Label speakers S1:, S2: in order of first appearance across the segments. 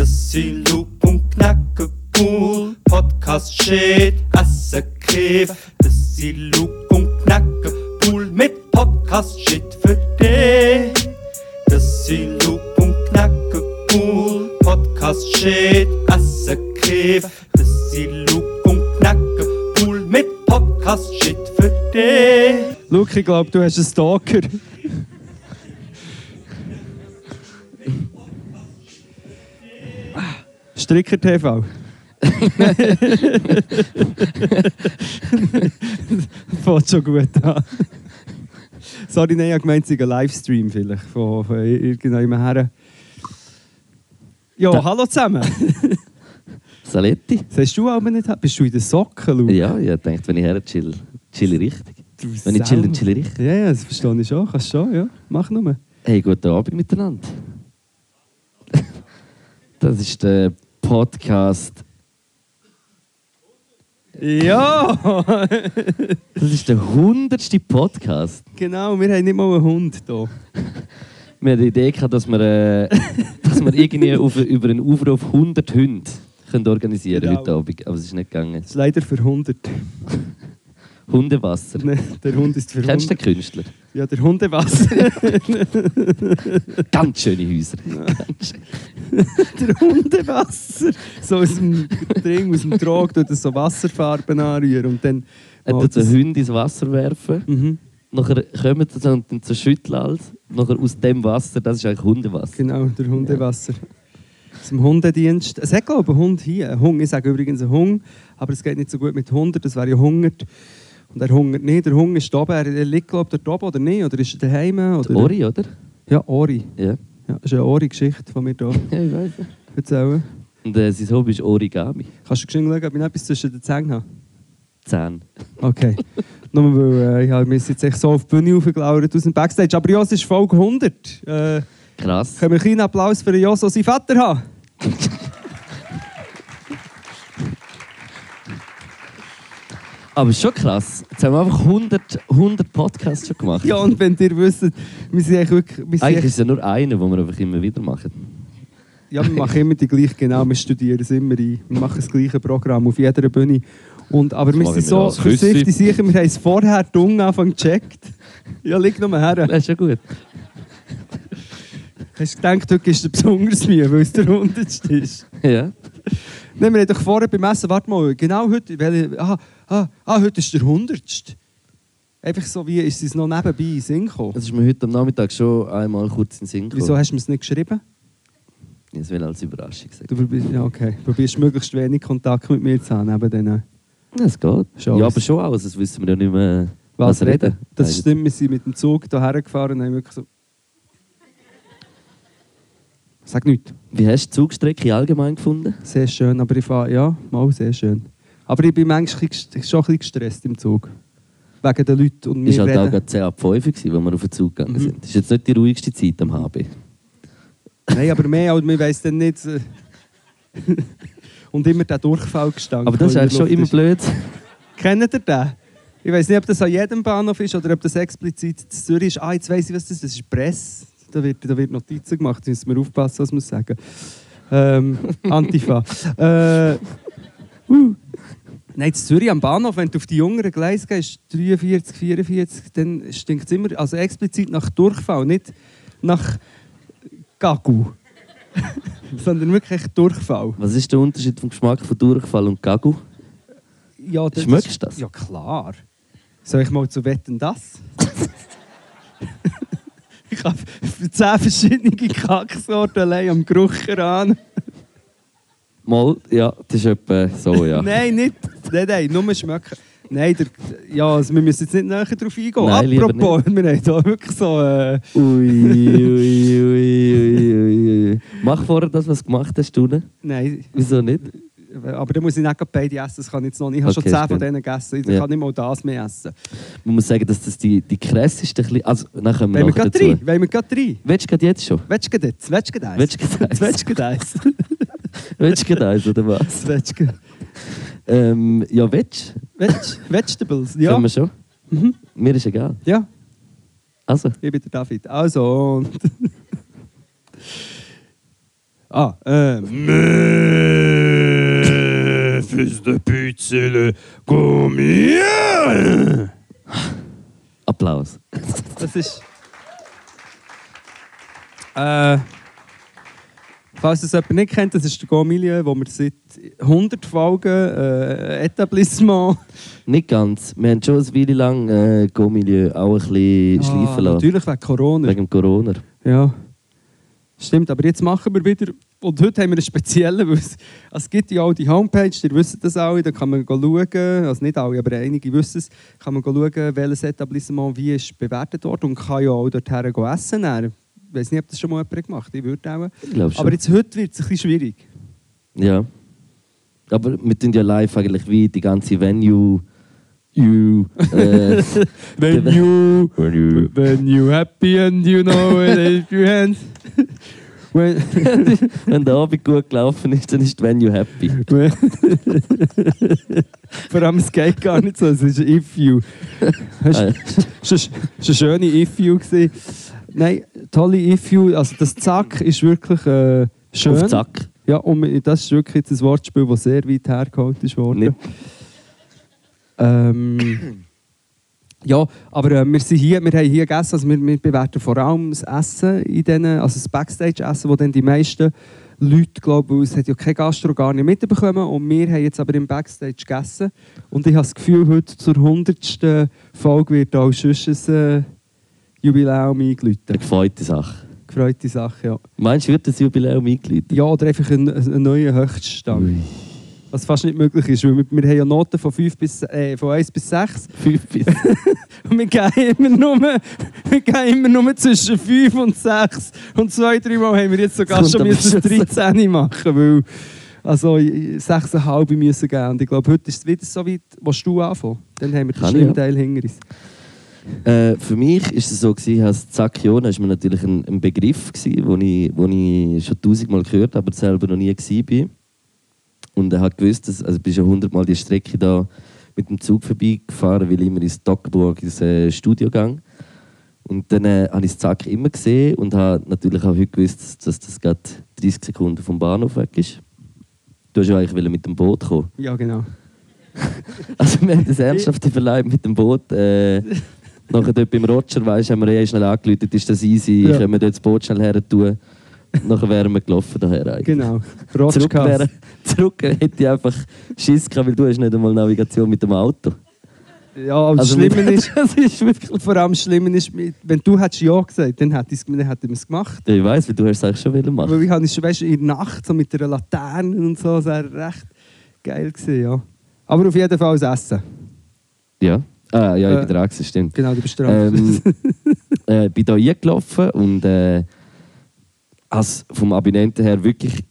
S1: Essi, Loop und Knacke cool. Podcast shit, esse Kiff. Essi, Loop und Knacke cool. Mit Podcast shit für dich. Essi, Loop und Knacke cool. Podcast shit, esse Kiff. Essi, Loop und Knacke cool. Mit Podcast shit für dich.
S2: Luke, ich glaube, du hast einen Stalker. Stricker TV. Fängt schon gut an. Sorry, nein, ich habe gemeint, es sei ein Livestream vielleicht von, von irgendeinem Herren. Ja,
S3: Da-
S2: hallo zusammen.
S3: Saletti?
S2: Sagst du aber nicht, bist du in den Socken, Luke?
S3: Ja, ich denkt, wenn ich her chill, chill ich richtig.
S2: Du
S3: Wenn ich chill, dann
S2: Sau.
S3: chill ich richtig.
S2: Ja, ja, das verstehe ich schon. Kannst schon, ja. Mach nur.
S3: Hey, guten Abend miteinander. Das ist der Podcast.
S2: Ja!
S3: Das ist der hundertste Podcast.
S2: genau, wir haben nicht mal einen Hund hier.
S3: Wir hatten die Idee, gehabt, dass wir, äh, dass wir irgendwie auf, über einen Aufruf 100 Hunde können organisieren
S2: Genau.
S3: heute Abend. Aber es ist nicht gegangen.
S2: Das ist leider für 100.
S3: Hundewasser.
S2: Nein, der Hund ist für
S3: Kennst du
S2: 100.
S3: den Künstler?
S2: Ja, der Hundewasser.
S3: Ganz schöne Häuser.
S2: der Hundewasser. So aus dem Ding, aus dem Trog, tut er so Wasserfarben anrühren und dann...
S3: Er
S2: malt
S3: tut so
S2: es-
S3: Hunde ins Wasser werfen.
S2: Mhm,
S3: Nachher kommen sie so und dann so schütteln alles. Nachher aus dem Wasser, das ist eigentlich Hundewasser.
S2: genau, der Hundewasser. Aus dem Hundedienst. Es hat, glaube ich, einen Hund hier. Ein Hung. Ich sage übrigens ein Hung, aber es geht nicht so gut mit 100, das wäre ja hungert. Und er hungert nicht. Der Hung ist da oben. Er, er liegt, glaube ich, da oben oder nicht? Oder ist er daheim? Oder?
S3: Der Ori, oder?
S2: Ja, Ori.
S3: Ja.
S2: Ja, das ist eine Ori-Geschichte, die wir hier
S3: ja, ich weiß.
S2: erzählen.
S3: Und äh, sein Hobby ist Origami.
S2: Kannst du geschwind schauen, ob ich noch etwas zwischen den Zähnen habe?
S3: Zehn.
S2: Okay. Nur weil äh, ich habe mich jetzt echt so auf die Bühne aufgelauert aus dem Backstage. Aber Jos ist Folge 100. Äh,
S3: Krass.
S2: können wir einen kleinen Applaus für den Jos, der seinen Vater hat?
S3: Aber ist schon krass. Jetzt haben wir einfach 100, 100 Podcasts schon gemacht.
S2: Ja, und wenn ihr wisst, wir sind eigentlich wirklich... Wir, sind
S3: Eigentlich
S2: echt,
S3: ist es ja nur einer, den wir einfach immer wieder machen.
S2: ja, wir machen immer die gleiche, genau. Wir studieren es immer ein. Wir machen das gleiche Programm auf jeder Bühne. Und, aber wir
S3: mache
S2: sind
S3: ich mir
S2: so
S3: als Küssi.
S2: versichtlich sicher, wir haben es vorher dumm Anfang gecheckt. Ja, lieg nur her.
S3: Das ist ja gut.
S2: Hast du gedacht, heute ist der besonders mühe, weil es der 100. ist?
S3: Ja.
S2: Nein, wir haben doch vorher beim Essen, warte mal, genau heute, welche, ah, ah, ah, heute ist der 100. Einfach so, wie ist es noch nebenbei in den Sinn gekommen?
S3: Das ist mir heute am Nachmittag schon einmal kurz in den Sinn gekommen.
S2: Wieso hast du mir es nicht geschrieben?
S3: Das will als Überraschung sagen.
S2: Du probierst, ja, okay. probierst möglichst wenig Kontakt mit mir zu haben, neben denen.
S3: Das geht.
S2: Schon
S3: ja,
S2: alles.
S3: aber schon alles. Das wissen wir ja nicht mehr, was, reden.
S2: Das stimmt, wir sind mit dem Zug hierher gefahren und haben wirklich so... Sag nichts.
S3: Wie hast du die Zugstrecke allgemein gefunden?
S2: Sehr schön, aber ich fahre, ja, mal sehr schön. Aber ich bin manchmal ein bisschen- schon ein bisschen gestresst im Zug. Wegen den Leuten und
S3: Es
S2: mir
S3: war halt auch
S2: reden.
S3: gerade 10 ab 5, als wir auf den Zug gegangen sind. Das ist jetzt nicht die ruhigste Zeit am HB.
S2: Nein, aber mehr, als man weiss dann nicht. äh, Und immer der Durchfall gestanden.
S3: Aber das ist eigentlich schon immer blöd.
S2: Kennt ihr den? Ich weiß nicht, ob das an jedem Bahnhof ist oder ob das explizit in Zürich ist. Ah, jetzt weiss ich, was das ist. Das ist Press. Da wird, da wird Notizen gemacht. Da müssen wir aufpassen, was wir sagen. Ähm, Antifa. äh, uh. Nein, in Zürich am Bahnhof, wenn du auf die jüngeren Gleise gehst, 43, 44, dann stinkt es immer, also explizit nach Durchfall, nicht nach Gagu. Sondern wirklich echt Durchfall.
S3: Was ist der Unterschied vom Geschmack von Durchfall und Gagu?
S2: Ja,
S3: Schmeckst du das?
S2: Ja, klar. Soll ich mal zu wetten, das? ich habe zehn verschiedene Kacksorten allein am Gerucher an.
S3: Mal, ja, das ist etwa so, ja.
S2: Nein, nicht. Nein, nein, nur schmecken. Nein, der, ja, also wir müssen jetzt nicht näher drauf eingehen.
S3: Nein, lieber
S2: Apropos, wir haben hier wirklich so. Äh,
S3: Ui, ui, ui, ui, ui, ui. Mach vorher das, was du gemacht hast, du. ne?
S2: nein,
S3: Wieso nicht?
S2: aber da muss ich nicht gerade beide essen, das kann ich jetzt noch nicht. Ich habe
S3: Okay,
S2: schon zehn von
S3: stimmt.
S2: denen gegessen, ich
S3: Ja.
S2: kann nicht mal das mehr essen.
S3: Man muss sagen, dass das die, die krasseste... Kle- Also, dann kommen wir
S2: Wollen wir
S3: nachher
S2: gerade
S3: dazu.
S2: drei? Wollen wir gerade drei?
S3: Willst du gerade jetzt schon?
S2: Willst du gerade jetzt? Willst du gerade eins?
S3: Willst du gerade eins?
S2: Willst du gerade eins?
S3: Willst du gerade eins, oder was?
S2: Willst du gerade-
S3: Ähm, ja, willst du?
S2: Veg Vegetables,
S3: Ja.
S2: ja.
S3: wir schon? Mir ist egal.
S2: Ja,
S3: Also,
S2: ich bin der David. Also und. Ah, ähm.
S1: Mais, fils de pute, c'est le combien
S3: Applaus.
S2: Das ist. Äh, falls es jemand nicht kennt, das ist der Gomilie, wo wir seit 100 Folgen äh, Etablissement
S3: Nicht ganz. Wir haben schon eine Weile lang äh, Go-Milieu auch ein bisschen schleifen lassen.
S2: Ah, Natürlich wegen Corona.
S3: Wegen dem Corona.
S2: Ja. Stimmt, aber jetzt machen wir wieder. Und heute haben wir einen speziellen, weil es, es gibt ja auch die Homepage, ihr wisst das alle, da kann man schauen, also nicht alle, aber einige wissen es, kann man schauen, welches Etablissement wie ist bewertet worden und kann ja auch dorthin gehen essen. Dann. Ich weiß nicht, ob das schon mal jemand gemacht hat, ich würde auch.
S3: Ich glaube schon.
S2: Aber jetzt heute wird es ein bisschen schwierig.
S3: ja. Aber wir tun ja live eigentlich wie die ganze Venue. You, äh,
S2: When you, when you happy and you know it, if you hand. When,
S3: wenn der Abend gut gelaufen ist, dann ist die Venue happy.
S2: Vor allem, es geht gar nicht so, es ist ein If You. Es
S3: Äh,
S2: war eine schöne If You. gewesen. Nein, tolle If You. Also das Zack ist wirklich äh, schön.
S3: Auf Zack.
S2: Ja, und das ist wirklich jetzt ein Wortspiel, das sehr weit hergeholt ist worden.
S3: Nicht.
S2: Ähm, ja, aber äh, wir, sind hier, wir haben hier gegessen, also wir, wir bewerten vor allem das Essen in denen, also das Backstage-Essen, wo dann die meisten Leute, glaube ich, es hat ja kein Gastro gar nicht mitbekommen und wir haben jetzt aber im Backstage gegessen und ich habe das Gefühl, heute zur 100. Folge wird auch sonst ein äh, Jubiläum
S3: Eine
S2: eingeläutet.
S3: gefreute Sache.
S2: Gefreute Sache, ja.
S3: Meinst du, wird das Jubiläum eingeläutet?
S2: Ja, oder einfach einen, einen neuen Höchststand,
S3: Ui.
S2: was fast nicht möglich ist, weil wir, wir haben ja Noten von, 5 bis, äh, von 1 bis 6
S3: Fünf bis.
S2: Und wir gehen immer nur, wir gehen immer nur zwischen 5 und 6. Und zwei, drei Mal haben wir jetzt sogar
S3: Das
S2: schon
S3: kommt am
S2: müssen
S3: Schluss.
S2: 13 machen weil also 6,5 müssen gehen. Und ich glaube, heute ist es wieder so weit, was du anfangen Dann haben wir den
S3: Kann ich,
S2: schlimmen
S3: ja.
S2: Teil hinter uns.
S3: Äh, für mich war es so, gewesen, als Zacchione ist mir natürlich ein, ein Begriff, gewesen, den ich, wo ich schon tausendmal gehört aber selber noch nie war. Und er hat gewusst, dass, also ich bin schon hundertmal die Strecke da mit dem Zug vorbeigefahren, weil ich immer ins Dockburg ins äh, Studio ging. Und dann äh, habe ich das Zack immer gesehen und habe natürlich auch heute gewusst, dass, dass das gerade 30 Sekunden vom Bahnhof weg ist. Du hast ja eigentlich wollen mit dem Boot kommen.
S2: Ja, genau.
S3: Also wir haben das ernsthafte Verleih mit dem Boot. Äh, nachher dort beim Roger, weißt, haben wir eh schnell angeläutet, ist das easy,
S2: Ja.
S3: können wir dort das Boot schnell her tun. Nachher wären wir gelaufen daher eigentlich.
S2: Genau.
S3: Zurück,
S2: Rotschkass.
S3: wäre, zurück hätte ich einfach Schiss gehabt, weil du hast nicht einmal Navigation mit dem Auto.
S2: Ja, aber das
S3: Also
S2: Schlimme
S3: mit-
S2: ist, das ist wirklich, vor allem das Schlimme ist, wenn du hättest Ja gesagt hättest, dann hätte ich es- dann hätten wir es gemacht.
S3: Ja, ich weiss, weil du hast es eigentlich schon wollen machen.
S2: Weil ich habe es schon weißt, du, in der Nacht so mit einer Laterne und so, das war recht geil gewesen, ja. Aber auf jeden Fall das Essen.
S3: Ja, ah, ja, ich
S2: Äh,
S3: bin dran, gewesen, stimmt.
S2: Genau, du bist dran.
S3: ähm, äh, bin da eingelaufen und äh, als vom Abonnenten her wirklich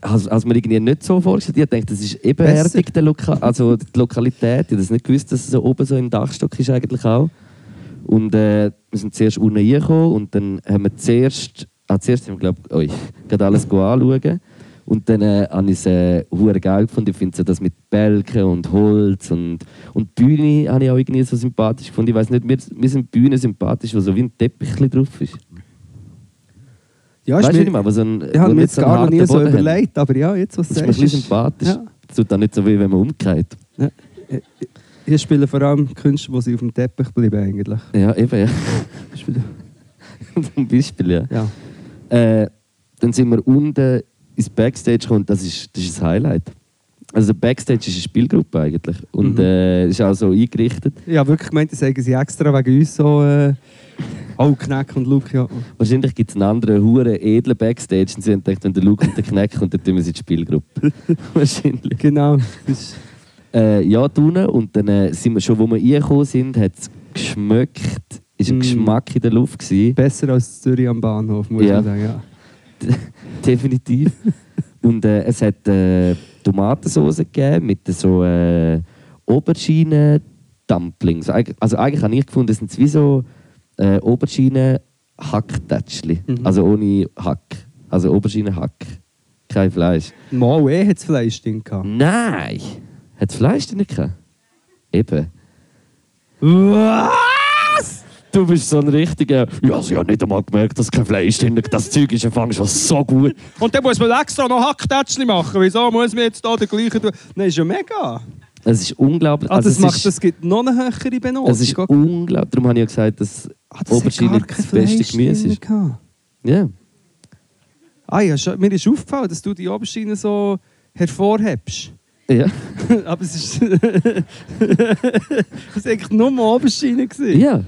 S3: als, als mir irgendwie nicht so vorgestellt ich hab gedacht, das ist ebenerdig der Loka also die Lokalität ich habe das nicht gewusst dass es so oben so im Dachstock ist eigentlich auch und äh, wir sind zuerst unten reingekommen und dann haben wir zuerst ah, zuerst haben wir glaube ich gerade alles anschauen und dann äh, habe ich es äh, hure geil gefunden. Ich finde so das mit Balken und Holz und, und die Bühne habe ich auch irgendwie so sympathisch gefunden. Ich weiß nicht, mir, mir sind Bühnen sympathisch, wo so wie ein Teppich ein bisschen drauf ist.
S2: ja,
S3: Weißt du,
S2: mir-
S3: nicht mehr, aber so ein,
S2: ich habe
S3: wo
S2: mir
S3: nicht
S2: jetzt gar noch
S3: einen
S2: nie
S3: harten
S2: so
S3: Boden haben.
S2: überlegt, aber ja, jetzt, was
S3: Das ist mir
S2: du
S3: ein bisschen sympathisch.
S2: Ja.
S3: Es tut auch nicht so weh, wenn man umgeht.
S2: Ja. Äh, Hier spielen vor allem Künstler, die sie auf dem Teppich bleiben eigentlich.
S3: Ja, eben, ja. Zum Beispiel, ja.
S2: Ja.
S3: Äh, dann sind wir unten ins Backstage gekommen und das ist das, ist das Highlight. Also der Backstage ist eine Spielgruppe eigentlich und
S2: Mhm.
S3: äh, ist auch so eingerichtet.
S2: Ich habe wirklich gemeint, das sagen sie extra wegen uns so... Äh, oh, Knack und Luke, ja.
S3: Wahrscheinlich gibt es einen anderen hure edlen Backstage und sie haben gedacht, wenn der Luke und der Kneck kommt, dann tun wir sie in die Spielgruppe. Wahrscheinlich.
S2: Genau. Das ist,
S3: Äh, ja, drinnen und dann äh, sind wir schon, wo wir reingekommen sind, hat es geschmeckt. Ist ein
S2: Mm.
S3: Geschmack in der Luft gewesen.
S2: besser als Zürich am Bahnhof, muss
S3: Ja.
S2: man sagen. Ja.
S3: Definitiv. Und äh, es hat äh, Tomatensauce gegeben mit so äh, Auberginen-Dumplings. Eig- Also eigentlich habe ich gefunden, das sind wie so äh, Auberginen-Hacktätschli.
S2: Mhm.
S3: Also ohne Hack. Also Auberginen-Hack. Kein Fleisch.
S2: Mal eh hat es Fleisch drin gehabt.
S3: Nein! Hat das Fleisch denn nicht gehabt? Eben.
S2: Was?
S3: Du bist so ein richtiger. Ja, sie haben nicht einmal gemerkt, dass kein Fleisch drin ist. Das Zeug ist am Anfang schon so gut.
S2: Und dann muss man extra noch Hacktätschchen machen. Wieso muss man jetzt da den gleichen tun? Nein, ist ja mega.
S3: Es ist unglaublich.
S2: Also, es
S3: es
S2: macht,
S3: ist,
S2: es gibt noch eine höhere Benotung.
S3: es ist unglaublich. Darum habe ich ja gesagt, dass
S2: Ah, das hat
S3: Oberschiene
S2: gar kein
S3: das beste
S2: Fleisch
S3: Gemüse
S2: drin
S3: ist.
S2: gehabt.
S3: Ja.
S2: Ah, ja, schon- mir ist aufgefallen, dass du die Oberschiene so hervorhebst.
S3: Ja.
S2: Aber es ist. es war eigentlich nur die Oberschiene. gewesen.
S3: ja.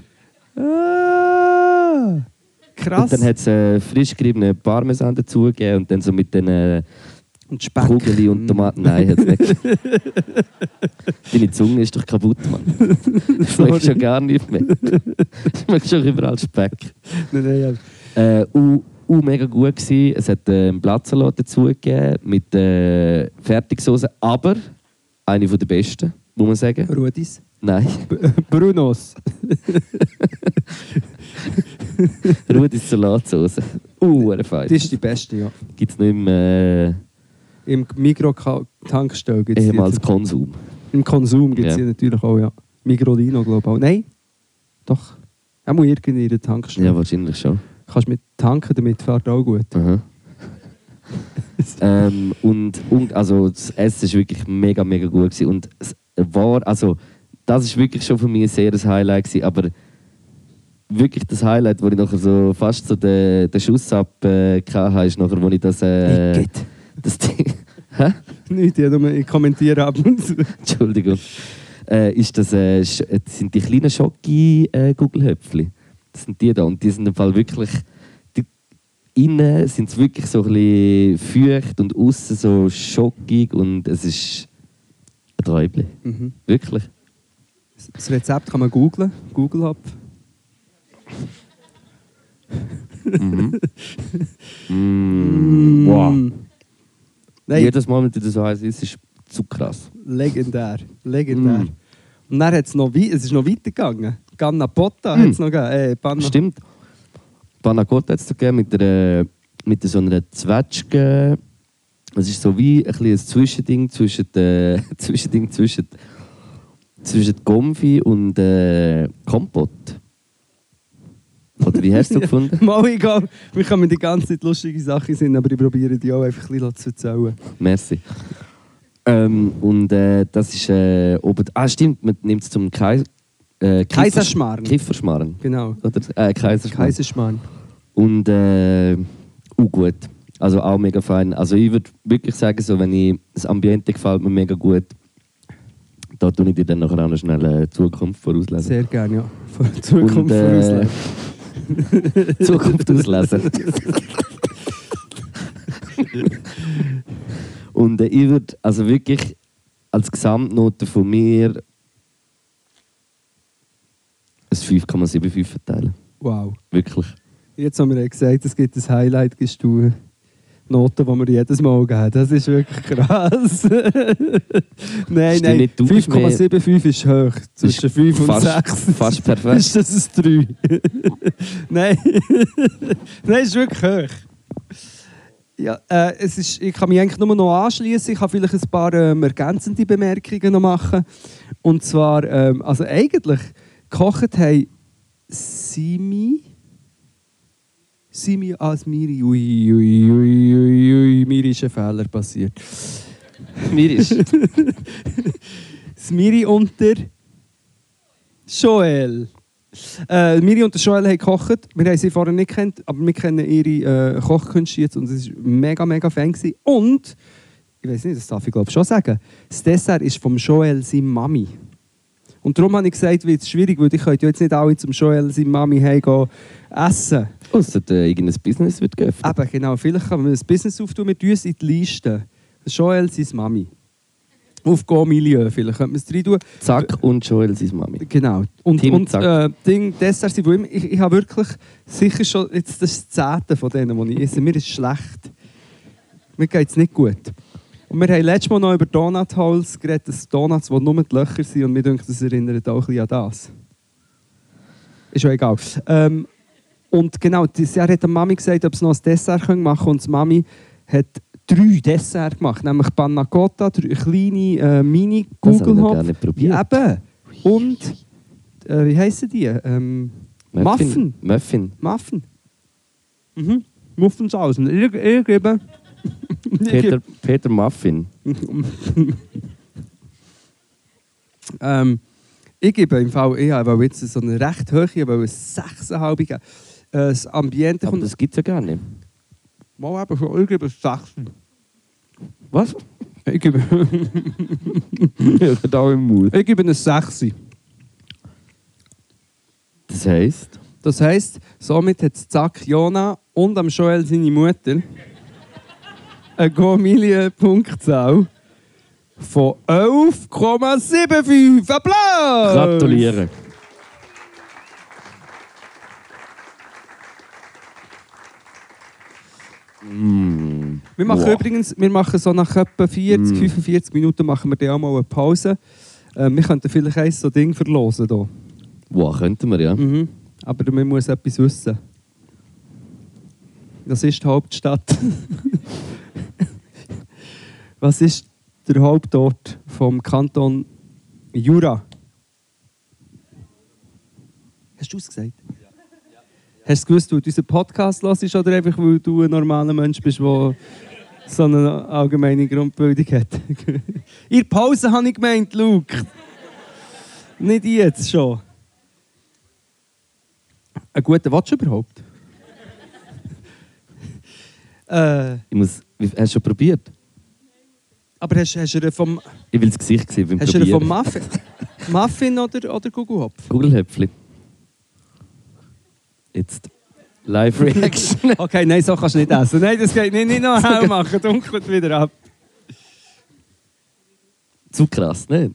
S2: Ah, krass.
S3: Und dann hat es äh, frisch geriebenen Parmesan dazugegeben und dann so mit den äh,
S2: Und Speck.
S3: Kugeli und Tomaten. Nein, hat es nicht. Deine Zunge ist doch kaputt, Mann. Schmeckt schon gar nicht mehr. Schmeckt schon überall Speck.
S2: Nein, nein, ja.
S3: Äh, u, u mega gut gsi. Es hat äh, einen Blattsalat dazugegeben mit äh, Fertigsoße, aber eine von der besten, muss man sagen.
S2: Rudis.
S3: Nein,
S2: Brunos.
S3: Rudis Salatsauce. Uhr fein.
S2: Das ist die beste, ja.
S3: Gibt es noch im äh,
S2: Im Mikro-Tankstelle gibt es
S3: ehemals Konsum.
S2: Im Konsum gibt es
S3: Ja.
S2: die natürlich auch, ja. Migrodino, glaube ich auch. Nein, doch. Er muss irgendwie in der Tankstelle.
S3: Ja, wahrscheinlich schon.
S2: Kannst mit tanken, damit fährt auch gut.
S3: Aha. ähm, und, und also das Essen war wirklich mega, mega gut. Gewesen. Und es war, also das ist wirklich schon für mich sehr ein Highlight gewesen, aber wirklich das Highlight, wo ich nachher so fast so den, den Schuss ab äh, hatte, ist nachher, wo ich das... Äh,
S2: Igitt.
S3: das Ding... Hä?
S2: Nicht, ich, nur, ich kommentiere ab und zu.
S3: Entschuldigung. Äh, ist das, äh, Sch- äh, das sind die kleinen schocki äh, gugelhöpfli Das sind die da. Und die sind im Fall wirklich. Die, innen sind es wirklich so ein bisschen feucht und außen so schockig und es ist ein Träubli.
S2: Mhm.
S3: Wirklich.
S2: Das Rezept kann man googlen. Google ab.
S3: Mm. Wow.
S2: Nein,
S3: Jedes Mal, wenn du das so heißt, es ist zu krass.
S2: legendär. Legendär.
S3: Mm.
S2: Und dann hat es noch, wei- es ist noch weitergegangen. Ganna Potta
S3: Mm.
S2: hat es noch gegeben. Äh, Panna.
S3: Stimmt. Panna Cotta hat es gegeben mit, einer, mit so einer Zwetschge. Es ist so wie ein, bisschen ein Zwischending zwischen, äh, Zwischending zwischen, zwischen Gomfi und äh, Kompott. Oder wie hast du es gefunden?
S2: Mal egal. Wir können die ganze Zeit lustige Sachen sind, aber ich probiere die auch einfach ein bisschen zu erzählen.
S3: Merci. Ähm, und äh, das ist äh, oben. Ah, stimmt, man nimmt es zum Kei äh, Kiefers-
S2: Kaiserschmarrn.
S3: Kieferschmarrn.
S2: Genau.
S3: Oder? Äh, Kaiserschmarrn.
S2: Kaiserschmarrn.
S3: Und äh, auch gut. Also auch mega fein. Also ich würde wirklich sagen, so, wenn ich, das Ambiente gefällt mir mega gut. Da tue ich dir dann nachher auch noch schnell äh, Zukunft vorauslesen.
S2: Sehr gerne, ja. Von Zukunft
S3: Und, äh,
S2: vorauslesen.
S3: Zukunft auslesen. Und äh, ich würde also wirklich als Gesamtnote von mir ein 5,75 verteilen.
S2: Wow.
S3: Wirklich.
S2: Jetzt haben wir ja gesagt, es gibt ein Highlight, gibst du Noten, die wir jedes Mal geben. Das ist wirklich krass. nein,
S3: Ist die
S2: nein.
S3: nicht auf-
S2: 5,75 ist hoch. Zwischen 5 und
S3: fast,
S2: 6.
S3: Fast perfekt.
S2: Ist das ein 3? Nein. Nein, ist wirklich hoch. Ja, äh, es ist, ich kann mich eigentlich nur noch anschließen. Ich kann vielleicht ein paar ähm, ergänzende Bemerkungen noch machen. Und zwar, ähm, also eigentlich gekocht haben Simi. Simi als Miri. Ui, ui, ui, ui, ui, Miri ist ein Fehler passiert.
S3: Mir ist.
S2: Das Miri und der Joel. Äh, Miri und der Joel haben gekocht. Wir haben sie vorher nicht kennt, aber wir kennen ihre äh, Kochkünste jetzt und es war mega, mega Fan. Gewesen. Und, ich weiß nicht, das darf ich glaube schon sagen, das Dessert ist vom Joel seine Mami. Und darum habe ich gesagt, wird es schwierig, weil ich könnte ja jetzt nicht alle zum Joel seine Mami heim gehen essen.
S3: Ausser äh, irgendein Business wird geöffnet.
S2: Eben, genau. Vielleicht kann man ein Business auftun mit uns in die Liste. Joel, seine Mami. Auf Go Milieu, vielleicht könnte man es rein tun.
S3: Zack und Joel, seine Mami.
S2: Genau. Und,
S3: Team
S2: und
S3: Zack.
S2: äh, Ding, Dessert sind, wo ich, ich, ich habe wirklich sicher schon jetzt das Zehnte von denen, die ich esse. Mir ist schlecht. Mir geht es nicht gut. Und wir haben letztes Mal noch über Donut Holes geredet, dass Donuts, die nur die Löcher sind. Und mir denkt, das erinnert auch ein bisschen an das. Ist ja egal. Ähm, und genau, dieses Jahr hat die Mami gesagt, ob sie noch ein Dessert können machen können. Und die Mami hat drei Dessert gemacht. Nämlich Panna Cotta, drei kleine äh,
S3: Das habe ich noch
S2: Mini-Google-Hopf.
S3: gar nicht probiert.
S2: Eben. Und, äh, wie heissen die? Ähm, Muffin.
S3: Muffin.
S2: Muffin. Mhm. Muffinshausen. Ich, ich gebe. ich
S3: Peter, Peter Muffin.
S2: Ähm, ich gebe im Fall, ich habe jetzt so eine recht hohe, ich habe 6,5 gegeben. Äh, Das Ambiente
S3: Aber
S2: kommt...
S3: das gibt es ja gar nicht.
S2: mal eben schon, ich gebe 6.
S3: Was?
S2: Ich gebe,
S3: da im Mund.
S2: ich gebe eine 6.
S3: Das heisst,
S2: Das heisst, somit hat Zack Jona und am Joel seine Mutter eine Gomilien-Punktzahl von 11,75. Applaus!
S3: gratulieren. Mm.
S2: Wir machen
S3: Wow. Mm.
S2: übrigens, wir machen so nach etwa 40, 45 Minuten machen wir dann auch mal eine Pause. Äh, wir könnten vielleicht ein so Ding verlosen hier.
S3: Wow, könnten wir ja.
S2: Mhm. Aber man muss etwas wissen. Das ist die Hauptstadt. Was ist der Hauptort vom Kanton Jura? Hast du es gesagt? Hast du gewusst, weil du unseren Podcast hörst oder einfach, weil du ein normaler Mensch bist, der so eine allgemeine Grundbildung hat? Ihr Pause habe ich gemeint, Luke. Nicht jetzt schon. Ein guter Watch überhaupt? äh,
S3: Ich muss, wie- hast du schon probiert?
S2: aber hast, hast du einen vom,
S3: Ich will das Gesicht sehen beim
S2: hast du einen vom
S3: Probieren.
S2: Muffin, Muffin oder, oder Gugelhopf?
S3: Google-Häpfchen. Jetzt. Live-Reaction.
S2: Okay, nein, so kannst du nicht essen. Nein, das geht nicht, nicht noch hell machen. Dunkelt wieder ab.
S3: Zu krass, ne? nicht?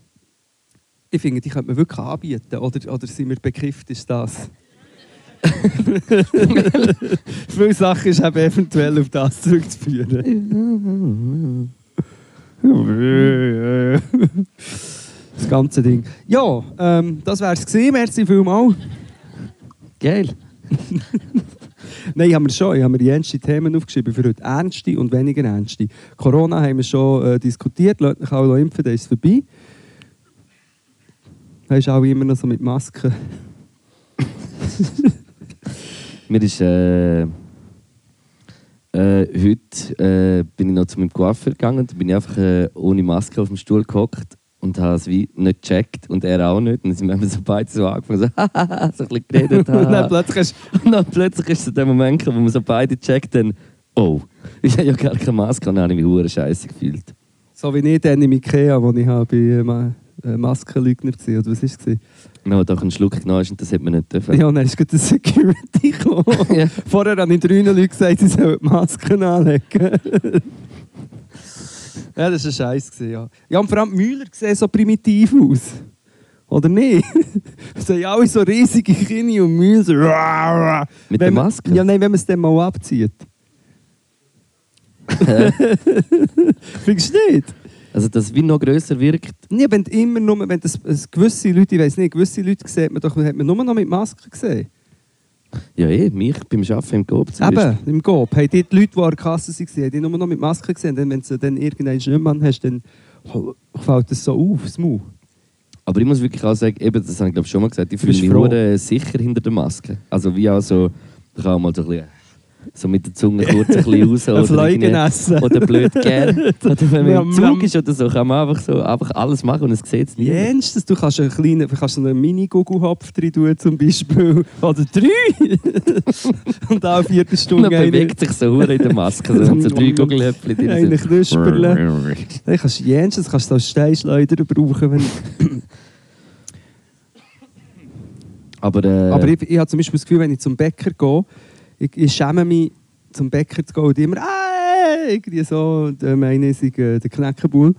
S2: Ich finde, die könnte man wirklich anbieten. Oder, oder sind wir bekifft, ist das? Viele Sachen ist eben eventuell auf das zurückzuführen. das ganze Ding. Ja, ähm, das wär's gewesen. Merci vielmals.
S3: Geil.
S2: Nein, ich habe mir schon, ich habe mir die ernsten Themen aufgeschrieben für heute. Ernste und weniger ernste. Corona haben wir schon äh, diskutiert, lasst euch alle impfen, dann ist es vorbei. Da ist auch immer noch so mit Masken.
S3: Mir ist äh, äh, heute äh, bin ich noch zu meinem Coiffeur gegangen, da bin ich einfach äh, ohne Maske auf dem Stuhl gehockt und habe es wie nicht gecheckt und er auch nicht. Und dann sind wir eben so beide so angefangen, so, so ein bisschen geredet.
S2: Und dann
S3: haha.
S2: plötzlich hast
S3: und dann plötzlich ist so der Moment gekommen, wo wir so beide checkt, dann, oh, ich habe ja gar keine Maske und dann habe ich mich hure scheiße gefühlt.
S2: so wie ich dann im Ikea, wo ich habe, äh, Ma- äh, Maskenleugner war, oder was war es?
S3: Dann habe ich doch einen Schluck genommen und das hätte man nicht dürfen.
S2: Ja, und dann ist gerade der Security gekommen.
S3: Ja.
S2: Vorher habe ich drei Leuten gesagt, sie sollen die Masken anlegen. ja, das war ein Scheiß. gewesen, Ja. ja, und vor allem die Müller sehen so primitiv aus. Oder nicht? Sie haben alle so riesige Kinder und Müller. So. wenn
S3: Mit der
S2: man-
S3: Maske?
S2: Ja, nein, wenn man es dann mal abzieht. Findest du nicht?
S3: Also, dass es wie noch grösser wirkt.
S2: Ja, wenn du immer nur, wenn das, es gewisse Leute, ich weiß nicht, gewisse Leute sieht man doch, hat man nur noch mit Masken gesehen.
S3: Ja, eh, mich beim Arbeiten im Coop zum Beispiel.
S2: Eben, im GoP. Hey, die Leute, die an der Kasse waren, haben die nur noch mit Maske gesehen. Denn wenn du sie dann irgendeinen Schirmmann hast, dann fällt das so auf, das Maul.
S3: Aber ich muss wirklich auch sagen, eben, das habe ich glaube ich, schon mal gesagt, ich fühle
S2: bist
S3: mich
S2: froh.
S3: hure sicher hinter der Maske. Also wie auch so, ich kann auch mal so ein bisschen, so mit der Zunge kurz ein bisschen raus.
S2: Eine
S3: oder
S2: Fliege
S3: irgendwie-
S2: essen.
S3: Oder blöd gern. Oder wenn man
S2: Nam,
S3: im Zug
S2: nam.
S3: ist oder so, kann man einfach so einfach alles machen und es sieht es nie.
S2: Jens, du kannst einen kleinen, du kannst so einen Mini-Gugelhopf drin tun, zum Beispiel. Oder drei! Und auch eine
S3: Und dann
S2: Viertelstunde
S3: bewegt sich so hure in der Maske. So, und so drei Gugelhöpfchen drin
S2: Eine
S3: sind.
S2: Knusperle. Dann kannst du Jens, das kannst du als Steinschleuder brauchen. Wenn,
S3: Aber, äh,
S2: Aber ich, ich habe zum Beispiel das Gefühl, wenn ich zum Bäcker gehe, ich, ich schäme mich, zum Bäcker zu gehen und immer «Ey!» irgendwie so, und, äh, meine ist äh, der Knäckebull.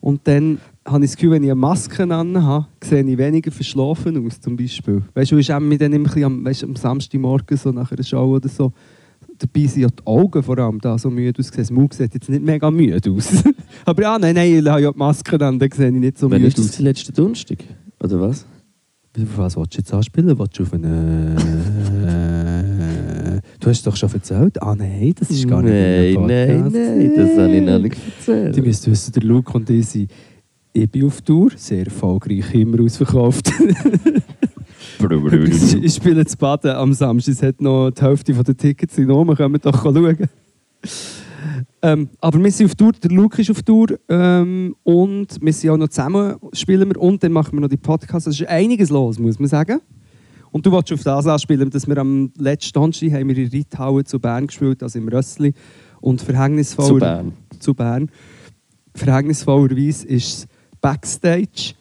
S2: Und dann habe ich das Gefühl, wenn ich eine Maske an habe, sehe ich weniger verschlafen aus, zum Beispiel. Weißt du, ich schäme mich dann immer ein bisschen am, weißt, du, am Samstagmorgen so nach einer Show oder so. Dabei sind ja die Augen vor allem da so müde ausgesehen. Das Mund sieht jetzt nicht mega müde aus. Aber ja, nein, nein, ich habe ja die Maske an, dann sehe ich nicht so
S3: wann
S2: müde
S3: ist das letzte Donnerstag? Oder was?
S2: was willst du jetzt anspielen? Willst du auf einen. du hast es doch schon erzählt. Ah, nein, das ist gar
S3: nein,
S2: nicht. in einem
S3: nein,
S2: Podcast.
S3: nein, das habe ich noch nicht erzählt.
S2: Die müsst wissen, der Luke und ich sind. Ich bin auf Tour, sehr erfolgreich, immer ausverkauft. Übrigens, Ich spiele zu Baden am Samstag. Es hat noch die Hälfte der Tickets in Ordnung. Können wir doch schauen. Ähm, aber wir sind auf Tour, der Luke ist auf Tour ähm, und wir sind auch noch zusammen, spielen wir und dann machen wir noch die Podcasts. Es ist einiges los, muss man sagen. Und du wolltest auf das anspielen, dass wir am letzten Donnerstag haben wir in Ritthauen zu Bern gespielt, also im Rössli. Und verhängnisvoll...
S3: Zu Bern.
S2: Zu Bern. Verhängnisvollerweise ist Backstage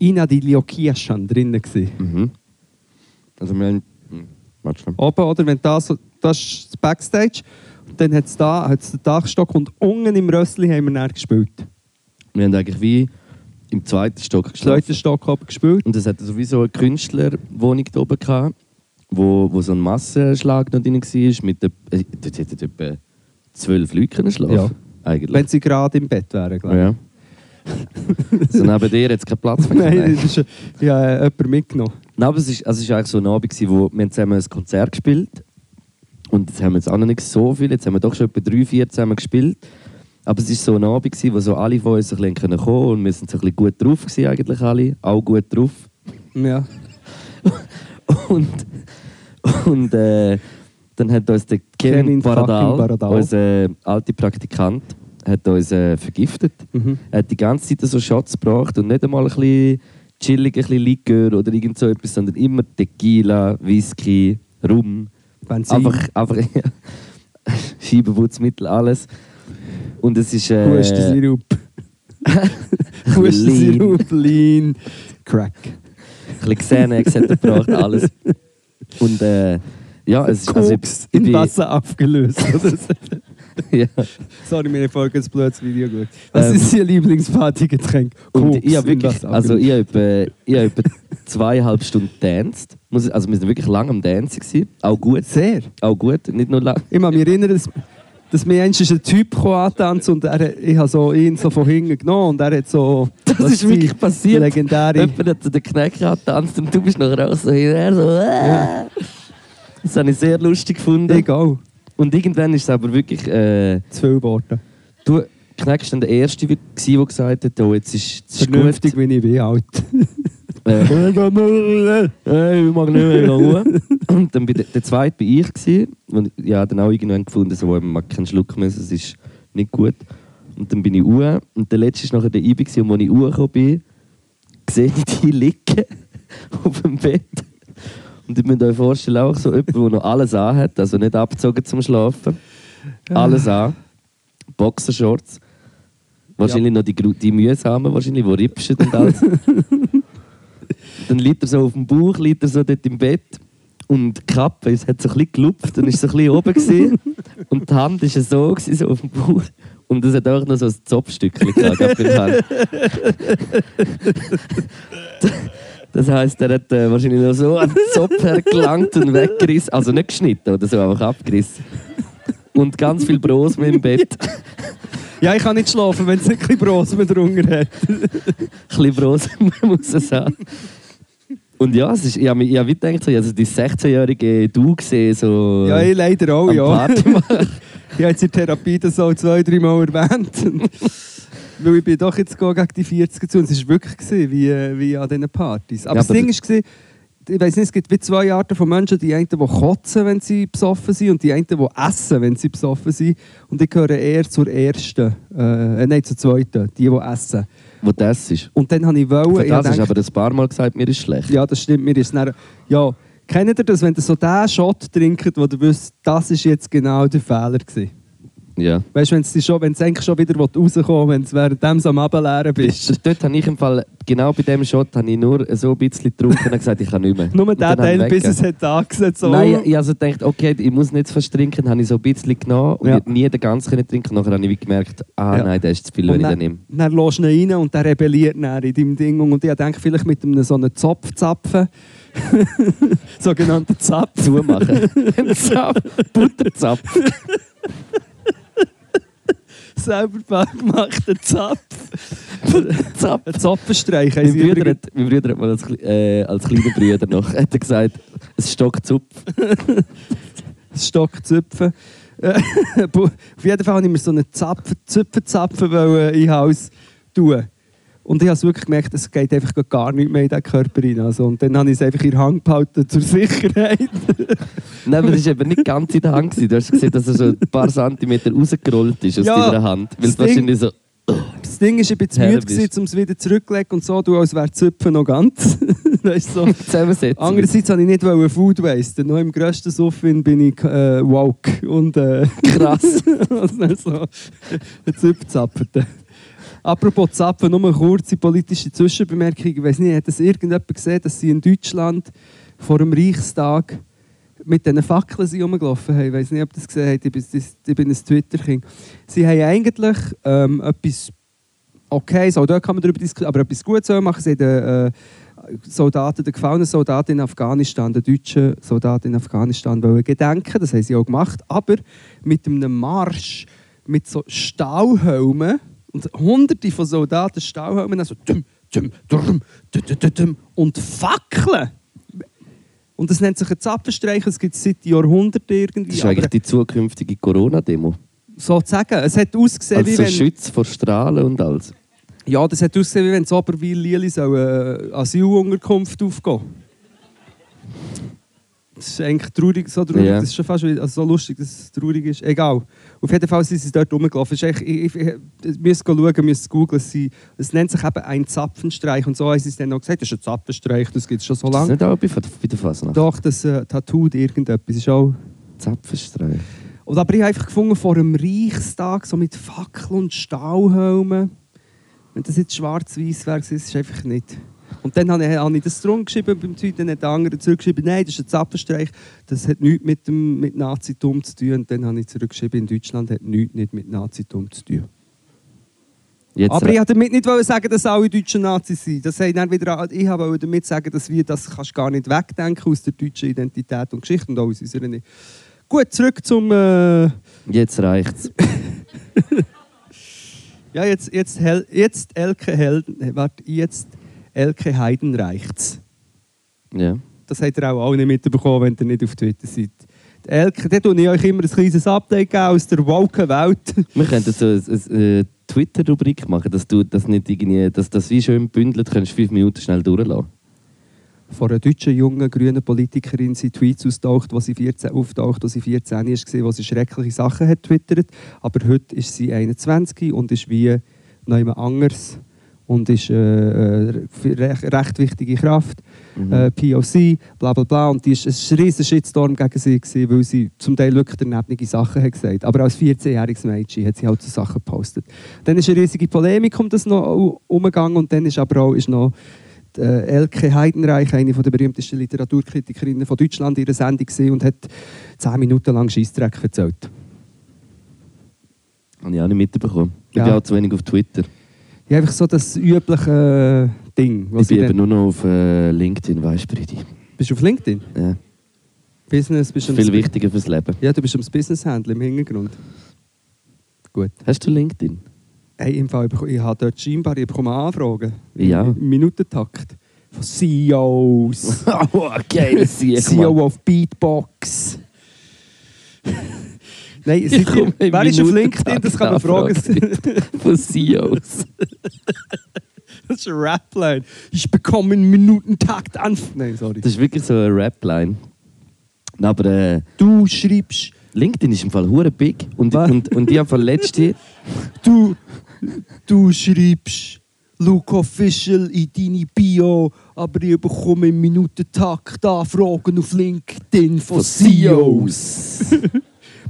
S2: Ina Di Liokiaschan drinnen gewesen.
S3: Mhm. Also wir haben... Hm, Warte schnell.
S2: oben, oder? Wenn das, das ist das Backstage. Und dann hat es da, hat's den Dachstock und unten im Rössli haben wir dann gespielt.
S3: Wir haben eigentlich wie im zweiten Stock geschlafen.
S2: Zweiter Stock oben gespielt.
S3: Und es hatte sowieso eine Künstlerwohnung da oben gehabt, wo, wo so ein Massenschlag noch drin war. Mit der, äh, dort hätten etwa zwölf Leute können schlafen
S2: Ja. Wenn
S3: Eigentlich.
S2: sie gerade im Bett wären, glaube ich.
S3: ja. so neben dir jetzt keinen Platz mehr.
S2: Nein, das ist, ja, äh, jemand mitgenommen.
S3: Nein, aber es war also es ist eigentlich so ein Abend, gewesen, wo wir haben zusammen ein Konzert gespielt Und jetzt haben wir jetzt auch noch nicht so viel. Jetzt haben wir doch schon etwa drei, vier zusammen gespielt. Aber es war so ein Abend, gewesen, wo so alle von uns ein bisschen kommen konnten. Und wir sind so ein bisschen gut drauf, gewesen, eigentlich alle. Auch gut drauf.
S2: Ja.
S3: Und, und äh, dann hat uns der Kevin,
S2: Kevin
S3: Paradal,
S2: fucking Paradal.
S3: unser alter Praktikant, hat uns äh, vergiftet.
S2: Mhm.
S3: Er hat die ganze Zeit so Shots gebracht und nicht einmal ein bisschen chillig, ein bisschen Likör oder irgend so etwas, sondern immer Tequila, Whisky, Rum.
S2: Benzin.
S3: Einfach, einfach Scheibenputzmittel, alles. Und es ist... Äh,
S2: Hustensirup. Hustensirup, Lean, Crack.
S3: Ein bisschen Xanax hat er gebracht, alles. Und äh, ja, es ist... also ich-
S2: Koks
S3: ich
S2: in
S3: bin-
S2: Wasser abgelöst. oder?
S3: ja.
S2: Sorry, mir folgt jetzt blödes Video gut. Was
S3: Ähm,
S2: ist Ihr Lieblingspartygetränk?
S3: Und
S2: Koks
S3: ich
S2: in
S3: habe wirklich,
S2: Wasser
S3: also ich habe etwa, ich hab etwa zweieinhalb Stunden getanzt. Muss- Also wir sind wirklich lange am Dancen. Gewesen. Auch gut,
S2: Sehr.
S3: auch gut, nicht nur lang.
S2: Ich kann mich erinnern, dass, dass mir einst ein Typ kam antanzen und er, ich habe so ihn so von hinten genommen und er hat so...
S3: Das
S2: was
S3: ist
S2: die
S3: wirklich passiert.
S2: Legendäre...
S3: Jemand hat so den Kneck getanzt und du bist nachher auch so hinterher. So, äh. Das habe ich sehr lustig gefunden.
S2: Egal.
S3: Und irgendwann ist es aber wirklich... Äh,
S2: Zu viele Worte.
S3: du Kneck war dann der Erste, gewesen, der gesagt hat, oh, jetzt ist es ist gut.
S2: Vernünftig, wie ich bin, alt.
S3: Äh, ich mag Äh, nicht mehr, ich Und dann bin der, der zweite war ich. Gewesen, und ich habe dann auch irgendwann gefunden, so, man mag keinen Schluck mehr, es ist nicht gut. Und dann bin ich uhr Und der letzte war nachher der Ibi. gewesen, Und als ich uhr bin, sehe ich die liegen auf dem Bett. Und ich müsst euch vorstellen, auch so jemand, der noch alles an hat, also nicht abgezogen zum Schlafen. Alles an. Boxershorts. Wahrscheinlich noch die, gru- die mühsamen, wahrscheinlich, die ripschen und alles. Dann liegt er so auf dem Bauch, liegt er so dort im Bett und die Kappe, es hat so ein bisschen gelupft und ist so ein bisschen oben gewesen. und die Hand war so, gewesen, so auf dem Bauch und es hat auch noch so ein Zopfstückchen gehabt, gerade bei der Hand. Das heisst, er hat äh, wahrscheinlich noch so an den Zopf hergelangt und weggerissen. Also nicht geschnitten oder so, einfach abgerissen. Und ganz viel Bros mit im Bett. Ein
S2: Ja, ich kann nicht schlafen, wenn es ein bisschen Bros mit drunter hat.
S3: bisschen Bros muss es haben. Und ja, es ist, ich habe mir- ich habe wie gedacht, so, also die 16-jährige Du gesehen, so
S2: Ja, ich leider auch,
S3: am
S2: ja.
S3: Party machen.
S2: Ich habe jetzt in der Therapie das auch zwei, drei Mal erwähnt. Und- Weil ich bin doch jetzt gegangen gegen die 40 zu und es war wirklich gewesen, wie, äh, wie an diesen Partys. Aber
S3: Ja,
S2: das
S3: aber
S2: Ding
S3: das-
S2: ist, gewesen, ich weiss nicht, es gibt wie zwei Arten von Menschen. Die einen, die kotzen, wenn sie besoffen sind und die anderen, die essen, wenn sie besoffen sind. Und ich gehöre eher zur ersten, äh, äh, nein, zur zweiten, die, die essen.
S3: Wo das ist.
S2: Und dann habe ich wollen,
S3: Für
S2: ich habe
S3: das hast du
S2: gedacht,
S3: aber ein paar Mal gesagt, mir ist schlecht.
S2: ja, das stimmt, mir ist es dann, ja, kennt ihr das, wenn ihr so den Shot trinkt, wo du wisst, das ist jetzt genau der Fehler gewesen?
S3: Ja.
S2: Weißt du, wenn es schon- wenn es eigentlich schon wieder rauskommt, wenn es währenddem so am Abendleeren bist.
S3: Dort, dort habe ich im Fall, genau bei dem Shot, habe ich nur so ein bisschen getrunken und gesagt, ich kann nicht mehr.
S2: Nur
S3: Und
S2: der
S3: dann habe ich
S2: Teil, bis es
S3: weggegeben.
S2: hat angesetzt so.
S3: Nein, ich also gedacht, okay, ich muss nicht verstrinken, habe ich so ein bisschen genommen und
S2: Ja.
S3: ich hätte nie den ganzen können trinken. Nachher habe ich wie gemerkt, ah
S2: Ja.
S3: nein, der ist zu viel,
S2: Und
S3: wenn ich
S2: dann-
S3: den nehme.
S2: Dann lässt du ihn rein und der rebelliert dann in deinem Ding. Und ich denke, vielleicht mit einem so einem Zopfzapfen. Sogenannten Zapf.
S3: Zumachen. Ein Zapf, Butterzapf.
S2: Selber gemachten Zapf.
S3: Zapf.
S2: Ein Zapfenstreich.
S3: Mein
S2: heisst
S3: Bruder,
S2: übrigens.
S3: hat, mein Bruder hat mal als, kle- äh, als kleiner Bruder noch hat er gesagt, es stockt Zupf.
S2: Stock zupfen. Äh, Auf jeden Fall wollte ich mir so einen Zapfen, Zupfenzapfen wollen in Haus tun. Und ich habe wirklich gemerkt, es geht einfach gar nicht mehr in den Körper rein. Also, und dann habe ich es einfach in der Hand behalten, zur Sicherheit.
S3: Nein, aber das war eben nicht ganz in der Hand. gewesen. Du hast gesehen, dass er so ein paar Zentimeter rausgerollt ist aus
S2: Ja,
S3: deiner Hand. Weil
S2: das
S3: es wahrscheinlich so...
S2: Das Ding ist, ich war zu
S3: Herr,
S2: müde,
S3: bist-
S2: gewesen, um es wieder zurückzulegen und so, du, als wäre die Zöpfe noch ganz. weißt, du, so.
S3: Zusammensetzen.
S2: Andererseits wollte ich nicht wollen Food wasten. Noch im grössten Suffin bin ich äh, woke und äh, krass. also so ein Züpfzapperte. Apropos Zapfen, nur eine kurze politische Zwischenbemerkung. Ich weiß nicht, hat das irgendjemand gesehen, dass sie in Deutschland vor dem Reichstag mit diesen Fackeln sind rumgelaufen haben? Ich weiß nicht, ob ihr das gesehen habt. Ich bin, ich bin ein Twitter-Kind. Sie haben eigentlich ähm, etwas okay, so, dort kann man darüber diskutieren, aber etwas Gutes soll machen. Sie haben den, äh, Soldaten, den gefallenen Soldaten in Afghanistan, den deutschen Soldaten in Afghanistan wollen gedenken. Das haben sie auch gemacht. Aber mit einem Marsch, mit so Stauhelmen und hunderte von Soldaten Stauhelmen, also düm, düm, düm, düm, düm, düm, und Fackeln. Und das nennt sich ein Zapfenstreich, das gibt es seit Jahrhunderten irgendwie.
S3: Das ist
S2: aber
S3: eigentlich die zukünftige Corona-Demo.
S2: sozusagen, es hat ausgesehen,
S3: Also
S2: wie
S3: so
S2: wenn...
S3: Schütz vor Strahlen und alles.
S2: Ja, das hat ausgesehen, wie wenn so aber wie Lili so eine Asylunterkunft aufgehen. Das ist eigentlich traurig, so traurig,
S3: Ja.
S2: das ist schon fast wieder- also so lustig, dass es traurig ist. Egal. Auf jeden Fall sind sie dort rumgelaufen. Es ist eigentlich- Ich, ich, ich müsst schauen, müsst googeln. Sie- Es nennt sich eben ein Zapfenstreich. Und so haben sie es dann noch gesagt. Das ist ein Zapfenstreich, das gibt es schon so
S3: Ist das
S2: lange.
S3: nicht auch bei, bei der Fasnacht?
S2: Doch, das äh, Tattoo irgendetwas ist auch...
S3: Zapfenstreich.
S2: Und aber ich habe einfach gefunden, vor dem Reichstag, so mit Fackeln und Stahlhelmen, wenn das jetzt schwarz-weiß wäre, gewesen, ist es einfach nicht. Und dann habe ich, habe ich das drum geschrieben beim Tweet, dann hat der andere zurückgeschrieben, nein, das ist ein Zappenstreich, das hat nichts mit, dem, mit Nazitum zu tun. Und dann habe ich zurückgeschrieben, in Deutschland hat nichts nicht mit Nazitum zu tun.
S3: Jetzt äh,
S2: aber ich wollte damit nicht wollen sagen, dass alle Deutschen Nazis sind. Das habe ich, dann wieder, ich wollte damit sagen, dass wir das kannst du gar nicht wegdenken aus der deutschen Identität und Geschichte und auch aus unserer nicht. Gut, zurück zum... Äh,
S3: Jetzt reicht's.
S2: Ja, jetzt, jetzt, Hel jetzt Elke Helden, äh, warte, jetzt Elke Heiden reicht's.
S3: Ja.
S2: Das habt ihr auch alle nicht mitbekommen, wenn ihr nicht auf Twitter seid. Die Elke, da tue ich euch immer ein kleines Update geben aus der woken Welt.
S3: Wir könnten so eine, eine äh, Twitter-Rubrik machen, dass du das nicht irgendwie, dass das wie schön bündelt, kannst du fünf Minuten schnell durchlassen.
S2: Von einer deutschen jungen grünen Politikerin sind Tweets auftaucht, wo sie 14 auftaucht, wo sie 14 ist, wo sie schreckliche Sachen hat twittert. Aber heute ist sie 21 und ist wie noch jemand anders und ist äh, äh, recht, recht wichtige Kraft. äh, POC, bla bla bla. Und die ist, es war ein riesen Shitstorm gegen sie, gewesen, weil sie zum Teil wirklich daneben Sachen hat gesagt Aber als 14-jähriges Mädchen hat sie halt so Sachen gepostet. Dann ist eine riesige Polemik um das noch u- umgegangen und dann ist aber auch ist noch die, äh, Elke Heidenreich, eine der berühmtesten Literaturkritikerinnen von Deutschland, in ihrer Sendung gesehen und hat 10 Minuten lang Scheissdreck erzählt.
S3: Habe ich auch nicht mitbekommen. Ich
S2: Ja.
S3: bin auch zu wenig auf Twitter.
S2: Ja, einfach so das übliche äh, Ding. was
S3: ich bin
S2: du
S3: eben
S2: dann-
S3: nur noch auf äh, LinkedIn, weißt du, Bridi.
S2: Bist du auf LinkedIn?
S3: Ja.
S2: Business, bist du am
S3: Viel
S2: Sp-
S3: wichtiger fürs Leben.
S2: Ja, du bist am Business-Handel im Hintergrund. Gut.
S3: Hast du LinkedIn?
S2: Hey, im Fall, ich bek- ich habe dort scheinbar ich bekomme Anfragen.
S3: Ja.
S2: Im Minutentakt. Von E CEOs.
S3: Oh, geil,
S2: CEO of Beatbox. Nein, seid
S3: komme
S2: ihr,
S3: im
S2: wer ist auf
S3: Minutentakt
S2: LinkedIn? Das kann man fragen.
S3: Von E CEOs.
S2: Das ist eine Rapline. Ich bekomme im Minutentakt Anfragen. Nein, sorry.
S3: Das ist wirklich so eine Rap-Line. Nein, aber äh,
S2: Du schreibst,
S3: LinkedIn ist im Fall hure big. Und,
S2: Was?
S3: und, und ich habe letzte...
S2: du, du schreibst Luke Official in deine Bio, aber ich bekomme im Minutentakt Anfragen auf LinkedIn von E CEOs.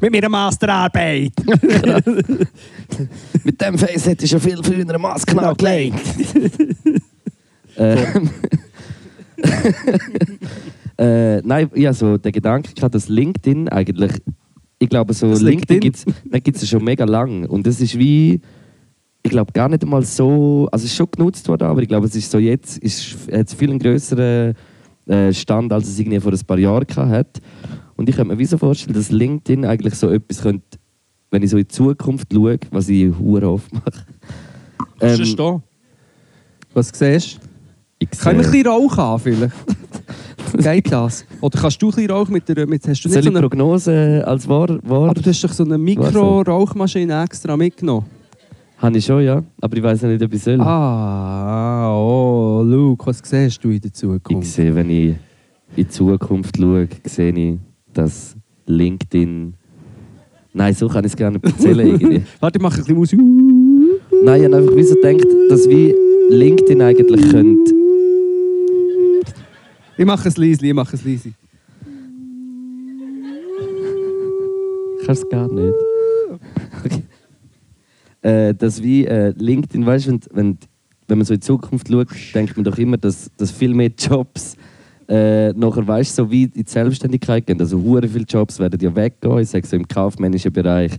S2: Mit meiner Masterarbeit.
S3: Mit dem Face hätte ich schon viel früher eine Maske angelegt. Ähm, äh, nein, ja, so der Gedanke gehabt, dass LinkedIn eigentlich, ich glaube, so
S2: Das LinkedIn?
S3: LinkedIn, gibt's, da gibt es schon mega lang und es ist wie, ich glaube gar nicht einmal so, also es ist schon genutzt worden, aber ich glaube, es ist so jetzt, ist hat es viel einen größeren äh, Stand, als es irgendwie vor ein paar Jahren gehabt hat. Und ich könnte mir wie so vorstellen, dass LinkedIn eigentlich so etwas könnte, wenn ich so in die Zukunft schaue, was ich hure oft mache. Ähm,
S2: da? Was siehst du?
S3: ich
S2: Können wir ein
S3: sehe-
S2: bisschen Rauch haben, vielleicht? Geht das? Oder kannst du ein bisschen Rauch mit der... Mit, hast du nicht
S3: Soll
S2: so
S3: ich
S2: eine, Ah,
S3: Prognose als wahr, wahr
S2: aber du hast doch so eine Mikro-Rauchmaschine extra mitgenommen.
S3: Habe ich schon, ja. Aber ich weiß ja nicht, ob ich soll.
S2: Ah, oh, Luke, was siehst du in der
S3: ich
S2: Zukunft?
S3: sehe, wenn ich in die Zukunft schaue, sehe ich, dass LinkedIn... Nein, so kann ich es gar nicht erzählen. irgendwie.
S2: Warte, ich mache ein bisschen Musik.
S3: Nein, ich habe einfach wie so gedacht, dass wie LinkedIn eigentlich könnte...
S2: Ich mache es leise, ich mache es leise.
S3: Kannst es gar nicht. Okay. Äh, dass wie äh, LinkedIn, weißt du, wenn, wenn, wenn man so in die Zukunft schaut, denkt man doch immer, dass, dass viel mehr Jobs äh, nachher, weißt du, so wie in die Selbstständigkeit gehen. Also, hure viele Jobs werden ja weggehen. Ich sage so, im kaufmännischen Bereich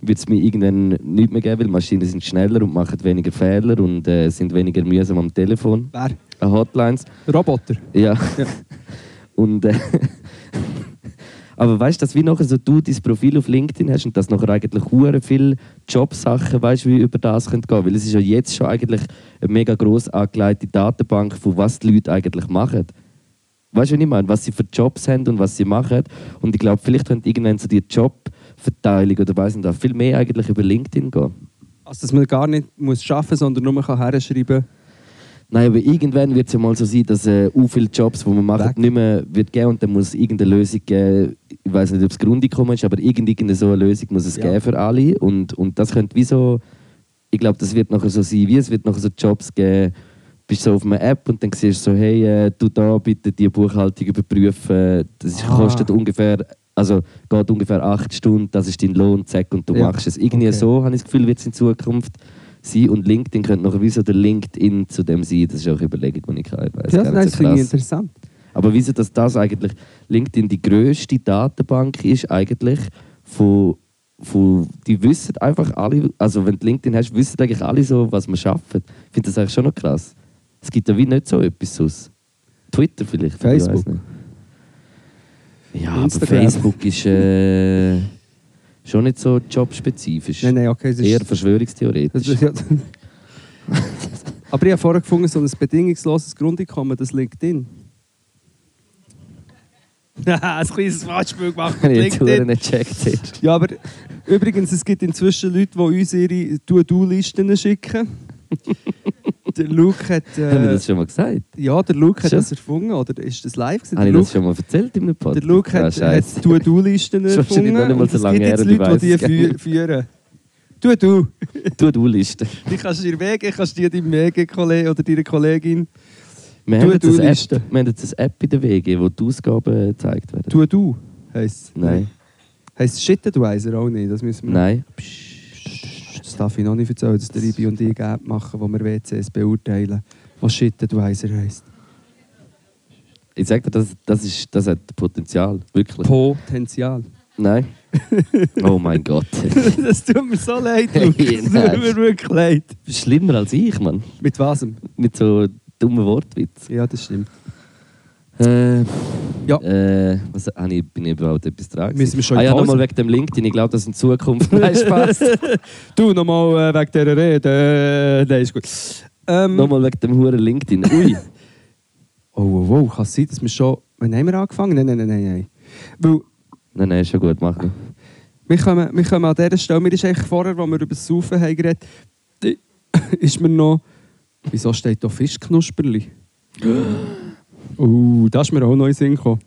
S3: wird es mir irgendwann nicht mehr geben, weil Maschinen sind schneller und machen weniger Fehler und äh, sind weniger mühsam am Telefon,
S2: Wer?
S3: an Hotlines.
S2: Roboter.
S3: Ja.
S2: Ja.
S3: Und, äh, aber weißt du, dass wie nachher so du dein Profil auf LinkedIn hast und dass nachher eigentlich hure viele Jobsachen, weißt du, wie über das können gehen Weil es ist ja jetzt schon eigentlich eine mega gross angelegte Datenbank, von was die Leute eigentlich machen. Weißt du, was ich meine? Was sie für Jobs haben und was sie machen. Und ich glaube, vielleicht könnte irgendwann so die Jobverteilung oder weiss nicht, auch viel mehr eigentlich über LinkedIn gehen.
S2: Also, dass man gar nicht muss arbeiten muss, sondern nur kann herschreiben
S3: Nein, aber irgendwann wird es ja mal so sein, dass äh, u viele Jobs, die man
S2: Weg.
S3: macht, nicht mehr wird geben und dann muss es irgendeine Lösung geben. Ich weiß nicht, ob es Grundeinkommen ist, aber irgend- irgendeine so eine Lösung muss es
S2: Ja.
S3: geben für alle. Und, und das könnte wie so, ich glaube, das wird nachher so sein, wie es wird nachher so Jobs geben, bist so auf einer App und dann siehst du so, hey, äh, du da bitte die Buchhaltung überprüfen, das ist,
S2: Ah.
S3: kostet ungefähr, also geht ungefähr acht Stunden, das ist dein Lohn, zack, und du
S2: Ja.
S3: machst es. Irgendwie
S2: Okay.
S3: so, habe ich das Gefühl, wird es in Zukunft sein. Und LinkedIn könnte noch wie so der LinkedIn zu dem sein. Das ist auch eine Überlegung, die ich habe. Ich weiss
S2: Ja,
S3: gar
S2: nein, das
S3: nicht so
S2: finde ich
S3: krass.
S2: interessant.
S3: Aber wieso, dass das eigentlich LinkedIn die grösste Datenbank ist eigentlich von, von die wissen einfach alle, also wenn du LinkedIn hast, wissen eigentlich alle so, was man schafft. Ich finde das eigentlich schon noch krass. Es gibt ja wie nicht so etwas sonst. Twitter vielleicht. aber ich weiss
S2: Facebook.
S3: nicht. Ja, aber
S2: Instagram.
S3: Facebook ist äh, schon nicht so jobspezifisch.
S2: Nein, nein, okay, das ist.
S3: Eher verschwörungstheoretisch.
S2: das ist ja, aber ich habe vorher gefunden, so ein bedingungsloses Grundeinkommen, das LinkedIn. Haha, ein kleines Wortspiel gemacht mit
S3: Wenn ich jetzt Huren
S2: LinkedIn.
S3: nicht gecheckt hätte.
S2: Ja, aber übrigens, es gibt inzwischen Leute, die uns ihre To-Do-Listen schicken. der Luke hat.
S3: Haben wir
S2: Äh,
S3: das schon mal gesagt?
S2: ja, der Luke hat
S3: Schon?
S2: das erfunden, oder ist das live gewesen?
S3: Habe
S2: Der
S3: ich
S2: Luke,
S3: das schon mal erzählt in einem Podcast?
S2: der Luke
S3: Ah,
S2: hat, äh,
S3: Scheiße.
S2: hat To-Do-Listen
S3: Schon wahrscheinlich
S2: erfunden.
S3: noch nicht mal
S2: und
S3: so
S2: es
S3: lange
S2: gibt jetzt
S3: her,
S2: Leute, die
S3: ich weiss,
S2: die fü-
S3: gell?
S2: führen. Du, du.
S3: Du, du Liste.
S2: Die kannst du dir wegen, kannst du dir deinem Wege oder deiner Kollegin.
S3: Wir
S2: Du,
S3: haben, jetzt
S2: du
S3: eine
S2: Liste.
S3: App, wir haben jetzt eine App in der WG, wo die Ausgaben gezeigt werden.
S2: Tu du heisst.
S3: Nein.
S2: Heisst Shitadvisor auch nicht. Das müssen wir
S3: Nein.
S2: Das darf ich noch nicht erzählen, dass der Ibi und ich Geld machen, wo wir WCs beurteilen, was Shitadvisor heisst.
S3: Ich sage dir, das, das, ist, das hat Potenzial. Wirklich.
S2: Potenzial.
S3: Nein. Oh mein Gott.
S2: das tut mir so leid, Luke.
S3: Hey,
S2: Das tut
S3: nein.
S2: mir wirklich leid.
S3: Schlimmer als ich, Mann.
S2: Mit was?
S3: Mit so dummen Wortwitz.
S2: Ja, das stimmt.
S3: Äh,
S2: Ja.
S3: Äh, was, ah, ich bin ich überhaupt etwas dran?
S2: Müssen wir schon in
S3: ah, ja,
S2: Pause?
S3: nochmal wegen dem LinkedIn. Ich glaube, das in Zukunft. Nein, Spaß.
S2: Du, nochmal äh, wegen dieser Rede. Nein, ist gut. Ähm,
S3: nochmal wegen dem Huren LinkedIn. Ui.
S2: Oh, wow, wow, kann es sein, dass wir schon... Wann haben wir angefangen? Nein, nein, nein, nein, nein. Weil
S3: Nein, nein, ist schon gut, mach nicht.
S2: wir kommen, wir kommen an dieser Stelle... Mir ist eigentlich vorher, als wir über das Saufen haben geredet, die- ist mir noch... Wieso steht da Fischknusperli? oh, das ist mir auch neu in den Sinn gekommen.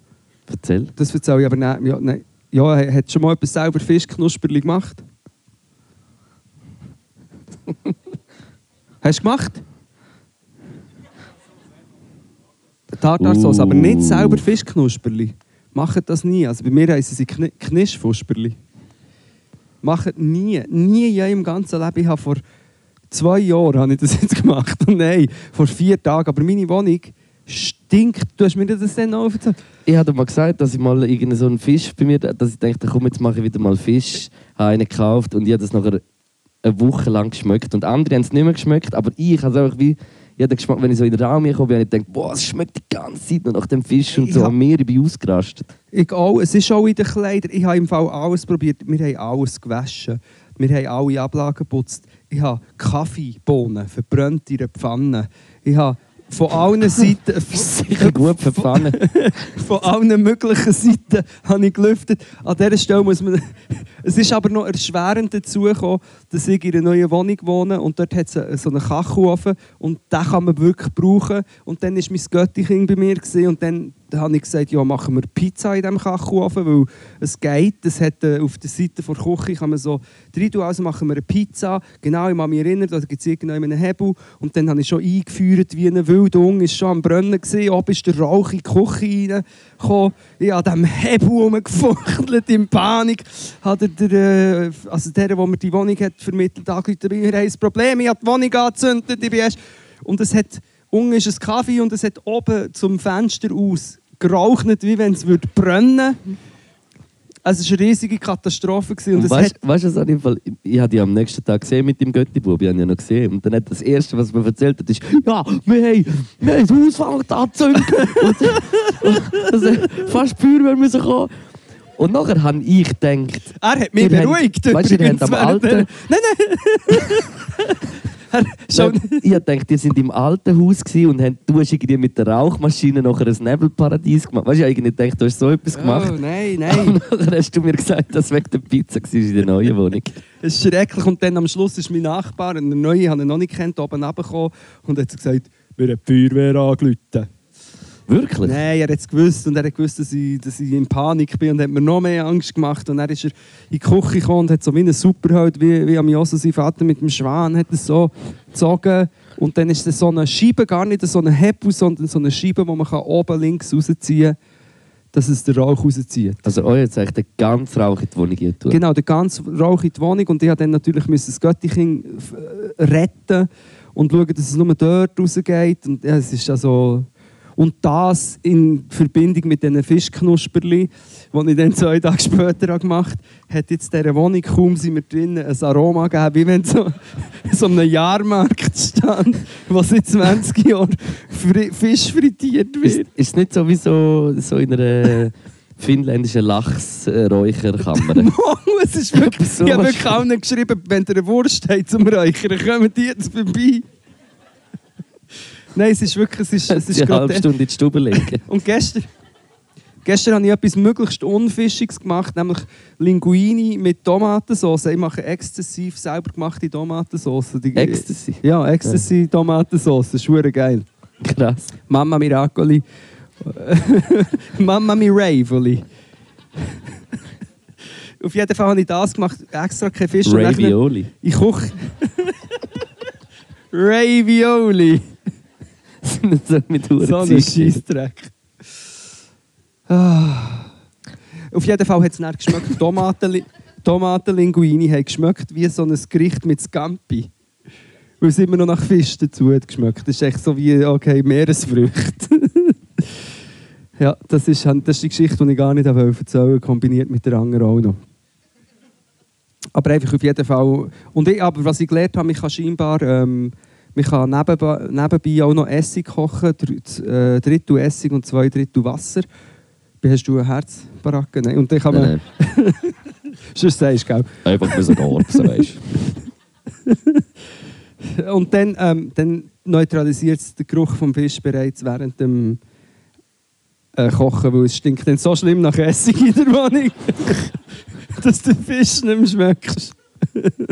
S3: Erzähl.
S2: Das erzähle ich aber nicht. Ja, nein. ja er hat schon mal etwas selber Fischknusperli gemacht? Hast du gemacht? Tartarsauce,
S3: Uh.
S2: aber nicht selber Fischknusperli. Macht das nie. Also bei mir heißen sie Kni Knischfusperli. Macht nie. Nie ja im ganzen Leben. Ich habe vor zwei Jahren habe ich das jetzt gemacht. Und Nein, vor vier Tagen. Aber meine Wohnung stinkt. Du hast mir das dann auch erzählt.
S3: Ich hatte mal gesagt, dass ich mal irgendeinen so einen Fisch bei mir, dass ich dachte, komm, jetzt mache ich wieder mal Fisch. Habe einen gekauft und ich habe das nachher eine Woche lang geschmeckt. Und andere haben es nicht mehr geschmeckt, aber ich habe es einfach wie, ich habe den Geschmack, wenn ich so in den Raum komme, habe ich gedacht, boah, es schmeckt die ganze Zeit nur nach dem Fisch und
S2: Ich
S3: so.
S2: hab-
S3: An mir, ich bin ausgerastet.
S2: Ich auch, es ist auch in den Kleidern. Ich habe im Fall alles probiert. Wir haben alles gewaschen. Wir haben alle Ablagen geputzt. Ich habe Kaffeebohnen verbrannt in einer Pfanne. Ich habe von allen Seiten,
S3: Sicher gut verfangen.
S2: von allen möglichen Seiten habe ich gelüftet. An dieser Stelle muss man... Es ist aber noch erschwerend dazu gekommen, dass ich in einer neuen Wohnung wohne und dort hat es einen- so einen Kachelofen und den kann man wirklich brauchen. Und dann war mein Göttikind bei mir gewesen und dann habe ich gesagt, ja, machen wir Pizza in diesem Kachelofen, weil es geht. Das hat, äh, auf der Seite der Küche kann man so rein tun, also machen wir eine Pizza. Genau, ich kann mich erinnern, da gibt es irgendeinen Hebel. Und dann habe ich schon eingeführt, wie ein Wildung, ist schon am Brennen gewesen. Oben ist der Rauch in die Küche reingekommen. Ich habe an diesem Hebel rumgefuchtelt in Panik. Hat er der, äh, also der, der mir die Wohnung hat vermittelt, angerufen, wir haben ein Problem, ich habe die Wohnung angezündet, ich bin erst... Und es hat... Unten ist ein Kaffee und es hat oben zum Fenster aus geraucht, wie wenn es würde brennen würde. Also es war eine riesige Katastrophe. gewesen Und
S3: Und
S2: es
S3: weißt
S2: hat,
S3: weißt du, was an dem Fall- ich, ich habe die am nächsten Tag gesehen mit dem Göttibub, ich habe ihn ja noch gesehen. Und dann hat das Erste, was man erzählt hat, ist, ja, wir haben, wir haben das Haus fangen anzünden. und, und, und, Also, fast die Feuerwehr müssen kommen. Und nachher habe ich gedacht,
S2: er hat mich
S3: Ihr habt-
S2: beruhigt.
S3: weisst du, ihr habt am
S2: während der-
S3: alten-
S2: Nein, nein. er,
S3: Schau,
S2: schon,
S3: äh, ich dachte, die sind im alten Haus gewesen und haben, du hast irgendwie mit der Rauchmaschine nachher ein Nebelparadies gemacht. Weißt du, ich habe irgendwie gedacht, du hast so etwas gemacht.
S2: Oh, nein, nein.
S3: Und nachher hast du mir gesagt, dass wegen der Pizza war in der neuen Wohnung.
S2: Es ist schrecklich. Und dann am Schluss ist mein Nachbar, der neue, ich habe ihn noch nicht kennt, oben runtergekommen und hat so gesagt, wir haben die Feuerwehr angerufen.
S3: Wirklich?
S2: Nein, er hat es gewusst und er hat gewusst, dass ich, dass ich in Panik bin und hat mir noch mehr Angst gemacht. Und dann ist er in die Küche gekommen und hat so wie ein Superheld, wie, wie am Josse sein Vater mit dem Schwan, hat es so gezogen. Und dann ist das so eine Scheibe, gar nicht so eine Hebel, sondern so eine Scheibe, die man kann oben links rausziehen kann, dass es den Rauch rauszieht.
S3: Also, euch jetzt eigentlich den ganzen Rauch in die Wohnung getan.
S2: Genau, der ganze Rauch in die Wohnung. Und ich musste dann natürlich müssen das Göttikind äh, retten und schauen, dass es nur dort rausgeht. Und ja, es ist also... Und das in Verbindung mit diesen Fischknusperli, die ich dann zwei Tage später gemacht habe, hat jetzt dieser Wohnung, kaum sind wir drin, ein Aroma gegeben, wie wenn so, so einem Jahrmarkt stand, wo seit 20 Jahren fri Fisch frittiert
S3: Ist,
S2: wird.
S3: ist nicht sowieso so in einer finnländischen Lachsräucherkammer?
S2: Mann, es ist wirklich,
S3: So
S2: ich habe
S3: was-
S2: wirklich allen geschrieben, wenn ihr eine Wurst habt zum Räuchern, kommen die jetzt vorbei. Nein, es ist wirklich, es ist, es
S3: die
S2: ist
S3: halbe
S2: gerade...
S3: Stunde in die Stube legen.
S2: Und gestern, gestern habe ich etwas möglichst Unfischiges gemacht, nämlich Linguini mit Tomatensauce. Ich mache exzessiv selber gemachte Tomatensauce. Die-
S3: Ecstasy.
S2: Ja, Ecstasy Tomatensauce, das ist verdammt geil.
S3: Krass.
S2: Mamma Miracoli. Mamma Miracoli. Auf jeden Fall habe ich das gemacht, extra kein Fisch. und nachher-
S3: Ravioli.
S2: Ich koche. Ravioli.
S3: so mit
S2: So ein Scheissdreck. Ah. Auf jeden Fall hat es dann geschmeckt. Tomaten- Tomatenlinguini haben geschmeckt wie so ein Gericht mit Scampi. Weil es immer noch nach Fisch dazu hat geschmeckt. Das ist echt so wie, okay, Meeresfrüchte. ja, das ist, das ist die Geschichte, die ich gar nicht erzählen wollte, kombiniert mit der anderen auch noch. Aber einfach auf jeden Fall. Und ich, aber was ich gelernt habe, ich kann scheinbar ähm, man kann nebenbei, nebenbei auch noch Essig kochen. Dr- z- äh, Drittel Essig und zwei Drittel Wasser. Hast du eine Herzbaracke? Nein. Und dann kann man...
S3: Nein,
S2: Sonst sagst du, gell?
S3: nein. Einfach müssen Orbsen, weißt du.
S2: Und dann, ähm, dann neutralisiert es den Geruch vom Fisch bereits während dem äh, Kochen, weil es stinkt dann so schlimm nach Essig in der Wohnung, dass der Fisch nicht mehr schmeckt.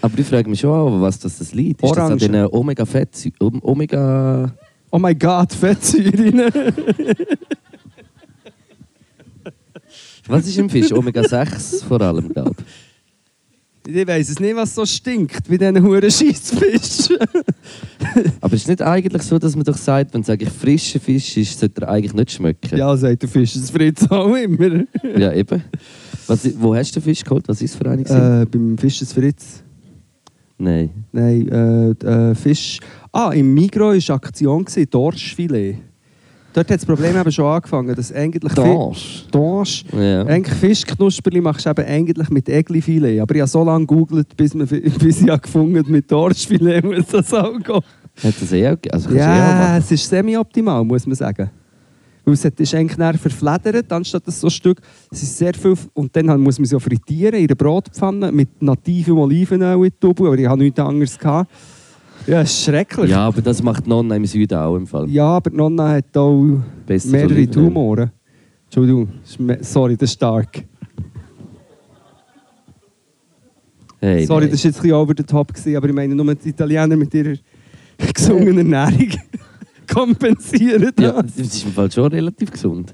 S3: Aber ich frage mich schon, auch, was das, das Lied ist. Das an
S2: Orangen.
S3: den Omega-Fett... um, Omega...
S2: Oh mein Gott, Fettsäuren.
S3: Was ist im Fisch? Omega-6 vor allem, glaube ich.
S2: Ich weiss es nicht, was so stinkt bei diesen huren Scheissfischen.
S3: Aber es ist nicht eigentlich so, dass man doch sagt, wenn es eigentlich frischer Fisch ist, sollte er eigentlich nicht schmecken.
S2: ja, sagt der Fisch, das fritzt auch immer.
S3: Ja, eben. Was, wo hast du den Fisch geholt? Was ist es für eine? gewesen?
S2: Äh, beim Fisch ist Fritz.
S3: Nein.
S2: Nein, äh, äh, Fisch. Ah, im Migro war Aktion, gewesen, Dorschfilet. Dort hat das Problem eben schon angefangen, dass eigentlich.
S3: Dorsch.
S2: Dorsch.
S3: Ja.
S2: Eigentlich Fischknusperli machst du eben eigentlich mit Egli-Filet. Aber ich habe so lange gegoogelt, bis, man, bis ich habe gefunden habe, mit Dorschfilet muss das auch gehen.
S3: Hat das eh auch gegeben? Also, kannst du eh auch
S2: Ja,
S3: machen.
S2: es ist semi-optimal, muss man sagen. Weil es hat- ist eigentlich näher verfledert, anstatt dass so ein Stück. Es ist sehr viel. Und dann halt muss man es ja frittieren in einer Brotpfanne mit nativem Olivenöl in die Tube, aber ich habe nichts anderes gehabt. Ja, ist schrecklich.
S3: Ja, aber das macht die Nonna im Süden auch im Fall.
S2: Ja, aber die Nonna hat auch
S3: Besser
S2: mehrere
S3: Olivenöl.
S2: Tumoren. Entschuldigung, ist me- sorry, das ist stark.
S3: Hey,
S2: sorry,
S3: nein.
S2: das war jetzt ein bisschen over the top, gewesen, aber ich meine nur die Italiener mit ihrer gesungenen Ernährung kompensieren das.
S3: Ja,
S2: Ja.
S3: das ist im Fall schon relativ gesund.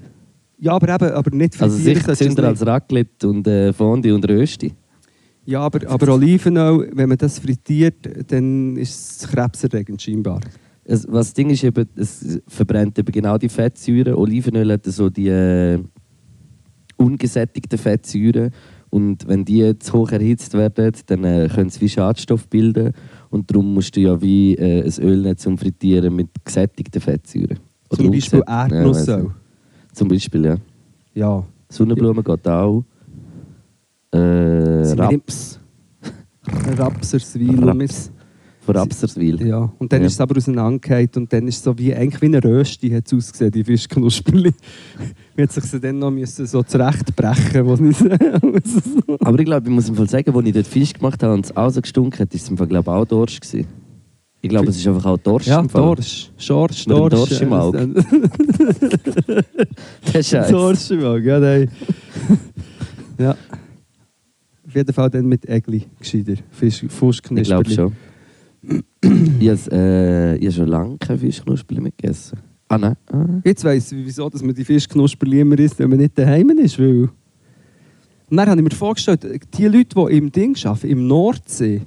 S2: aber eben, aber nicht für
S3: Also
S2: Tiere
S3: sicher
S2: solltest du es
S3: gesünder
S2: nicht-
S3: als Raclette und äh, Fondue und Rösti.
S2: Ja, aber, aber Olivenöl, wenn man das frittiert, dann ist es krebserregend scheinbar.
S3: Es, was das Ding ist, eben, es verbrennt eben genau die Fettsäuren. Olivenöl hat so die äh, ungesättigten Fettsäuren. Und wenn die zu hoch erhitzt werden, dann äh, können sie wie Schadstoff bilden. Und darum musst du ja wie äh, ein Öl nicht zum Frittieren mit gesättigten Fettsäuren. Oder
S2: Zum Beispiel
S3: ungesättigten, ja, weiss
S2: Erdnussöl.
S3: nicht. Zum Beispiel, ja.
S2: Ja.
S3: Sonnenblumen geht auch. Äh,
S2: Sind wir im-
S3: Raps.
S2: Rapserswil.
S3: Raps. Von Rapserswil.
S2: Ja, und dann
S3: Ja.
S2: ist es aber auseinandergefallen und dann ist es so wie, eigentlich wie eine Rösti hat es ausgesehen, die Fischknusperli. Man hat sich sie dann noch müssen so zurechtbrechen müssen.
S3: Aber ich glaube, ich muss im Fall sagen, als ich dort Fisch gemacht habe und es auch so gestunken hat, war es im Fall glaube ich, auch Dorsch. Gewesen. Ich glaube, es ist einfach auch Dorsch.
S2: ja,
S3: im Fall.
S2: Dorsch. Schorsch,
S3: Mit dem
S2: Dorsch. äh,
S3: Dorsch im Auge. Der Scheiß.
S2: Dorsch im Auge, ja, nein. ja. Auf jeden Fall dann mit Egli gescheiter. Fisch, Fischknusperli.
S3: Ich glaube schon. ich habe äh, ich habe schon lange kein Fischknusperli mehr gegessen. Ah nein. Ah.
S2: Jetzt weiss ich, wieso dass man die Fischknusperli immer isst, wenn man nicht daheim ist. Weil und dann habe ich mir vorgestellt, die Leute, die im Ding arbeiten, im Nordsee,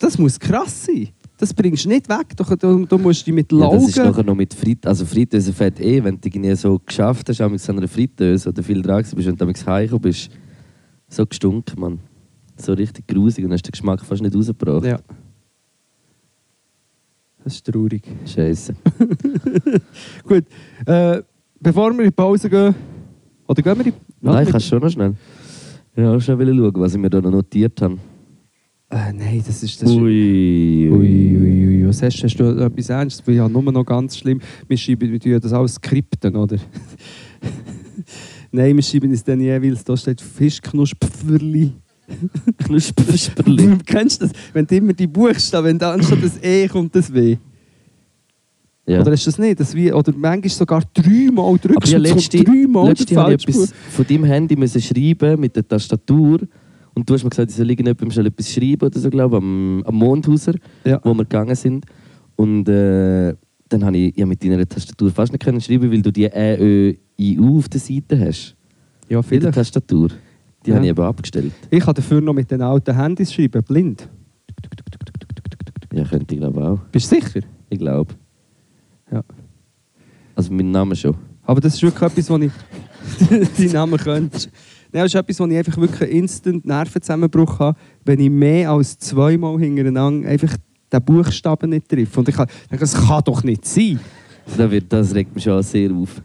S2: das muss krass sein. Das bringst du nicht weg. Du, du, du musst dich mit
S3: Ja, das ist
S2: Laugen...
S3: nachher noch mit Frit also Fritteuse fährt eh, wenn du irgendwie so geschafft hast, mit so einer Fritteuse oder viel dran gewesen bist und damit heimgekommen bist, so gestunken, Mann. So richtig grusig und hast den Geschmack fast nicht rausgebracht.
S2: ja. Das ist traurig.
S3: Scheiße.
S2: Gut, äh, bevor wir in die Pause gehen... Oder gehen wir in die...
S3: Nein, kannst schon noch schnell. Ja, ich wollte schauen, was ich mir da noch notiert habe.
S2: äh, Nein, das ist... Das ist
S3: Ui,
S2: Ui, ui, ui, was hast, hast du etwas Ernstes? Weil ja nur noch ganz schlimm. Wir schreiben wir tun ja das alles Skripten, oder? Nein, wir schreiben es dann jeweils, da steht Fischknusperli.
S3: Knusperli.
S2: Kennst du das? Wenn du immer die Buchstaben, wenn da anstatt das E kommt das W.
S3: Ja.
S2: Oder hast du das nicht? Das wie, oder manchmal sogar dreimal
S3: Aber
S2: drückst
S3: ja,
S2: du zum
S3: letzte,
S2: dreimal
S3: letzte
S2: den
S3: habe ich
S2: Falschbuch.
S3: etwas von deinem Handy müssen schreiben mit der Tastatur. Und du hast mir gesagt, ich soll irgendjemandem schnell etwas schreiben oder so, glaube ich, am, am Mondhauser,
S2: Ja.
S3: wo wir gegangen sind. Und äh, dann habe ich ja mit deiner Tastatur fast nicht können schreiben, weil du die Ä, Ö, I, U auf der Seite hast.
S2: Ja,
S3: In der
S2: vielleicht.
S3: Tastatur. Die
S2: Ja.
S3: habe ich eben abgestellt.
S2: Ich kann dafür noch mit den alten Handys schreiben, blind.
S3: Ja, könnte ich glaube auch.
S2: Bist du sicher?
S3: Ich glaube.
S2: Ja.
S3: Also mein Name schon.
S2: Aber das ist wirklich etwas, wo ich deinen Namen könnte. Nein, das ist etwas, wo ich einfach wirklich einen instant Nervenzusammenbruch habe, wenn ich mehr als zweimal hintereinander einfach den Buchstaben nicht treffe. Und ich kann- denke, das kann doch nicht sein.
S3: Da wird, das regt mich schon sehr auf.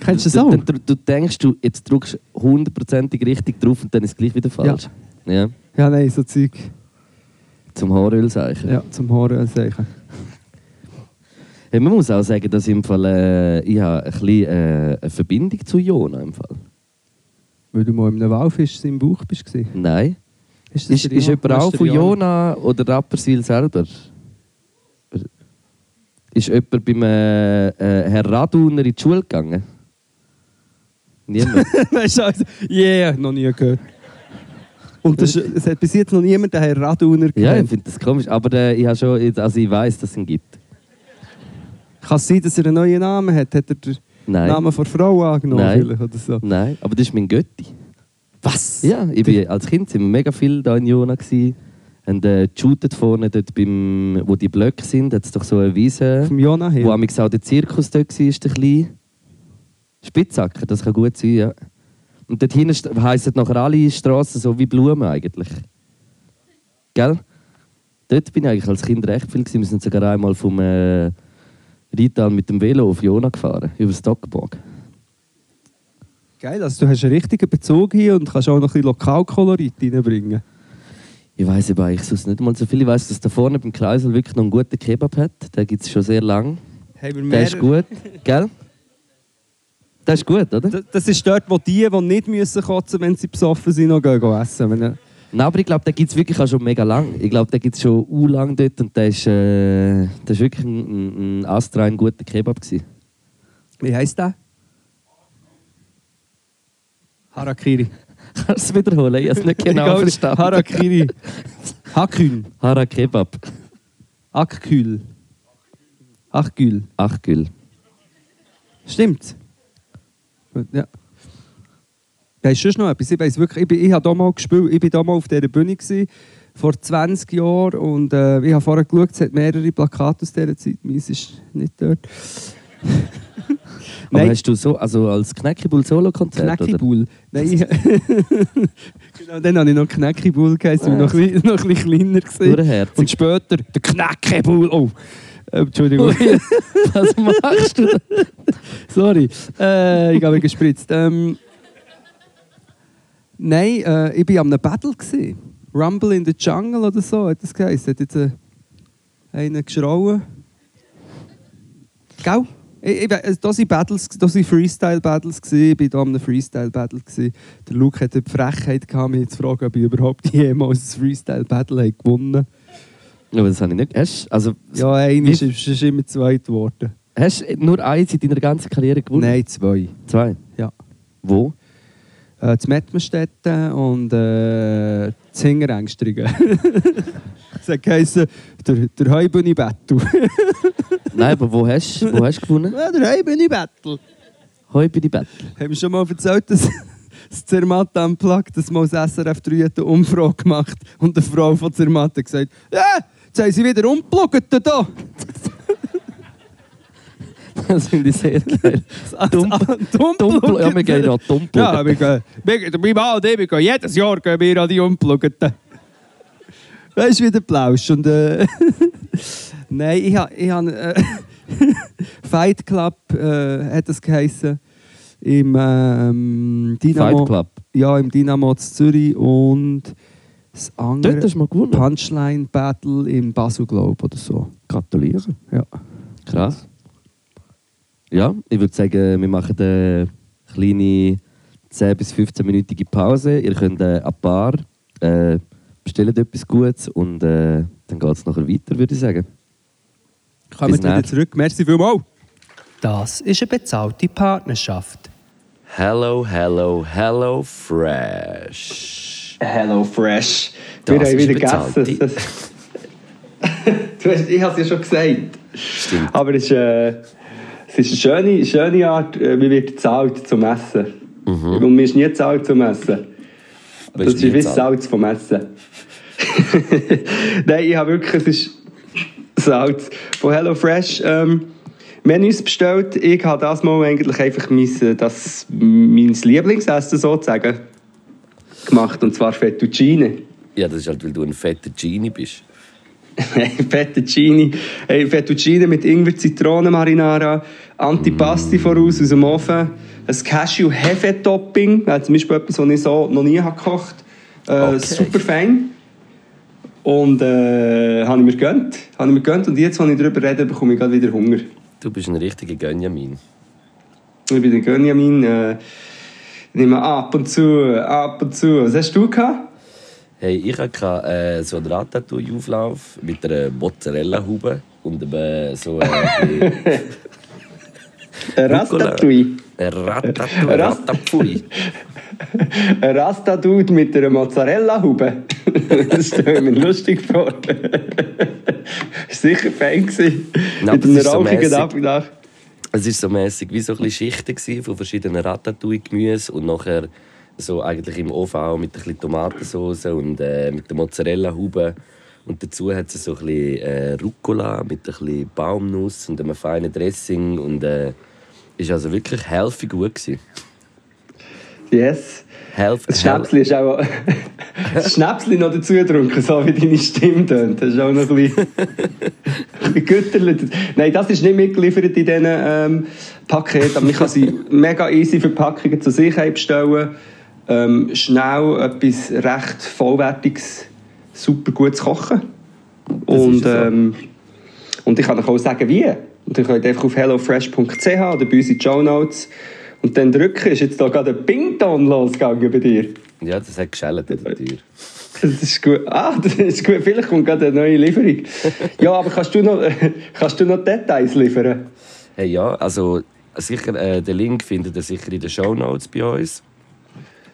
S2: Kennst du das auch?
S3: Dann, du, du denkst, du jetzt drückst hundertprozentig richtig drauf und dann ist es gleich wieder falsch. Ja.
S2: Ja, nein, so Zeug.
S3: Zum Haaröl sagen.
S2: Ja, zum Also, Haaren sagen.
S3: Hey, man muss auch sagen, dass ich im Fall, äh, ich habe ein bisschen, äh, eine Verbindung zu Jona im Fall.
S2: Weil du mal in einem Walfisch im Bauch bist. Ist,
S3: Nein.
S2: das
S3: Ist,
S2: der
S3: ist
S2: Jan-
S3: jemand auch
S2: der
S3: von
S2: Jan?
S3: Jona oder Rapperswil selber? Ist jemand beim äh, äh, Herr Raduner in die Schule gegangen? Niemand.
S2: Weißt du, also, yeah, noch nie gehört. Und das, es hat bis jetzt noch niemand den Herrn Raduner
S3: ja, ich
S2: gekannt.
S3: finde das komisch. Aber äh, ich, habe schon, also ich weiß, dass es ihn gibt.
S2: Kann es sein, dass er einen neuen Namen hat? Hat er den
S3: Nein.
S2: Namen von Frau angenommen?
S3: Nein.
S2: vielleicht Oder so?
S3: Nein, aber das ist mein Götti.
S2: Was?
S3: Ja, ich bin als Kind sind wir mega viel da in Jona gsi. Und äh, shootet vorne dort beim, wo die Blöcke sind, hat es doch so eine Wiese,
S2: Vom Jona
S3: wo
S2: her.
S3: amix auch der Zirkus dort war, ist der kleine. Spitzhacker, das kann gut sein, ja. Und dort hinten heissen nachher alle Straßen so wie Blumen eigentlich. Gell? Dort bin ich eigentlich als Kind recht viel gsi. Wir sind sogar einmal vom äh, Rital mit dem Velo auf Jona gefahren, über das Toggenburg.
S2: Geil, also du hast einen richtigen Bezug hier und kannst auch noch ein bisschen Lokalkolorit reinbringen.
S3: Ich weiß aber eigentlich sonst nicht mal so viel. Ich weiß, dass da vorne beim Kreisel wirklich noch einen guten Kebab hat. Den gibt es schon sehr lange.
S2: Haben wir
S3: Der ist gut, gell? Der ist gut, oder?
S2: Das, das ist dort, wo die, die nicht müssen kotzen müssen, wenn sie besoffen sind, noch gehen gehen essen. Wenn,
S3: Nein, aber ich glaube, den gibt es wirklich auch schon mega lang. Ich glaube, den gibt es schon u lang dort und der ist, äh, der ist wirklich ein, ein, ein Astra, ein guter Kebab gewesen.
S2: Wie heisst der? Harakiri.
S3: Kannst du es wiederholen? Ich habe es nicht
S2: Ich
S3: genau
S2: glaube,
S3: verstanden.
S2: Harakiri. Hakül.
S3: Hara Kebab.
S2: Akkül. Achkül.
S3: Achgül.
S2: Stimmt. Gut, ja. Weißt du sonst noch etwas? Ich weiß wirklich, ich, bin, ich habe da mal gespielt, ich bin da mal auf dieser Bühne gewesen, vor 20 Jahren und äh, ich habe vorher geschaut, es hat mehrere Plakate aus dieser Zeit, meins ist nicht dort.
S3: Aber
S2: Nein.
S3: hast du so, also als Knäckebull Solo-Konzert? oder?
S2: Knäckibull. Nein, ich, genau, dann habe ich noch Knäckibull geheißen, noch, ein bisschen- noch ein bisschen kleiner gesehen.
S3: Durchherzig.
S2: Und später der Knäckibull. Oh, äh, Entschuldigung.
S3: Was machst du?
S2: Sorry, äh, ich habe mich gespritzt. Ähm, nein, äh, ich war am einem Battle. Gewesen. Rumble in the Jungle oder so, hat das geheißen. Hat jetzt äh, einen geschrauen. Gell? Ich, ich, we- also das waren Battles, das waren Freestyle-Battles. gewesen. Ich war da am einem Freestyle-Battle. gewesen. Der Luke hatte die Frechheit, gehabt, mich zu fragen, ob ich überhaupt jemals ein Freestyle-Battle habe gewonnen habe.
S3: Aber das habe ich nicht. Hast, also,
S2: Ja, einer ist, ist, ist immer zweit geworden.
S3: hast du nur eins in deiner ganzen Karriere gewonnen?
S2: Nein, zwei.
S3: Zwei?
S2: Ja.
S3: Wo?
S2: Äh, zu Mettmerstetten und äh, zu Hingerängstrigen. das hat geheissen, der, der Heubühne-Battle.
S3: Nein, aber wo hast du wo hast du gewonnen?
S2: ja, der Heubühne-Battle.
S3: Heute bei die Battle.
S2: Haben wir schon mal erzählt, dass das Zermatt Unplugged das mal das SRF 3 hat eine Umfrage gemacht und eine Frau von Zermatt hat gesagt, ja, jetzt haben sie wieder umgepluggt da.
S3: Das finde ich sehr geil. Dumpel.
S2: Dumpel.
S3: Dumpel. Ja, wir gehen noch Dumpel.
S2: Ja, wir gehen, wir, mein Mann und ich, wir gehen jedes Jahr gehen wir an die Unpluggten. Weißt du, wie der Plausch. Und, äh, Nein, ich habe... Ich ha, äh, Fight Club äh, hat es geheißen. Im ähm, Dynamo...
S3: Fight Club.
S2: Ja, im Dynamo zu Zürich und das
S3: Dort
S2: andere
S3: hast du mal gewonnen.
S2: Punchline Battle im Basel Globe oder so.
S3: Gratulieren.
S2: Ja.
S3: Krass. Ja, ich würde sagen, wir machen eine kleine 10- bis 15-minütige Pause. Ihr könnt äh, ein paar äh, bestellt etwas Gutes und äh, dann geht es nachher weiter, würde ich sagen.
S2: Kommen wir
S3: Bis nachher.
S2: wieder zurück. Merci vielmals.
S4: Das ist eine bezahlte Partnerschaft.
S5: Hello, hello, hello, fresh.
S2: Hello Fresh.
S5: Das Wir haben ist wieder bezahlt. gegessen.
S2: ich habe es ja schon gesagt.
S5: Stimmt.
S2: Aber es ist, äh, es ist eine schöne, schöne Art, äh, wie wird gezahlt zum Essen. Und mir ist nie gezahlt zum Essen.
S5: Weil
S2: das
S5: es
S2: ist
S5: Mhm. nie
S2: wie das
S5: gezahlt.
S2: Salz vom Essen. Nein, ich habe wirklich, es ist Salz von HelloFresh. Ähm, Menüs bestellt. Ich habe das mal eigentlich einfach mein, äh, das, mein Lieblingsessen sozusagen gemacht. Und zwar Fettuccine.
S5: Ja, das ist halt, weil du ein fetter Genie bist.
S2: Fettuccine, hey, Fettuccine mit Ingwer, Zitronenmarinara, Antipasti
S4: Mm.
S2: voraus aus dem Ofen, ein Cashew-Hefe-Topping, äh, zum Beispiel etwas, was ich so noch nie habe gekocht habe. Äh,
S5: Okay.
S2: Super fein. Und äh, habe ich mir gegönnt. Habe ich mir gegönnt. Und jetzt, wenn ich darüber rede, bekomme ich gerade wieder Hunger.
S5: Du bist ein richtiger Gönjamin.
S2: Ich bin der Gönjamin. Äh, nehme ab und zu, ab und zu. Was hast du gehabt?
S5: Hey, ich hatte äh, so einen Ratatouille-Auflauf mit einer Mozzarella-Hube und eben so äh, ein
S2: Ein
S5: Rucola.
S2: Rastatouille.
S5: ein Ratatouille.
S2: Rast-
S5: Ratatouille.
S2: Ein Rasta-Dude mit einer Mozzarella-Haube. Das stelle mir lustig vor. Ist sicher fein gewesen.
S5: Nein,
S2: mit
S5: das
S2: einem
S5: ist so
S2: rauchigen
S5: mässig.
S2: Abendach.
S5: Es war so mäßig wie so ein bisschen Schichten gewesen von verschiedenen Ratatouille-Gemüse und nachher so eigentlich im Ofen auch mit ein bisschen Tomatensauce und äh, mit der Mozzarella-Haube. Und dazu hat es so ein bisschen äh, Rucola mit ein bisschen Baumnuss und einem feinen Dressing. Und äh, ist also wirklich healthy gut gewesen.
S2: Yes.
S5: Health,
S2: Das Schnäpsli ist auch. Das Schnäpsli noch dazu getrunken, so wie deine Stimme tönt. Das ist auch noch ein bisschen. ein bisschen gütterlich. Nein, das ist nicht mitgeliefert in diesen ähm, Paketen. Aber man kann sie mega easy für Packungen zur Sicherheit bestellen. Ähm, schnell etwas recht Vollwertiges, super gutes Kochen. Und,
S5: ja so.
S2: ähm, und ich kann euch auch sagen, wie. Und ihr könnt einfach auf hellofresh.ch oder bei uns in die Show Notes. Und dann drücken, ist jetzt da gerade ein Ping-Ton losgegangen bei dir.
S5: ja, das hat geschält an der Tür.
S6: Das ist gut. Ah, das ist gut. Vielleicht kommt gerade eine neue Lieferung. Ja, aber kannst du noch, kannst du noch Details liefern?
S5: Hey, ja, also sicher, äh, den Link findet ihr sicher in den Show Notes bei uns.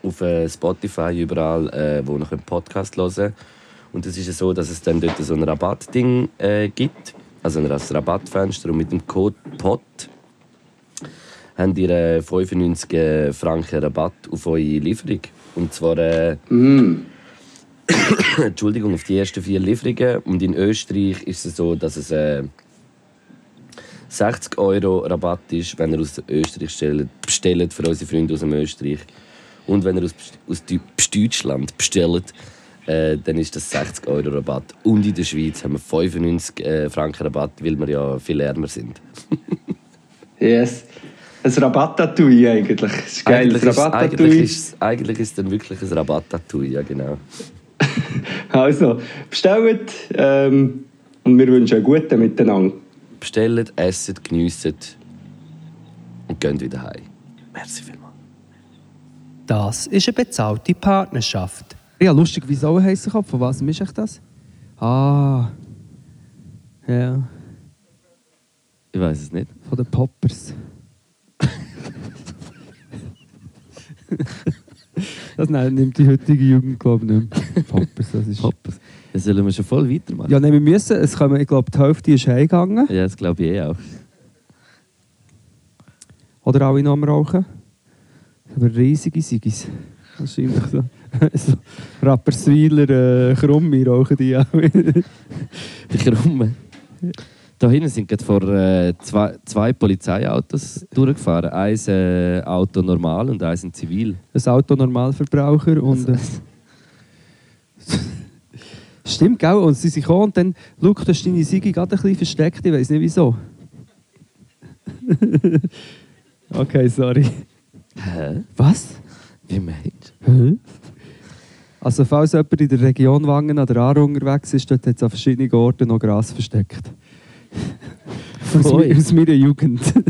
S5: Auf äh, Spotify, überall, äh, wo ihr noch einen Podcast hören könnt. Und es ist ja so, dass es dann dort so ein Rabattding äh, gibt. Also ein Rabattfenster. Und mit dem Code POT habt ihr äh, 95 Franken Rabatt auf eure Lieferung. Und zwar. Äh, Entschuldigung, auf die ersten vier Lieferungen. Und in Österreich ist es so, dass es äh, 60 Euro Rabatt ist, wenn ihr aus Österreich bestellt, bestellt für unsere Freunde aus dem Österreich. Und wenn ihr aus, aus Dü- Deutschland bestellt, äh, dann ist das 60 Euro Rabatt. Und in der Schweiz haben wir 95 äh, Franken Rabatt, weil wir ja viel ärmer sind.
S6: Yes. Ein Rabattatouille eigentlich. Das ist geil.
S5: eigentlich,
S6: ein
S5: ist, eigentlich,
S6: Rabattatouille.
S5: ist, eigentlich ist es dann wirklich ein Rabatt-Tattoo, ja genau.
S6: Also, bestellt ähm, und wir wünschen einen guten Miteinander.
S5: Bestellt, esset, geniesset und geht wieder heim. Merci vielmals.
S4: Das ist eine bezahlte Partnerschaft.
S2: Ja, lustig, wieso ein heißer Kopf? Von was ist echt das? Ah. Ja,
S3: Ich weiß es nicht.
S2: von den Poppers. das nein, nimmt die heutige Jugend, glaube ich, nicht mehr. Poppers, das ist...
S3: Hoppers. Dann sollen wir schon voll weitermachen.
S2: Ja, nein, wir müssen. Es kommen, ich glaube, die Hälfte ist heimgegangen.
S3: Ja, das glaube ich eh auch.
S2: Oder alle noch am Rauchen. Aber riesige Sigis. Wahrscheinlich so. so Rapperswiler, äh, Krummi rauchen die auch.
S3: Die Krumme. Da hinten sind gerade vor äh, zwei, zwei Polizeiautos durchgefahren. Eins äh, Auto normal und eins ein Zivil.
S2: Ein Autonormalverbraucher und... Äh, Stimmt, gell? Und sie sind gekommen und dann, Luke, du hast deine Sigi gerade ein bisschen versteckt, ich weiß nicht wieso. okay, sorry.
S3: Hä?
S2: Was?
S3: Wie meinst
S2: Hä? Also falls jemand in der Region Wangen an der Aare unterwegs ist, dort hat es an verschiedenen Orten noch Gras versteckt. aus,
S3: Ui.
S2: mi- aus meiner Jugend.
S3: du?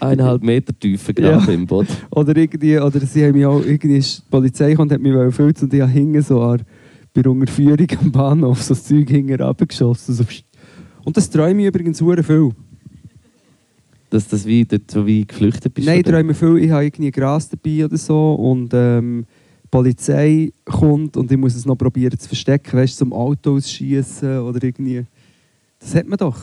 S3: Eineinhalb Meter tiefer Graben
S2: Ja.
S3: im Boden.
S2: oder irgendwie, oder sie haben mich auch, irgendwie ist die Polizei gekommen und hat mich wollen filzen und ich habe hinten so an, bei der Unterführung am Bahnhof so das Zeug hinten runtergeschossen. So. pst. Und das träume ich übrigens sehr viel.
S3: Dass das wie dort so wie geflüchtet bist.
S2: Nein, ich
S3: oder?
S2: träume viel. Ich habe irgendwie Gras dabei oder so und ähm, die Polizei kommt und ich muss es noch probieren zu verstecken, weißt du, zum Auto ausschießen oder irgendwie. Das hat man doch.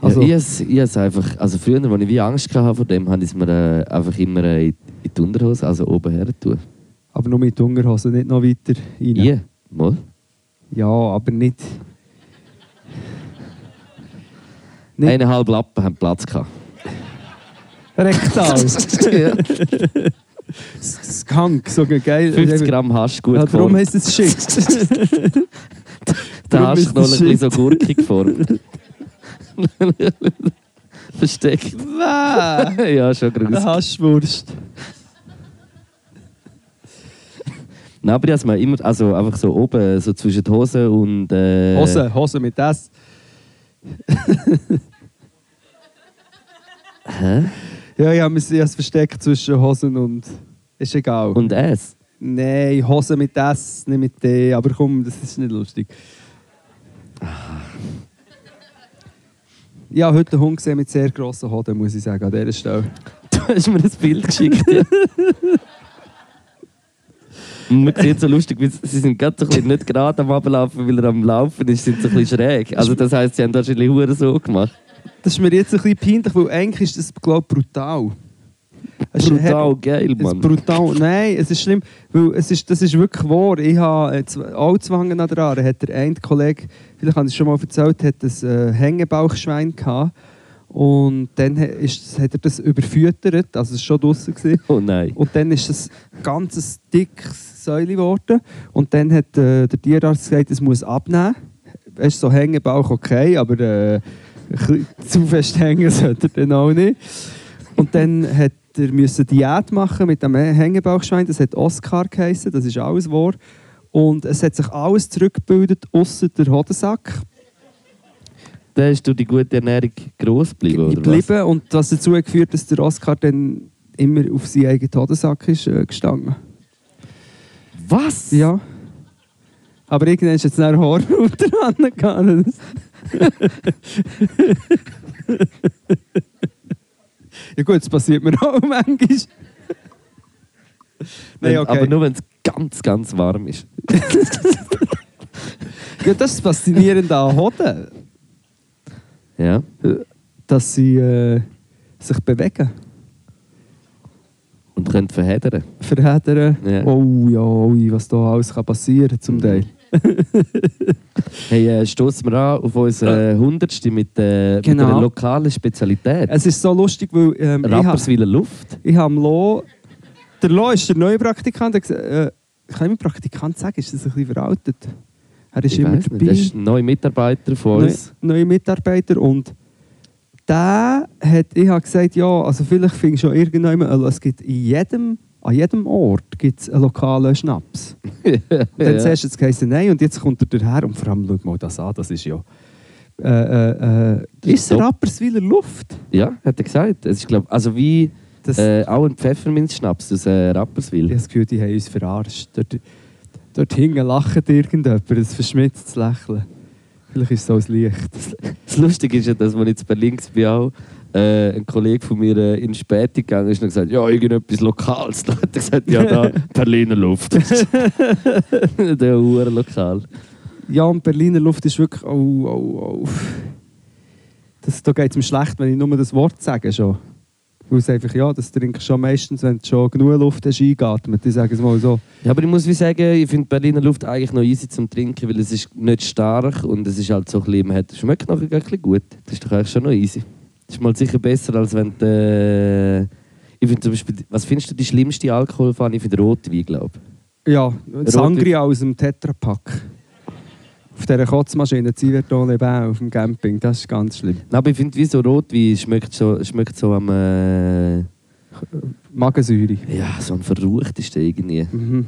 S2: Also,
S3: ja, ich has- ich has einfach, also früher, als ich wie Angst hatte vor dem, habe ich es mir äh, einfach immer äh, in in die Unterhose, also oben her tun.
S2: aber nur mit Hungerhose, nicht noch weiter rein.
S3: Ja, mal.
S2: Ja, aber nicht. Nicht-
S3: Eineinhalb Lappen haben Platz gehabt.
S2: Rektal. Skunk, so geil.
S3: 50 Gramm Hasch gut
S2: Ja, darum heisst
S3: geformt.
S2: es Shit.
S3: Der
S2: darum
S3: Hasch
S2: ist
S3: noch ein
S2: das
S3: bisschen so
S2: Shit.
S3: gurkig geformt. Versteckt.
S2: Bäh.
S3: ja, schon gruselig.
S2: Eine Haschwurst.
S3: Nein, aber ich has mir immer, also einfach so oben, so zwischen die Hose und... Äh,
S2: Hose, Hose mit S. Hä? Ja, ich habe es ich habe es versteckt zwischen Hosen und. Ist egal.
S3: Und S.
S2: Nein, Hosen mit S, nicht mit D. Aber komm, das ist nicht lustig. Ich habe heute einen Hund gesehen mit sehr grossen Hoden, muss ich sagen, an dieser Stelle.
S3: Du hast mir ein Bild geschickt. Ja. Und man sieht so lustig, weil sie sind gerade so ein bisschen nicht gerade am Ablaufen, weil er am Laufen ist, sind so ein bisschen schräg. Also das heisst, sie haben wahrscheinlich hure so gemacht.
S2: Das ist mir jetzt ein bisschen peinlich, weil eigentlich ist das, glaube ich, brutal. Es ist-
S3: Brutal geil,
S2: Es ist
S3: Mann.
S2: brutal. Nein, es ist schlimm, weil es ist, das ist wirklich wahr. Ich habe äh, zw- auch zwangen an der Aare. Hat der eine Kollege, vielleicht habe ich es schon mal erzählt, hat ein äh, Hängebauchschwein gehabt. Und dann he- ist, hat er das überfüttert, also es war schon draußen. Gewesen.
S3: Oh nein.
S2: Und dann ist das ganzes dickes Säule geworden. Und dann hat äh, der Tierarzt gesagt, es muss abnehmen. Weißt du, so hängen Bauch okay, aber äh, ein bisschen zu fest hängen sollte er dann auch nicht. Und dann hat er müssen Diät machen mit dem Hängebauchschwein. Das hat Oscar geheißen, das ist alles wahr. Und es hat sich alles zurückgebildet, außer der Hodensack.
S3: Da hast du die gute Ernährung gross geblieben, oder was?
S2: geblieben. Und das dazu hat geführt, dass der Oscar dann immer auf seinen eigenen Hodensack ist äh, gestanden.
S3: Was?
S2: Ja. Aber irgendwann ist jetzt ein Horror dran gegangen. ja gut, das passiert mir auch manchmal.
S3: Wenn,
S2: Nein, okay.
S3: Aber nur wenn es ganz, ganz warm ist.
S2: ja, das ist faszinierend an Hoden,
S3: Ja.
S2: dass sie äh, sich bewegen,
S3: Und könnt verheddern.
S2: verheddern.
S3: Ja. Mhm.
S2: Oh ja, ui, was da alles kann passieren zum Teil.
S3: Hey, äh, stoßen wir an auf unsere äh, 100. mit, äh,
S2: Genau.
S3: mit einer lokalen Spezialität.
S2: Es ist so lustig, weil ähm, ich habe
S3: Rapperswiler Luft.
S2: ich hab Lo... Der Lo ist der neue Praktikant. Er hat gesagt, Äh, kann ich meinem Praktikant sagen, ist das ein bisschen veraltet? Er ist
S3: Ich
S2: immer
S3: weiss
S2: dabei.
S3: nicht, Das ist ein neuer Mitarbeiter von
S2: Neu,
S3: uns.
S2: ne-, neue Mitarbeiter und der hat, ich habe gesagt, ja, also vielleicht findest du schon irgendjemand, also es gibt in jedem, an jedem Ort gibt's einen lokalen Schnaps. Und dann zuerst hat es geheißen, nein, und jetzt kommt er daher und vor allem, schau mal das an, das ist ja... Äh, äh, äh,
S3: Das ist
S2: ist
S3: top.
S2: Rapperswiler Luft?
S3: Ja, hat er gesagt. Es ist, glaub, also wie
S2: Das-
S3: äh, auch ein Pfefferminzschnaps aus äh, Rapperswil.
S2: Ich habe das Gefühl, die haben uns verarscht. Dort, dort hinten lacht irgendjemand, ein verschmitztes Lächeln. Vielleicht ist es so ein Licht.
S3: Das Lustige ist ja, dass, als ich jetzt bei links bin, auch, äh, ein Kollege von mir äh, in Späti gegangen ist und hat gesagt, ja, irgendetwas Lokales. Dann hat er gesagt, ja, da, Berliner Luft. Der Uhren lokal.
S2: Ja, und Berliner Luft ist wirklich... Oh, oh, oh. Das, da geht es mir schlecht, wenn ich nur das Wort sage schon. Weil es einfach, ja, das trinkst du schon meistens, wenn du schon genug Luft hast, eingeatmet. Ich sage es mal so.
S3: Ja, aber ich muss wie sagen, ich finde Berliner Luft eigentlich noch easy zum Trinken, weil es ist nicht stark und es ist halt so ein bisschen, man hat, schmeckt nachher gleich ein bisschen gut. Das ist doch eigentlich schon noch easy. Das ist mal sicher besser, als wenn du, äh, ich finde zum Beispiel, was findest du die schlimmste Alkoholfahne? Ich finde Rotwein, glaube ich.
S2: Ja, Sangria aus dem Tetrapack. Auf dieser Kotzmaschine, Zivertone Bau, auf dem Camping, das ist ganz schlimm.
S3: Nein, aber ich finde, wie so Rotwein schmeckt so, schmeckt so am, äh,
S2: Magensäure.
S3: ja, so am verruchtesten irgendwie.
S2: Mhm.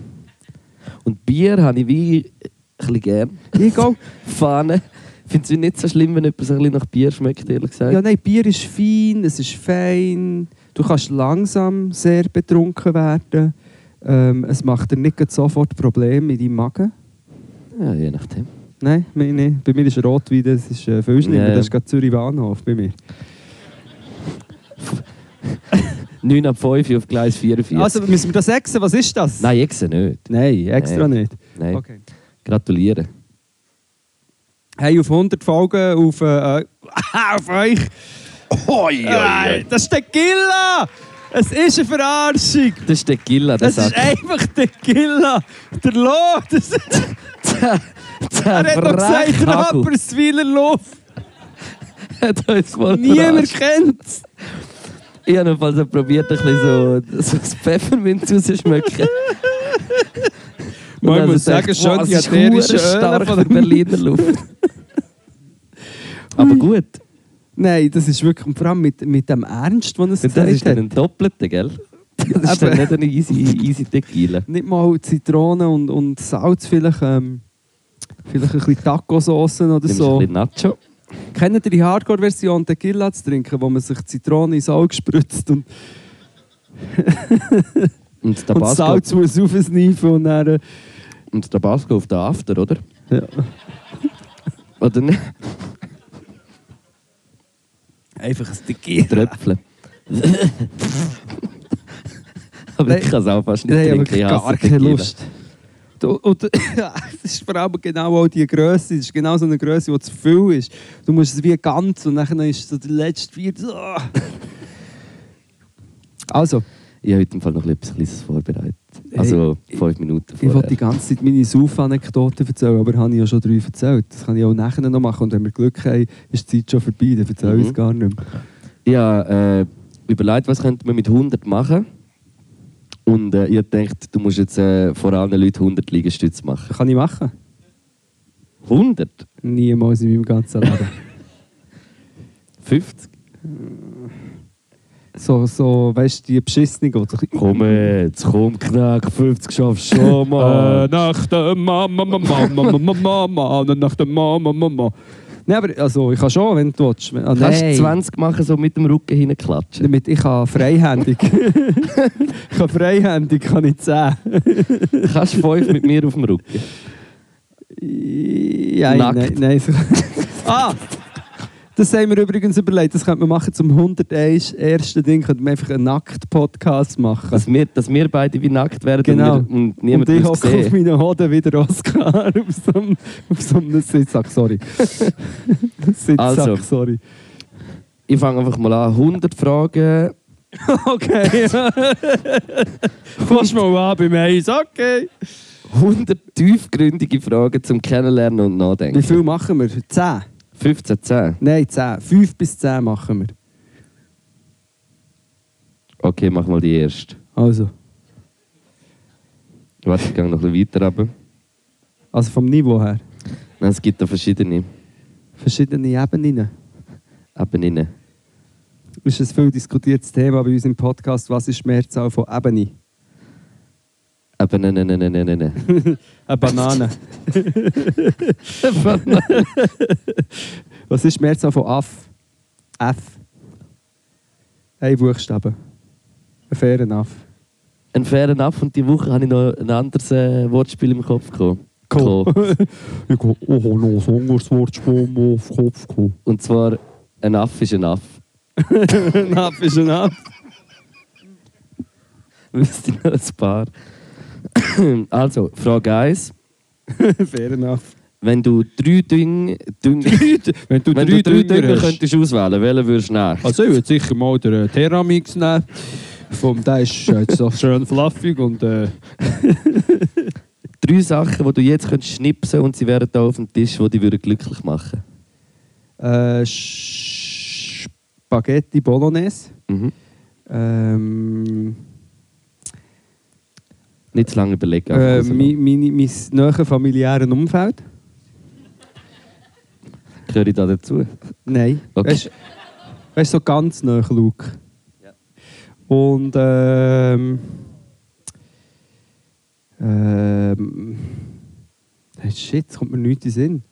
S3: Und Bier habe ich wie ein bisschen gern.
S2: Ich auch.
S3: Fahne. Ich finde es wie nicht so schlimm, wenn jemand so ein bisschen nach Bier schmeckt, ehrlich gesagt.
S2: Ja, nein, Bier ist fein, es ist fein. Du kannst langsam sehr betrunken werden. Ähm, es macht dir nicht gerade sofort Probleme in deinem Magen.
S3: ja je nachdem.
S2: Nein, meine, nicht. bei mir ist Rotwein, das ist äh, viel schlimmer.
S3: Nee.
S2: Das ist gerade Zürich Bahnhof bei mir.
S3: 9 ab 5 auf Gleis 44.
S2: Also müssen wir das exen, was ist das?
S3: Nein, ich sehe nicht.
S2: Nein, extra
S3: Nein.
S2: nicht.
S3: Nein.
S2: Okay.
S3: Gratuliere.
S2: Hey, auf 100 Folgen auf, äh, auf euch.
S5: Hoi,
S2: Äh, das ist Tequila! Es ist eine Verarschung!
S3: Das ist Tequila, der
S2: Das ist
S3: sagt.
S2: einfach Tequila! Der Loh, das Er hat doch gesagt, Rapperswiler Luft.
S3: Rapper.
S2: Niemand kennt es.
S3: Ich habe jedenfalls so probiert, ein bisschen so, so das Pfefferminz rauszuschmecken. Und
S2: Man
S3: dann
S2: muss
S3: so
S2: sagen,
S3: gedacht,
S2: schon
S3: wow,
S2: die
S3: es ist verdammt
S2: ätherischen Öle
S3: stark
S2: von
S3: für
S2: der
S3: Berliner Luft. Aber gut,
S2: Nein, das ist wirklich, und vor allem mit, mit dem Ernst, den er es
S3: und das ist
S2: gesagt hat.
S3: dann ein doppelter, gell? Das ist dann
S2: Eben.
S3: nicht eine easy, easy Tequila.
S2: Nicht mal Zitrone und, und Salz, vielleicht, ähm, vielleicht ein bisschen Taco-Sauce oder
S3: Nimmst ein
S2: so.
S3: bisschen Nacho.
S2: Kennt ihr die Hardcore-Version Tequila zu trinken, wo man sich Zitrone ins Auge spritzt und,
S3: Und
S2: und
S3: Tabasco,
S2: Salz muss aufsneifen und dann... äh,
S3: und Tabasco auf der After, oder?
S2: Ja.
S3: Oder nicht?
S2: Einfach ein Tequila.
S3: Tröpfle. aber ich kann es auch fast nicht
S2: Nein, aber
S3: trinken. Ich hasse
S2: gar keine
S3: Tequila.
S2: Lust. Du- Und, es ist vor allem genau auch die Größe. Es ist genau so eine Größe, die zu viel ist. Du musst es wie ganz und dann ist so der letzte Vier. Ah. Also,
S3: Ich habe heute im Fall noch etwas Kleines vorbereitet. Also fünf Minuten
S2: ich wollte die
S3: vorher.
S2: ganze Zeit meine Sauf-Anekdoten erzählen, aber habe ich ja schon drei erzählt. Das kann ich auch nachher noch machen. Und wenn wir Glück haben, ist die Zeit schon vorbei. Dann erzähle ich es
S3: Mhm.
S2: gar nicht mehr.
S3: Ich habe äh, überlegt, was könnte man mit 100 machen. Und äh, ich habe gedacht, du musst jetzt äh, vor allen Leuten 100 Liegestütze machen.
S2: Kann ich machen?
S3: 100?
S2: Niemals in meinem ganzen Leben.
S3: 50?
S2: so, so, weißt du, die Beschissene, die so ein bisschen-
S3: Komm jetzt, komm knack, 50 schaffst du schon
S2: Äh, nach der Mama, Mama, Mama, Mama, Mama, nach der Mama, Mama. Nein, aber also, ich kann schon, wenn du willst. Ah,
S3: Kannst du
S2: nein.
S3: 20 machen, so mit dem Rücken hineinklatschen?
S2: Damit ich kann freihändig. ich kann freihändig, kann ich 10.
S3: Kannst du 5 mit mir auf dem Rücken?
S2: Ja,
S3: Nackt.
S2: nein, nein. so- ah! Das haben wir übrigens überlegt, das könnte man machen zum 101. ersten Ding, könnte man einfach einen Nackt-Podcast machen.
S3: Dass wir, dass wir beide wie nackt werden
S2: Genau.
S3: und, wir, und
S2: Und
S3: niemand
S2: ich
S3: uns
S2: hocke auf
S3: sehen.
S2: meinen Hoden wie der Oscar auf so einem, auf so einem Sitzsack, sorry. Sitzsack,
S3: Also.
S2: sorry.
S3: Ich fange einfach mal an. 100 Fragen.
S2: Okay. Fast mal an beim Eis, okay.
S3: 100 tiefgründige Fragen zum Kennenlernen und Nachdenken.
S2: Wie viel machen wir? 10?
S3: 15, 10.
S2: Nein, 10. 5 bis 10 machen wir.
S3: Okay, mach mal die erste.
S2: Also,
S3: Warte, ich gehe noch ein bisschen weiter runter.
S2: also vom Niveau her.
S3: Nein, Es gibt da verschiedene
S2: Verschiedene Ebenen.
S3: Ebenen.
S2: ist ein viel diskutiertes Thema bei uns im Podcast. Was ist die Mehrzahl von Ebene?
S3: Ebenen, ne, ne, ne, ne, ne.
S2: Eine Banane. Was ist die Mehrzahl von Aff? F. Ein Buchstabe. Ein fairer Aff.
S3: Ein fairen Aff und die Woche habe ich noch ein anderes äh, Wortspiel im Kopf gekommen.
S2: Ko.
S3: Ko.
S2: Ich habe noch ein anderes Wortspiel auf Kopf gekommen.
S3: Und zwar, ein Aff ist ein Aff.
S2: Ein Aff ist ein Aff.
S3: Wisst ihr noch ein paar? also, Frage 1.
S2: fairer Aff.
S3: Wenn du drei Dinge... Ding,
S2: Wenn
S3: wenn du drei Dinge könntest auswählen, welchen würdest du nehmen?
S2: Also ich würde sicher mal den äh, Terramix nehmen. Vom, der ist äh, jetzt auch schön fluffig und... Äh,
S3: drei Sachen, die du jetzt könntest schnipsen und sie wären da auf dem Tisch, die dich würden glücklich machen
S2: Äh, Sch- Spaghetti Bolognese.
S3: Mhm.
S2: Ähm,
S3: Nicht zu lange überlegen. Also, einfach
S2: äh,
S3: rauslassen.
S2: mi, meine, mein näher familiären Umfeld.
S3: Gehöre ich da dazu?
S2: Nein.
S3: Okay.
S2: Weißt du, so ganz nah, Luke. Und ähm, ähm, hey, shit, es kommt mir nichts in den Sinn.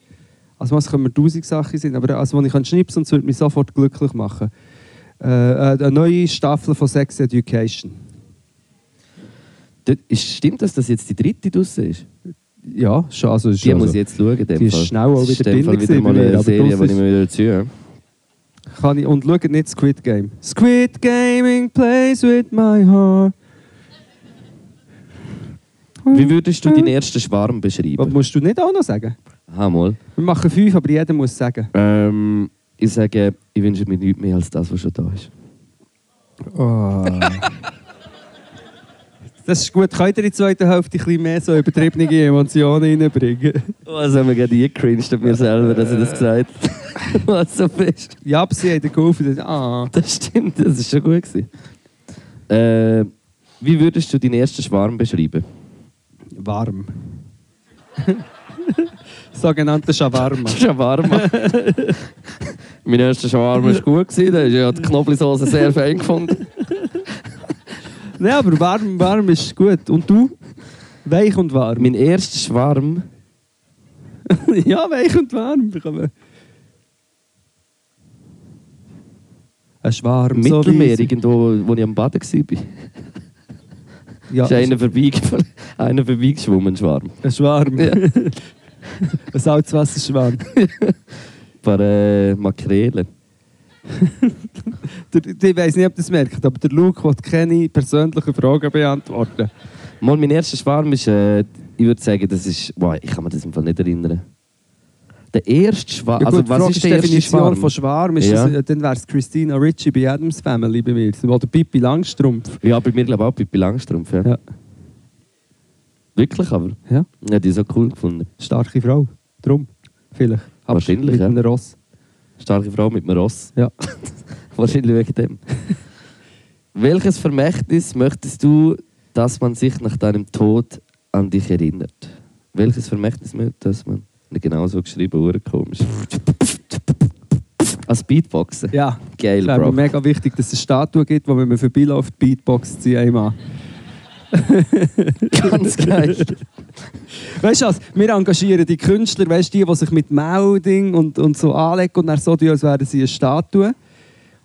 S2: Also es können mir tausend Sachen sein, aber also, wenn ich kann schnipsen, das würde mich sofort glücklich machen. Äh, äh, eine neue Staffel von Sex Education.
S3: Dort ist, stimmt das, dass jetzt die dritte draussen ist?
S2: Ja, schon. Also, ist
S3: Die
S2: also,
S3: muss ich jetzt schauen. in dem
S2: die ist
S3: Fall.
S2: schnell auch
S3: Das ist
S2: wieder
S3: in dem Fall
S2: drin
S3: wieder
S2: gewesen
S3: mal
S2: bei mir,
S3: eine
S2: aber
S3: Serie, die
S2: das
S3: ich mir wieder ziehe.
S2: Kann ich, und schaut nicht Squid Game. Squid Gaming plays with my heart.
S3: Wie würdest du
S2: Hm.
S3: deinen ersten Schwarm
S2: Was
S3: beschreiben?
S2: musst du nicht auch noch sagen?
S3: Ha, mal.
S2: Wir machen fünf, aber jeder muss sagen.
S3: Ähm, ich sage, ich wünsche mir nichts mehr als das, was schon da ist. Oh.
S2: Das ist gut. Könnt ihr in der zweiten Hälfte ein bisschen mehr so übertriebene Emotionen reinbringen?
S3: Was Oh, haben wir gerade gecringed an mir selber, dass ich das gesagt habe? was so fest.
S2: Ja, aber sie haben dir geholfen. Das- Ah.
S3: Das stimmt, das war schon gut. Gewesen. Äh, wie würdest du deinen ersten Schwarm beschreiben?
S2: Warm. Sogenannter Shawarma.
S3: Shawarma. mein erster Shawarma war gut. Gewesen. Da ist ja die Knoblauchsoße sehr fein gefunden.
S2: Nein, aber warm, warm ist gut. Und du? Weich und warm.
S3: Mein erster Schwarm.
S2: ja, weich und warm bekommen. Ein schwarm, so
S3: Mittelmeer,
S2: wie-
S3: irgendwo, wo ich am Baden war.
S2: Ja, also
S3: ist einer vorbeigeschwommen, einer vorbeigeschwommen, Schwarm.
S2: ein schwarm.
S3: Ja.
S2: ein Salzwasserschwarm.
S3: Ein paar äh, Makrelen.
S2: Der- Ich weiß nicht, ob ihr das merkt, aber der Luke will keine persönlichen Fragen beantworten.
S3: Mal, mein erster Schwarm ist, äh, ich würde sagen, das ist, wow, ich kann mir das im Fall nicht erinnern. Der erste Schwarm,
S2: Ja,
S3: also
S2: gut, die
S3: was
S2: Frage
S3: ist der erste
S2: Definition
S3: Schwarm?
S2: von Schwarm? Ist
S3: Ja.
S2: das, dann wäre es Christina Ricci bei Adams Family bei mir. Oder Pippi Langstrumpf.
S3: ja, bei mir glaube ich auch Pippi Langstrumpf. Ja.
S2: Ja.
S3: Wirklich aber?
S2: ja,
S3: Ja, die so cool gefunden.
S2: starke Frau. Drum. Vielleicht. Aber
S3: Wahrscheinlich,
S2: Mit
S3: ja.
S2: einem Ross.
S3: Starke Frau mit einem Ross.
S2: Ja.
S3: Wahrscheinlich wegen dem. Welches Vermächtnis möchtest du, dass man sich nach deinem Tod an dich erinnert? Welches Vermächtnis möchtest du, dass man. Nicht genau so geschrieben, hure komisch. Als Beatboxen.
S2: Ja.
S3: Geil,
S2: Ich glaube,
S3: Bro.
S2: mega wichtig, dass es eine Statue gibt, wo wenn man vorbeiläuft, Beatbox zu einem an.
S3: Ganz geil.
S2: Weißt du was? Wir engagieren die Künstler, weißt du, die, die sich mit Melding und, und so anlegen und dann so tun, als wären sie eine Statue.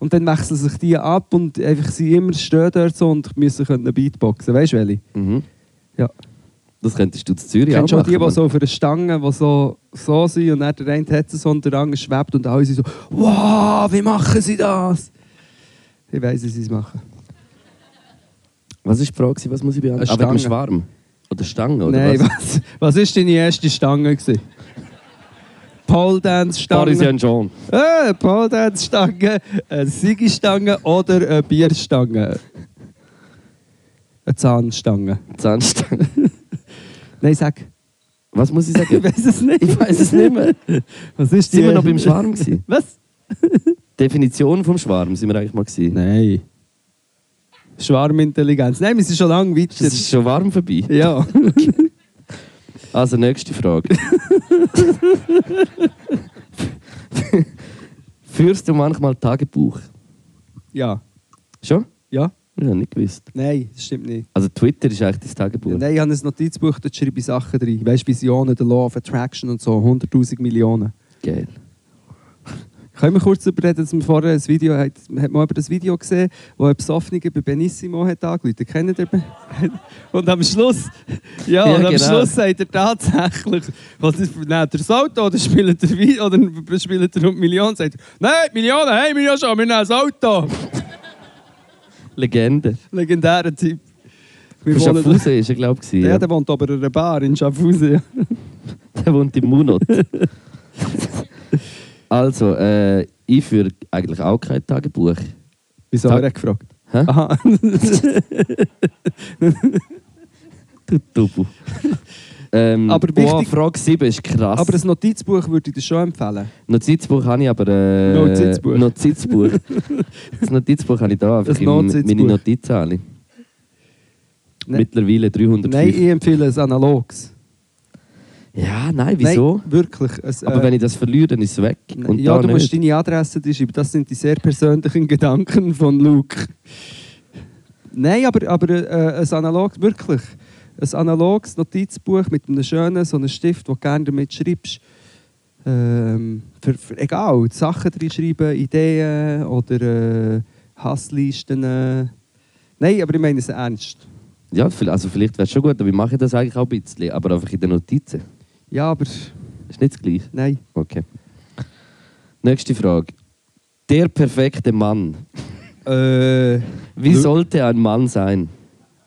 S2: Und dann wechseln sich die ab und einfach sie immer stehen dort so und müssen können Beatboxen. Weißt du, welche?
S3: Mhm.
S2: Ja.
S3: Das könntest du zu Zürich
S2: Kennst du auch die, die
S3: Mann.
S2: so auf einer Stange die so, so sind und dann der eine hat es so und der andere schwebt und alle sind so, wow, wie machen sie das? Ich weiss, wie sie es machen.
S3: Was war die Frage? gewesen? Was muss ich beantworten?
S2: Eine
S3: Ah, wegen dem
S2: Stange.
S3: Schwarm? Oder Stange? Oder
S2: Nein,
S3: was?
S2: was? Was war deine erste Stange? gewesen? Pole Dance
S3: Paris
S2: Stange.
S3: Jean.
S2: Äh, Pole Dance Stange, eine Siegestange oder eine Bierstange. Eine Zahnstange.
S3: Zahnstange.
S2: Nein, sag.
S3: Was muss ich
S2: Ich
S3: sagen?
S2: weiß es nicht.
S3: ich weiß es nicht mehr.
S2: Was ist die
S3: Sind wir noch
S2: erste-
S3: beim Schwarm gewesen?
S2: Was?
S3: Definition vom Schwarm sind wir eigentlich mal gewesen.
S2: Nein. Schwarmintelligenz. Nein, wir sind schon lange weiter.
S3: Das ist schon warm vorbei.
S2: ja.
S3: Also, nächste Frage. Führst du manchmal Tagebuch?
S2: ja.
S3: Schon?
S2: Ja?
S3: Ich habe nicht gewusst.
S2: Nein, das stimmt nicht.
S3: Also, Twitter ist eigentlich das Tagebuch.
S2: Ja, nein, ich habe ein Notizbuch, da schreibe ich Sachen rein. Weißt du, Visionen, der Law of Attraction und so, 100.000 Millionen.
S3: Geil.
S2: Können wir kurz darüber reden, dass wir vorher ein Video, hat, hat man über das Video gesehen, wo ein Besoffener bei Benissimo hat angerufen. Kennt ihr den? Und am Schluss, ja,
S3: Ja,
S2: und am
S3: genau.
S2: Schluss sagt er tatsächlich, was ist, nehmt ihr das Auto oder spielt er, Wei- oder spielt er um die Million? Sagt er, nein, die Millionen haben wir ja schon, wir nehmen das Auto.
S3: Legende.
S2: Legendärer Typ. Wir
S3: Von
S2: wohnen-
S3: Schaffhausen ist er, glaube ich.
S2: Ja,
S3: Ja.
S2: der wohnt aber in einer Bar in Schaffhausen. ja.
S3: Der wohnt im Munot. also, äh, ich führe eigentlich auch kein Tagebuch.
S2: Wieso
S3: Tag-
S2: hat er gefragt?
S3: Hä?
S2: Aha.
S3: Du Dubu. ähm,
S2: Aber
S3: aber boah,
S2: wichtig-
S3: Frage 7 ist krass.
S2: aber ein Notizbuch würde ich dir schon empfehlen.
S3: Notizbuch habe ich aber. Äh,
S2: Notizbuch.
S3: Notizbuch. das Notizbuch habe ich da. Einfach
S2: Das
S3: im-
S2: Notizbuch.
S3: Meine Notizen alle.
S2: Nein.
S3: Mittlerweile 305.
S2: Nein, ich empfehle ein analoges.
S3: ja, nein, wieso?
S2: Nein, wirklich. Es, äh,
S3: aber wenn ich das verliere, dann ist es weg. Und
S2: ja,
S3: da
S2: du musst
S3: nicht.
S2: deine Adresse schreiben. Das sind die sehr persönlichen Gedanken von Luke. Nein, aber, aber äh, ein analoges, wirklich. Ein analoges Notizbuch mit einem schönen so einem Stift, wo du gerne damit schreibst. Ähm, für, für, egal, Sachen reinschreiben, Ideen oder äh, Hasslisten. äh. Nein, aber ich meine es ernst.
S3: Ja, viel- also vielleicht wäre es schon gut, aber ich mache das eigentlich auch ein bisschen. Aber einfach in den Notizen.
S2: Ja, aber
S3: Ist nicht das Gleiche.
S2: nein.
S3: Okay. Nächste Frage. Der perfekte Mann.
S2: Äh,
S3: Wie
S2: Lu-
S3: sollte ein Mann sein?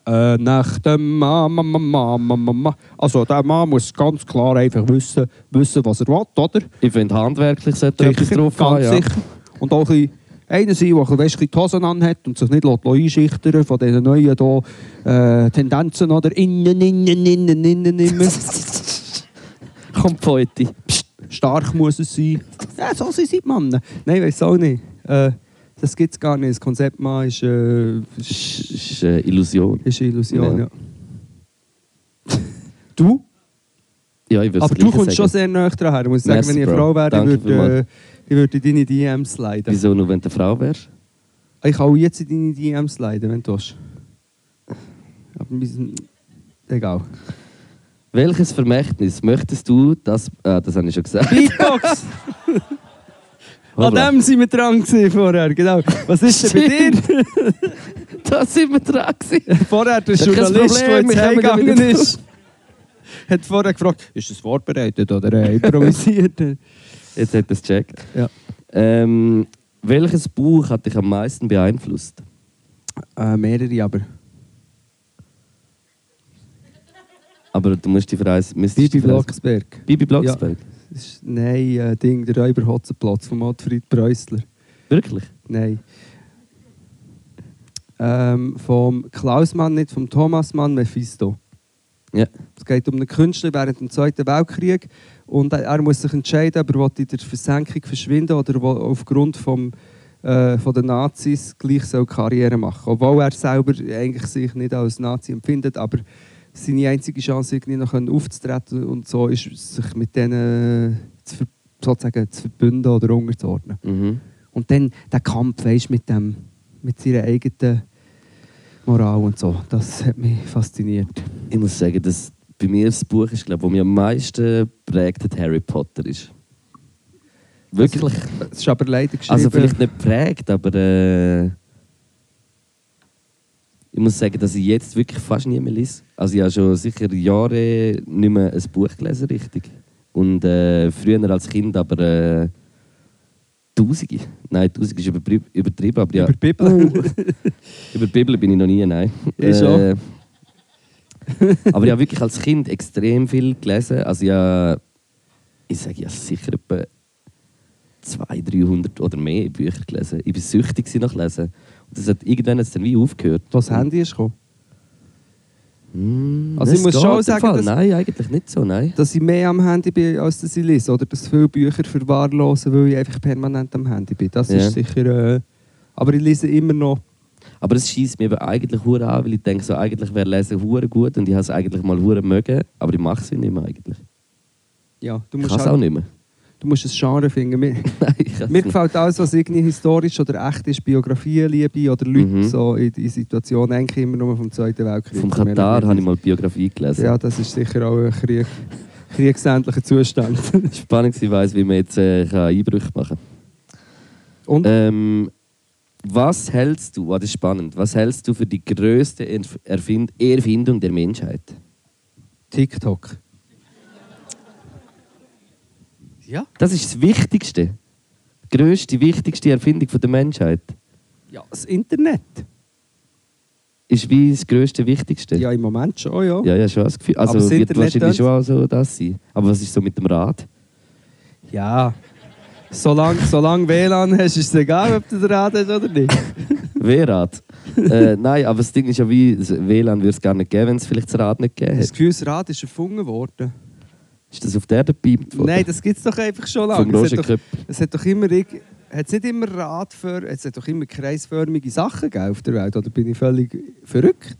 S2: Äh, nach dem Mama, Mama, Mama, Mama. Also, der Mann muss ganz klar einfach wissen, wissen was er will, oder?
S3: Ich finde, handwerklich sollte er etwas drauf haben.
S2: ganz
S3: Ja.
S2: sicher. Und auch ein bisschen einer sein, der ein bisschen, weisst, ein bisschen die Hosen anhat und sich nicht lässt einschüchtern von diesen neuen da, äh, Tendenzen, oder? Innen, innen, innen, innen immer.
S3: Kommt Pfeute. Psst.
S2: Stark muss es sein. Ja, so sind sie, Mann. Nein, weiß auch nicht. Äh, das gibt es gar nicht. Das Konzept Mann ist, äh,
S3: Das
S2: ist,
S3: ist eine Illusion.
S2: ist eine Illusion,
S3: Ja.
S2: ja. Du?
S3: Ja, ich würde
S2: Aber du kommst schon sehr nah dran her. Ich muss sagen,
S3: Merci,
S2: wenn ich eine
S3: Bro.
S2: Frau wäre, ich
S3: Danke
S2: würde, äh, ich würde in deine DMs leiden.
S3: Wieso nur, wenn du eine Frau wärst?
S2: Ich kann auch jetzt in deine DMs leiden, wenn du willst. Aber wir sind... Egal.
S3: Welches Vermächtnis möchtest du, dass... Ah, das habe ich schon gesagt.
S2: Beatbox! Ah, An
S3: Hoppla.
S2: dem sind wir dran gewesen vorher, genau. Was ist denn bei dir?
S3: Da sind wir dran gewesen.
S2: Vorher der
S3: Ja, kein
S2: Journalist, der
S3: Problem,
S2: jetzt
S3: wir kommen
S2: heimgegangen
S3: wieder
S2: ist, hat vorher gefragt, ist das vorbereitet oder äh, improvisiert?
S3: Jetzt hat er es gecheckt.
S2: ja.
S3: Ähm, welches Buch hat dich am meisten beeinflusst?
S2: äh, mehrere aber.
S3: Aber du musst die für eins... müsstest
S2: Bibi
S3: dich für eins-
S2: Blocksberg.
S3: Bibi Blocksberg?
S2: Das ist- Nein, äh, Ding, der Räuberhotzenplatz von Gottfried Preußler.
S3: Wirklich?
S2: Nein. Ähm, vom Klaus Mann, nicht vom Thomas Mann, Mephisto.
S3: Ja.
S2: Es geht um einen Künstler während dem Zweiten Weltkrieg und er- er muss sich entscheiden, ob er will in der Versenkung verschwinden oder will aufgrund vom, äh, von den Nazis gleich so Karriere machen. Obwohl er selber eigentlich sich nicht als Nazi empfindet, aber seine einzige Chance irgendwie noch können aufzutreten und so ist sich mit denen zu, ver- sozusagen zu verbünden oder unterzuordnen.
S3: Mhm.
S2: Und dann der Kampf, weißt, mit dem, mit seiner eigenen Moral und so, das hat mich fasziniert.
S3: Ich muss sagen, das
S5: bei mir das Buch ist, glaube ich, das mich am meisten prägt hat, Harry Potter ist. Wirklich.
S2: Es Also, ist aber leider geschrieben.
S5: Also vielleicht nicht prägt, aber äh, ich muss sagen, dass ich jetzt wirklich fast nie mehr lese. Also ich habe schon sicher Jahre nicht mehr ein Buch gelesen, richtig. Und äh, früher als Kind aber äh, Tausende. Nein, Tausende ist übertrie- übertrieben, aber ja.
S2: über die
S5: Oh.
S2: Bibel.
S5: Über die Bibel bin ich noch nie, nein.
S2: Ich schon.
S5: Äh, aber ich habe wirklich als Kind extrem viel gelesen. Also ich, habe- ich sage ja sicher etwa 200, 300 oder mehr Bücher gelesen. Ich war süchtig gewesen nach Lesen. Und das hat, irgendwann hat es dann wie aufgehört.
S2: Was Handy ist gekommen.
S5: Mm,
S2: Also ich
S5: es
S2: muss
S5: geht
S2: schon
S5: im
S2: sagen,
S5: Fall.
S2: dass-
S5: Nein, eigentlich nicht so, nein.
S2: Dass ich mehr am Handy bin, als dass ich lese. Oder dass viele Bücher verwahrlosen, weil ich einfach permanent am Handy bin. Das
S5: Ja.
S2: ist sicher... Äh, aber ich lese immer noch.
S5: Aber es schießt mir eben eigentlich hure an, weil ich denke, so, eigentlich wäre Lesen hure gut und ich habe es eigentlich mal hure mögen, aber ich mache es nicht mehr eigentlich.
S2: Ja, du
S5: Ich
S2: musst,
S5: kann es
S2: halt-
S5: auch nicht mehr.
S2: Du musst ein Genre finden. Mir,
S5: Nein, ich kann's
S2: mir
S5: nicht.
S2: gefällt alles, was irgendwie historisch oder echt ist. Biografien liebe ich oder Leute
S5: Mhm.
S2: so in, in Situationen. Eigentlich immer nur vom Zweiten Weltkrieg.
S5: Vom Katar habe ich mal die Biografie gelesen.
S2: Ja, das ist sicher auch ein Krieg, kriegsähnlicher Zustand.
S5: Spannend war, weiss, wie man jetzt äh, kann Einbrüche machen
S2: Und?
S5: kann. Ähm, was hältst du, oh, das ist spannend, was hältst du für die größte Erf Erfind Erfindung der Menschheit?
S2: TikTok.
S7: Ja,
S5: Das ist das Wichtigste. Die grösste, wichtigste Erfindung von der Menschheit.
S2: Ja, das Internet.
S5: Ist wie das grösste, wichtigste.
S2: Ja, im Moment schon, ja.
S5: ja, ja schon das Gefühl.
S2: Aber das
S5: Also wird
S2: Internet tönt's.
S5: wahrscheinlich schon auch so das sein. Aber was ist so mit dem Rad?
S2: Ja. Solange, solange WLAN hast, ist es egal, ob du den Rad hast oder nicht.
S5: W-Rad? äh, nein, aber das Ding ist ja wie, das WLAN würde es gar nicht geben, wenn es vielleicht das Rad nicht gegeben
S2: Das
S5: hätte.
S2: Gefühl, das Rad ist erfunden worden.
S5: Ist das auf der Erde gepiept worden?
S2: Nein, das gibt es doch einfach schon
S5: Vom
S2: lange. Es
S5: Roger
S2: hat doch,
S5: Köpp.
S2: es hat doch immer... irg- hat's nicht immer Radför es hat doch immer kreisförmige Sachen gegeben auf der Welt, oder bin ich völlig verrückt?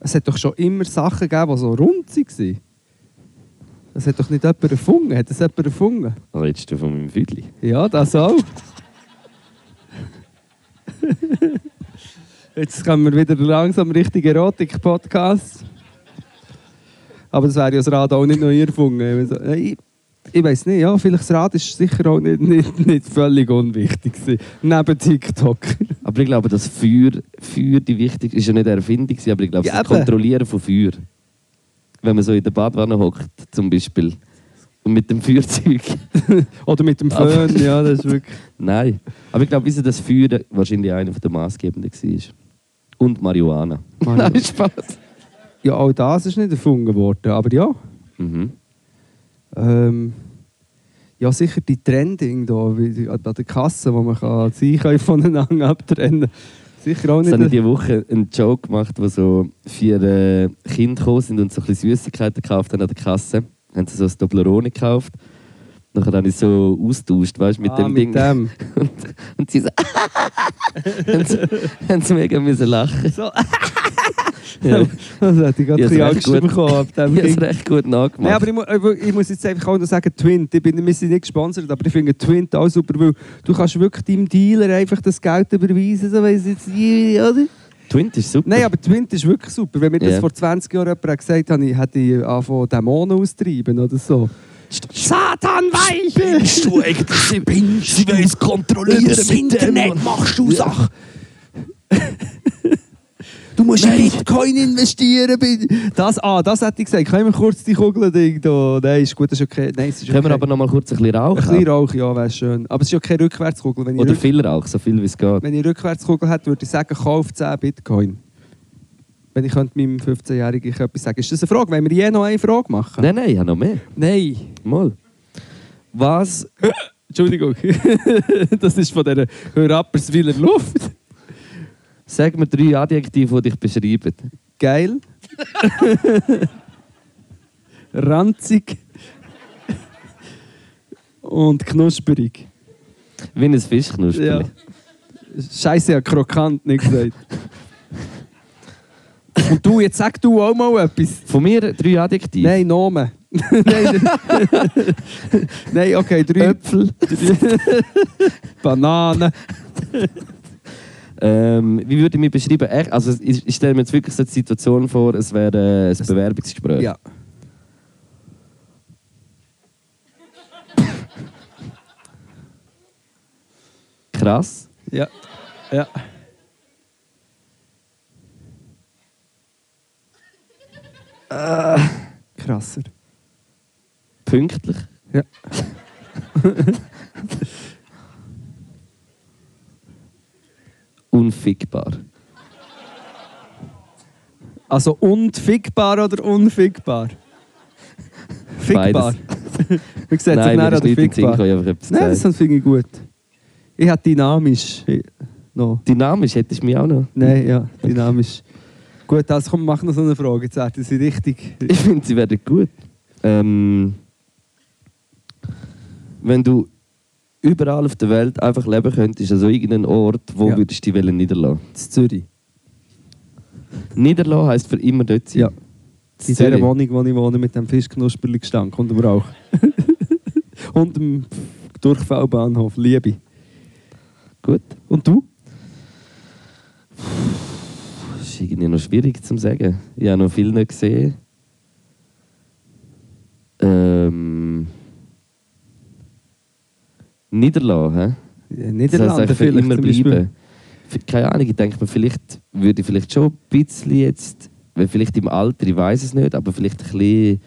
S2: Es hat doch schon immer Sachen gegeben, die so rund waren. Das hat doch nicht jemand erfunden. Hat das jemand erfunden?
S5: Redest du von meinem Füdli?
S2: Ja, das auch. Jetzt kommen wir wieder langsam richtig Erotik-Podcast. Aber das wäre ja das Rad auch nicht neu erfunden. Also, äh, Ich, ich weiß nicht, ja, vielleicht das Rad ist sicher auch nicht, nicht, nicht völlig unwichtig gewesen. Neben TikTok.
S5: Aber ich glaube, das Feuer, Feuer die wichtigste, ist ja nicht eine Erfindung, gewesen, aber ich glaube,
S2: Ja,
S5: das
S2: eben.
S5: Kontrollieren von Feuer. Wenn man so in der Badwanne hockt, zum Beispiel. Und mit dem Feuerzeug.
S2: Oder mit dem Föhn,
S5: Aber-
S2: ja, das ist wirklich...
S5: Nein. Aber ich glaube, wieso das Feuer wahrscheinlich einer der maßgebenden war. Und Marihuana.
S2: Marihuana.
S5: Nein, Spaß.
S2: Ja, auch das ist nicht erfunden worden, aber ja.
S5: Mhm.
S2: Ähm, ja, sicher die Trending da, wie die- an der Kasse, wo man kann das Einkauf voneinander abtrennen kann. Sicher auch
S5: Jetzt
S2: nicht.
S5: habe ich diese Woche einen Joke gemacht, wo so vier äh, Kinder gekommen sind und so ein bisschen Süßigkeiten gekauft haben an der Kasse. Haben sie so ein Toblerone gekauft. Nachher habe ich so austauscht, weißt du, mit
S2: Ah,
S5: dem
S2: mit
S5: Ding.
S2: dem.
S5: Und, und sie so. haben, sie, haben sie mega müssen lachen.
S2: So.
S5: ja,
S2: also hätte ich gerade
S5: Ja,
S2: ein bisschen
S5: ist recht
S2: Angst
S5: gut.
S2: bekommen ab
S5: ich
S2: dem
S5: habe es
S2: Ding.
S5: recht gut
S2: Nein,
S5: nachgemacht.
S2: aber ich, mu ich muss jetzt einfach auch noch sagen, Twint, ich bin, wir sind nicht gesponsert, aber ich finde Twint auch super, weil du kannst wirklich deinem Dealer einfach das Geld überweisen, so weiss jetzt, oder?
S5: Twint ist super.
S2: Nein, aber Twint ist wirklich super. Wenn mir das
S5: Ja.
S2: vor 20 Jahren jemand hat gesagt hat, ich hätte ich angefangen, Dämonen auszutreiben oder so. Satan, weiche!
S5: du eigentlich? Sie, sie will es kontrollieren
S3: Übers Internet
S5: machst du Sachen.
S2: Du musst in Bitcoin investieren. Das, ah, das hätte ich gesagt. Können wir kurz die Kugel Ding da? Nein, ist gut, das ist okay. Nein, es ist
S5: Können wir
S2: okay.
S5: aber noch mal kurz ein bisschen
S2: ein
S5: rauchen?
S2: bisschen Rauch, ja, wäre schön. Aber es ist ja keine Rückwärtskugel. Wenn ich,
S5: Oder
S2: rück
S5: viel Rauch, so viel wie es geht.
S2: wenn ich Rückwärtskugel hätte, würde ich sagen, kauf 10 Bitcoin. Wenn ich könnte meinem 15-Jährigen ich etwas sagen. Ist das eine Frage? Wollen wir je noch eine Frage machen?
S5: Nein, nein, ich habe noch mehr.
S2: Nein.
S5: Mal. Was?
S2: Entschuldigung. das ist von dieser Hörapperswiler Luft.
S5: Sag mir drei Adjektive, die dich beschreiben.
S2: Geil. Ranzig. Und knusperig.
S5: Wie ein Fischknusperli.
S2: Ja. Scheiße, ja, krokant nicht gesagt. Und du, jetzt sag du auch mal etwas.
S5: Von mir drei Adjektive.
S2: Nein, Nomen. Nein, Nein, okay, drei. Äpfel. Bananen.
S3: Ähm, wie würde ich mich beschreiben? Echt, also ich, ich stelle mir jetzt wirklich so die Situation vor, es wäre äh, ein Bewerbungsgespräch.
S2: Ja.
S3: Krass.
S2: Ja. Ja. Krasser.
S3: Pünktlich.
S2: Ja.
S3: Unfickbar.
S2: Also unfickbar oder unfickbar? Fickbar. Wir sehen sich
S3: Nein, mir
S2: näher
S3: ist
S2: an der
S3: nicht in den Sinn
S2: Fickbar.
S3: gekommen, ich habe einfach etwas
S2: Nein, das
S3: gesagt.
S2: finde ich gut. Ich habe dynamisch eh, noch.
S3: Dynamisch hättest du mich auch noch.
S2: Nein, ja, dynamisch. Gut, also komm, mach noch so eine Frage. Jetzt werden sie richtig.
S3: Ich finde, sie werden gut. Ähm, wenn du überall auf der Welt einfach leben könntest, also irgendeinen Ort, wo
S2: Ja.
S3: würdest du dich wollen niederlassen?
S2: In Zürich.
S3: Niederlassen heisst für immer dort sein.
S2: Ja. In dieser
S3: Zürich.
S2: Wohnung, wo ich wohne, mit dem Fischknusperli-Gestank und dem Rauch. und dem Durchfallbahnhof. Liebe.
S3: Gut.
S2: Und du?
S3: Das ist irgendwie noch schwierig zu sagen. Ich habe noch viel nicht gesehen. Ähm, niederlassen, hä?
S2: Ja,
S3: Das heisst
S2: Niederlande
S3: eigentlich für
S2: vielleicht
S3: immer
S2: zum Beispiel.
S3: bleiben. F- Keine Ahnung, ich denke mir, vielleicht würde ich vielleicht schon ein bisschen jetzt, weil vielleicht im Alter, ich weiß es nicht, aber vielleicht ein bisschen,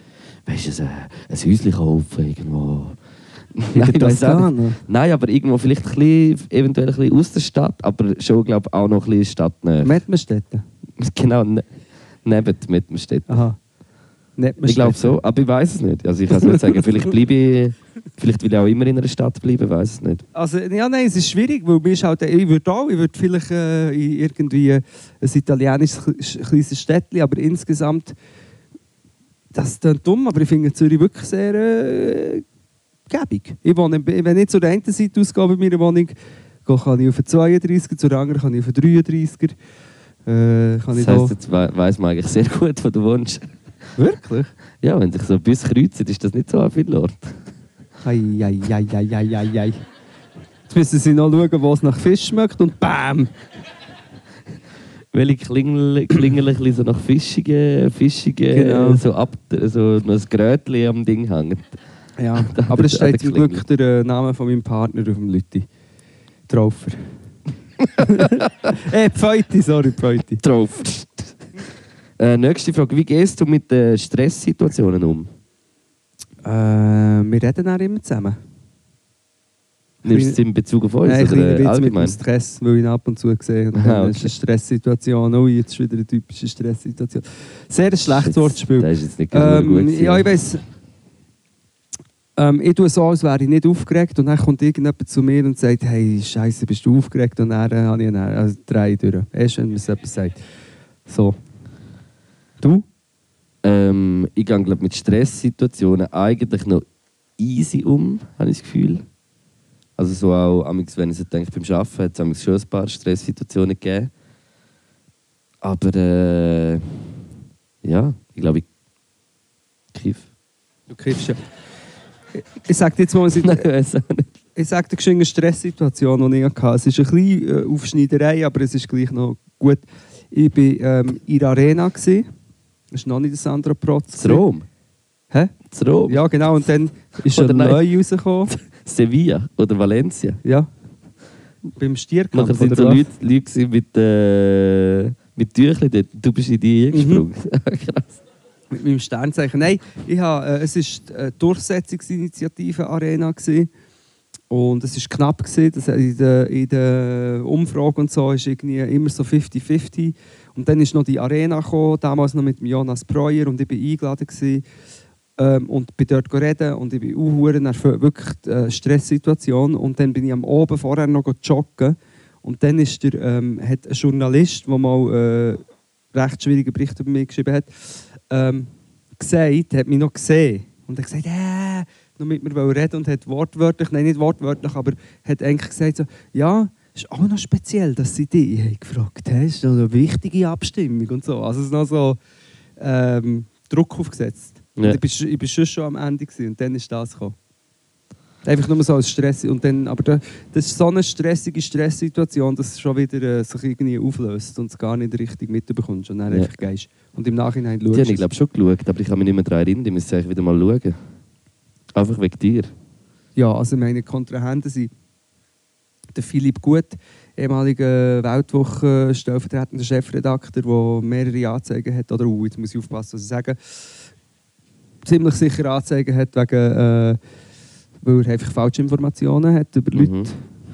S3: weißt du, ein, ein Häuschen kaufen irgendwo. Nein, ich weiss auch nicht.
S2: Toskana?
S3: Nein, aber irgendwo vielleicht ein bisschen, eventuell ein bisschen aus der Stadt, aber schon, glaube ich, auch noch ein bisschen stadtnäher.
S2: Mettmerstetten.
S3: Genau, ne, neben Mettmerstedt.
S2: Aha. Mettmerstetten.
S3: Ich glaube so, aber ich weiß es nicht. Also ich kann es nicht sagen. Vielleicht bleibe ich, vielleicht will ich auch immer in einer Stadt bleiben, weiß es nicht.
S2: Also, ja, nein, es ist schwierig, weil mir ist halt, ich würde auch, ich würde vielleicht äh, in irgendwie ein italienisches kle- kleines Städtchen, aber insgesamt, das klingt dumm, aber ich finde Zürich wirklich sehr äh, gäbig. Ich wohne, wenn ich zur einen Seite ausgehe bei meiner Wohnung, gehe- kann ich auf den 32er, zur anderen kann ich auf den 33er. Äh, kann ich
S3: Das
S2: da-
S3: heisst, äh, jetzt weiß man eigentlich sehr gut, wo du wohnst.
S2: Wirklich?
S3: Ja, wenn sich so ein bisschen kreuzen, ist das nicht so ein viel Ort.
S2: Ei, ei, ei, ei, ei, ei, ei. Jetzt müssen sie noch schauen, wo es nach Fisch schmeckt und BÄM!
S3: Welche Klingel, Klingel ein bisschen so nach fischigen, fischigen
S2: Genau.
S3: so ab, so noch ein Grötchen am Ding hängt.
S2: Ja,
S3: Da
S2: aber es
S3: hat er
S2: steht zum
S3: geklingelt.
S2: Glück der äh, Name von meinem Partner auf dem Lütti. Traufer. eh, Pfeuti, sorry, Pfeuti.
S3: Drauf. Äh, nächste Frage. Wie gehst du mit äh, Stresssituationen um?
S2: Äh, wir reden auch immer zusammen.
S3: Nimmst du
S2: Kleine-
S3: es in Bezug auf uns
S2: Nein, ein
S3: oder
S2: kleiner
S3: äh,
S2: Witz mit dem
S3: allgemein?
S2: Stress, weil ich ihn ab und zu sehe. Und dann
S3: Ah, okay.
S2: ist eine Stresssituation. Oh, jetzt ist wieder eine typische Stresssituation. Sehr ein schlechtes
S3: Das
S2: Wortspiel.
S3: ist jetzt nicht gerade gut.
S2: Ähm,
S3: gewesen.
S2: ja, ich weiss. Ähm, ich tue so, als wäre ich nicht aufgeregt. Und dann kommt irgendjemand zu mir und sagt: Hey, Scheiße, bist du aufgeregt? Und dann äh, habe ich einen, also drei durch. Erst wenn man so etwas sagt. So. Du?
S3: Ähm, ich gehe glaub, mit Stresssituationen eigentlich noch easy um, habe ich das Gefühl. Also so auch, amigs, wenn ich so denke, beim Arbeiten hat es schon ein paar Stresssituationen gegeben. Aber äh, ja, ich glaube, ich kiff.
S2: Du kriegst ja. Ich- Ich sage dir jetzt mal,
S3: Nein,
S2: ich
S3: ich weiss auch nicht.
S2: ich sage dir geschwind eine Stresssituation, die ich hatte. Es ist ein bisschen äh, Aufschneiderei, aber es ist gleich noch gut. Ich war ähm, in der Arena. gewesen. Das war noch nicht der Sandra Protz.
S3: Zu Rom.
S2: Hä?
S3: Zu Rom.
S2: Ja, genau. Und dann ist
S3: Oder
S2: er
S3: nein?
S2: neu rausgekommen.
S3: Sevilla oder Valencia.
S2: Ja. Beim Stierkampf.
S3: Nachher sind
S2: oder
S3: so
S2: was?
S3: Leute, Leute gewesen mit, äh, mit Tüchli dort. Du bist in
S2: Mhm.
S3: die eingesprungen. Krass.
S2: Mit meinem Sternzeichen. Nein, ich habe, äh, es war äh, die Durchsetzungsinitiative Arena. Gewesen. Und es war knapp. Gewesen. Das, äh, in, der, in der Umfrage und so ist irgendwie immer so 50-50. Und dann ist noch die Arena gekommen, damals noch mit dem Jonas Breuer. Und ich bin eingeladen. Gewesen. Ähm, und bin dort reden und ich bin auch sehr nervös, wirklich äh, Stresssituation. Und dann bin ich am Abend vorher noch joggen. Und dann ist der, ähm, hat ein Journalist, der mal äh, recht schwierige Berichte über mich geschrieben hat, ähm, gesagt, hat mich noch gesehen. Und hat gesagt, äh, noch mit mir wollen reden und hat wortwörtlich, nein, nicht wortwörtlich, aber hat eigentlich gesagt, so, ja, ist auch noch speziell, dass sie dich haben gefragt haben. Ist noch eine wichtige Abstimmung und so. Also es ist noch so ähm, Druck aufgesetzt.
S3: Ja.
S2: Und ich war schon am Ende gewesen, und dann ist das gekommen. Einfach nur so als Stress. Und dann, aber da, das ist so eine stressige Stresssituation, dass es schon wieder äh, sich irgendwie auflöst und es gar nicht richtig mitbekommst. Und dann
S3: Ja.
S2: einfach gehst. Und im Nachhinein
S3: Die
S2: schaust
S3: habe ich
S2: es.
S3: glaube schon geschaut, aber ich kann mich nicht mehr daran erinnern. Ich müsste eigentlich wieder mal schauen. Einfach wegen dir.
S2: Ja, also meine Kontrahenten sind der Philipp Gut, ehemaliger Weltwoche stellvertretender Chefredakteur, der mehrere Anzeigen hat, oder uh, jetzt muss ich aufpassen, was ich sage, ziemlich sicher Anzeigen hat, wegen, äh, weil er einfach falsche Informationen hat über Leute
S3: Mhm.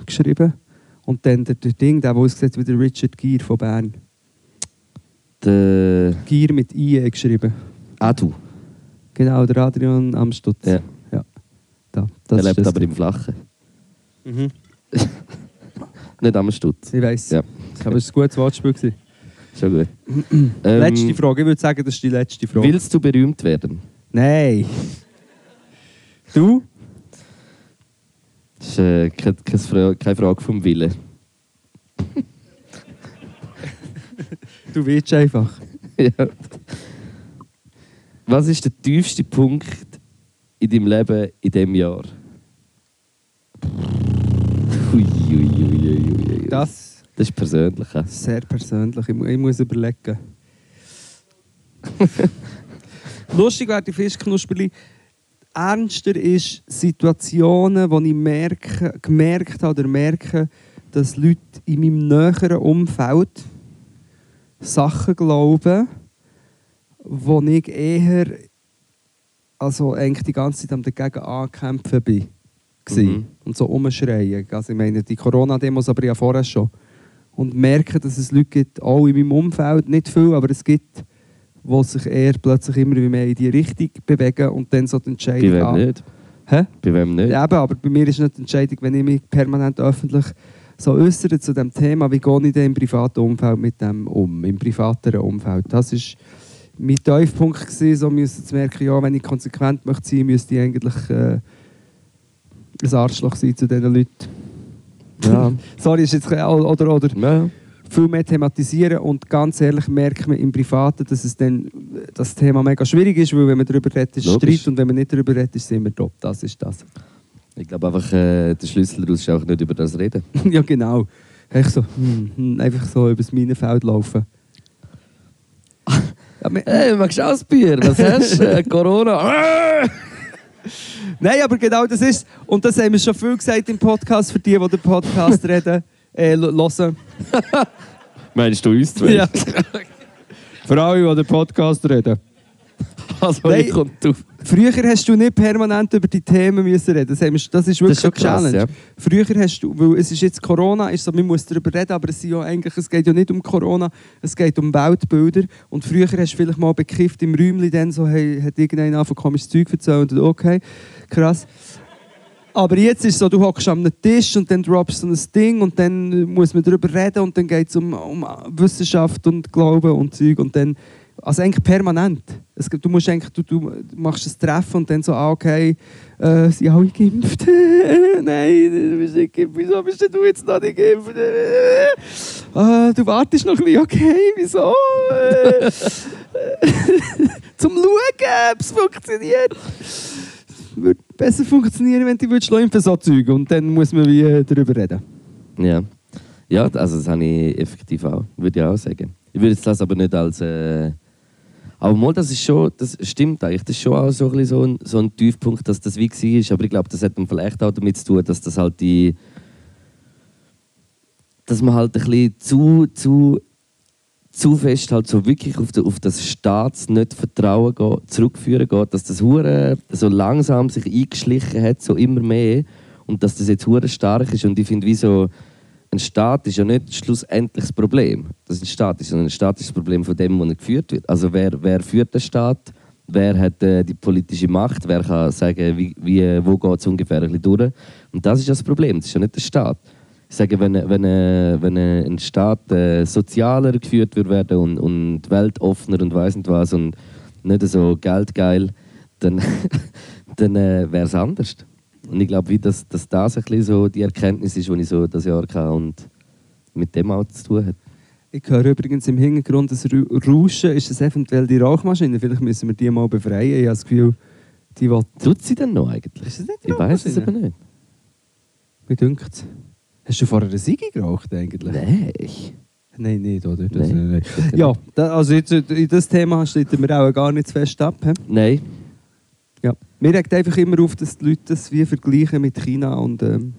S2: geschrieben. Und dann der, der Ding, der, der aussieht wie der Richard Gere von Bern.
S3: Der
S2: Gere mit IE geschrieben.
S3: Adu,
S2: Genau, der Adrian Amstutz.
S3: Ja.
S2: ja. Da,
S3: der
S2: das ist
S3: lebt
S2: das
S3: aber
S2: Ding.
S3: im Flachen.
S2: Mhm.
S3: Nicht am Stutz.
S2: Ich weiß.
S3: Ja,
S2: Aber es war ein gutes Wortspiel. Gewesen.
S3: schon gut. Ähm,
S5: Ähm,
S2: Letzte Frage, ich würde sagen, das ist die letzte Frage.
S3: Willst du berühmt werden?
S2: Nein. Du?
S3: Das ist äh, keine, keine Fra- keine Frage vom Willen.
S2: Du willst einfach.
S3: Ja. Was ist der tiefste Punkt in deinem Leben in diesem Jahr? Ui, ui, ui, ui, ui, ui.
S2: Das
S3: das ist persönlich. hä?
S2: ist sehr persönlich. Ich, mu- ich muss überlegen. Lustig wäre die Fischknusperli. Ernster ist Situationen, wo ich merke, gemerkt habe oder merke, dass Leute in meinem näheren Umfeld Sachen glauben, wo ich eher also eigentlich die ganze Zeit am dagegen ankämpfen bin.
S3: Mhm.
S2: Mhm. Und so umschreien. Also ich meine, die Corona-Demos aber ja vorher schon. Und merke, dass es Leute gibt, auch in meinem Umfeld, nicht viel, aber es gibt, die sich eher plötzlich immer wie mehr in die Richtung bewegen und dann so die
S3: Bei
S2: Entscheidung
S3: wem
S2: an-
S3: nicht?
S2: Hä?
S3: Bei wem nicht?
S2: Ja, eben, aber bei mir ist nicht die Entscheidung, wenn ich mich permanent öffentlich so äußere zu dem Thema, wie gehe ich denn im privaten Umfeld mit dem um, im privateren Umfeld. Das ist mein Tiefpunkt gewesen, so müssen zu merken, ja, wenn ich konsequent möchte sein, müsste ich eigentlich äh, ein Arschloch sein zu diesen Leuten.
S3: Ja.
S2: Sorry, ist jetzt oder oder
S3: Ja.
S2: viel mehr thematisieren und ganz ehrlich merkt man im Privaten, dass es dann äh, das Thema mega schwierig ist, weil wenn man darüber redet, ist
S3: Logisch.
S2: Streit und wenn man nicht darüber redet, ist es immer top. Das ist das.
S3: Ich glaube einfach, äh, der Schlüssel daraus ist auch nicht über das reden.
S2: ja, genau. Echt so, hm, hm, einfach so übers Minenfeld laufen. ja, me-
S3: Hey, magst du auch ein Bier? Was hast du? Äh, Corona? Äh!
S2: Nein, aber genau das ist Und das haben wir schon viel gesagt im Podcast, für die, die den Podcast reden, äh, l- hören.
S3: Meinst du uns zwei?
S2: Ja. Für alle, die den Podcast reden.
S3: Also,
S2: Nein.
S3: ich kommt auf.
S2: Früher hast du nicht permanent über die Themen müssen reden. Das, haben wir, sch- das ist wirklich
S3: schon
S2: eine Challenge.
S3: krass,
S2: Früher hast du, weil es ist jetzt Corona, ist so, man muss darüber reden, aber es, sind ja eigentlich, es geht ja nicht um Corona, es geht um Weltbilder. Und früher hast du vielleicht mal bekifft im Räumchen, dann so, hey, hat irgendeiner angefangen, komisches Zeug zu erzählen und okay, krass. Aber jetzt ist es so, du hockst am Tisch und dann droppst du so ein Ding und dann muss man darüber reden und dann geht es um, um Wissenschaft und Glauben und Zeug und dann, also eigentlich permanent. Es, gibt- du musst eigentlich, du, du machst ein Treffen und dann so, ah, okay, äh, sind alle geimpft? Nein, du bist nicht geimpft. Wieso bist denn du jetzt noch nicht geimpft? Äh, du wartest noch ein bisschen, okay, wieso? Äh, zum Schauen, ob es funktioniert würde besser funktionieren, wenn du würdest lassen, impfen so Zeug. Und dann muss man wie äh, darüber reden.
S3: Ja. ja, also das habe ich effektiv auch, würde ich auch sagen. Ich würde jetzt das aber nicht als... Äh, aber mal, das ist schon, das stimmt eigentlich, das ist schon auch so ein, bisschen so ein, so ein Tiefpunkt, dass das wie war, aber ich glaube, das hat dann vielleicht auch damit zu tun, dass das halt die... dass man halt ein bisschen zu, zu, zu fest halt so wirklich auf, den, auf das Staats nicht Vertrauen geht, zurückführen geht, dass das hure so langsam sich eingeschlichen hat, so immer mehr und dass das jetzt hure stark ist und ich finde wie so ein Staat ist ja nicht schlussendlich das Problem, das ist ein Staat ist, sondern ein Staat ist das Problem von dem, was er geführt wird. Also wer, wer führt den Staat? Wer hat äh, die politische Macht? Wer kann sagen, wie, wie, äh, wo geht es ungefähr ein bisschen durch? Und das ist ja das Problem, das ist ja nicht der Staat ich sage, wenn, wenn, äh, wenn äh, ein Staat äh, sozialer geführt wird werden und, und weltoffener und weiss nicht was und nicht so geldgeil, dann, dann äh, wäre es anders. Und ich glaube, wie das, dass das ein bisschen so die Erkenntnis ist, die ich so das Jahr hatte und mit dem auch zu tun hat.
S2: Ich höre übrigens im Hintergrund das Ru- Rauschen. Ist das eventuell die Rauchmaschine? Vielleicht müssen wir die mal befreien. Ich habe das Gefühl, Die will.
S3: Tut sie denn noch eigentlich?
S2: Ist das nicht
S3: ich weiß es
S2: Rauchersinne?
S3: eben nicht.
S2: Mir dünkt's. Hast du vorher eine Siege geraucht eigentlich?
S3: Nein.
S2: Nein, nicht, oder? Das, nein,
S3: Nein.
S2: nein. Ja, da, also jetzt, äh, in das Thema schreiten wir auch gar nicht zu fest ab. He?
S3: Nein.
S2: Ja. Mir regt einfach immer auf, dass die Leute das wie vergleichen mit China und ähm,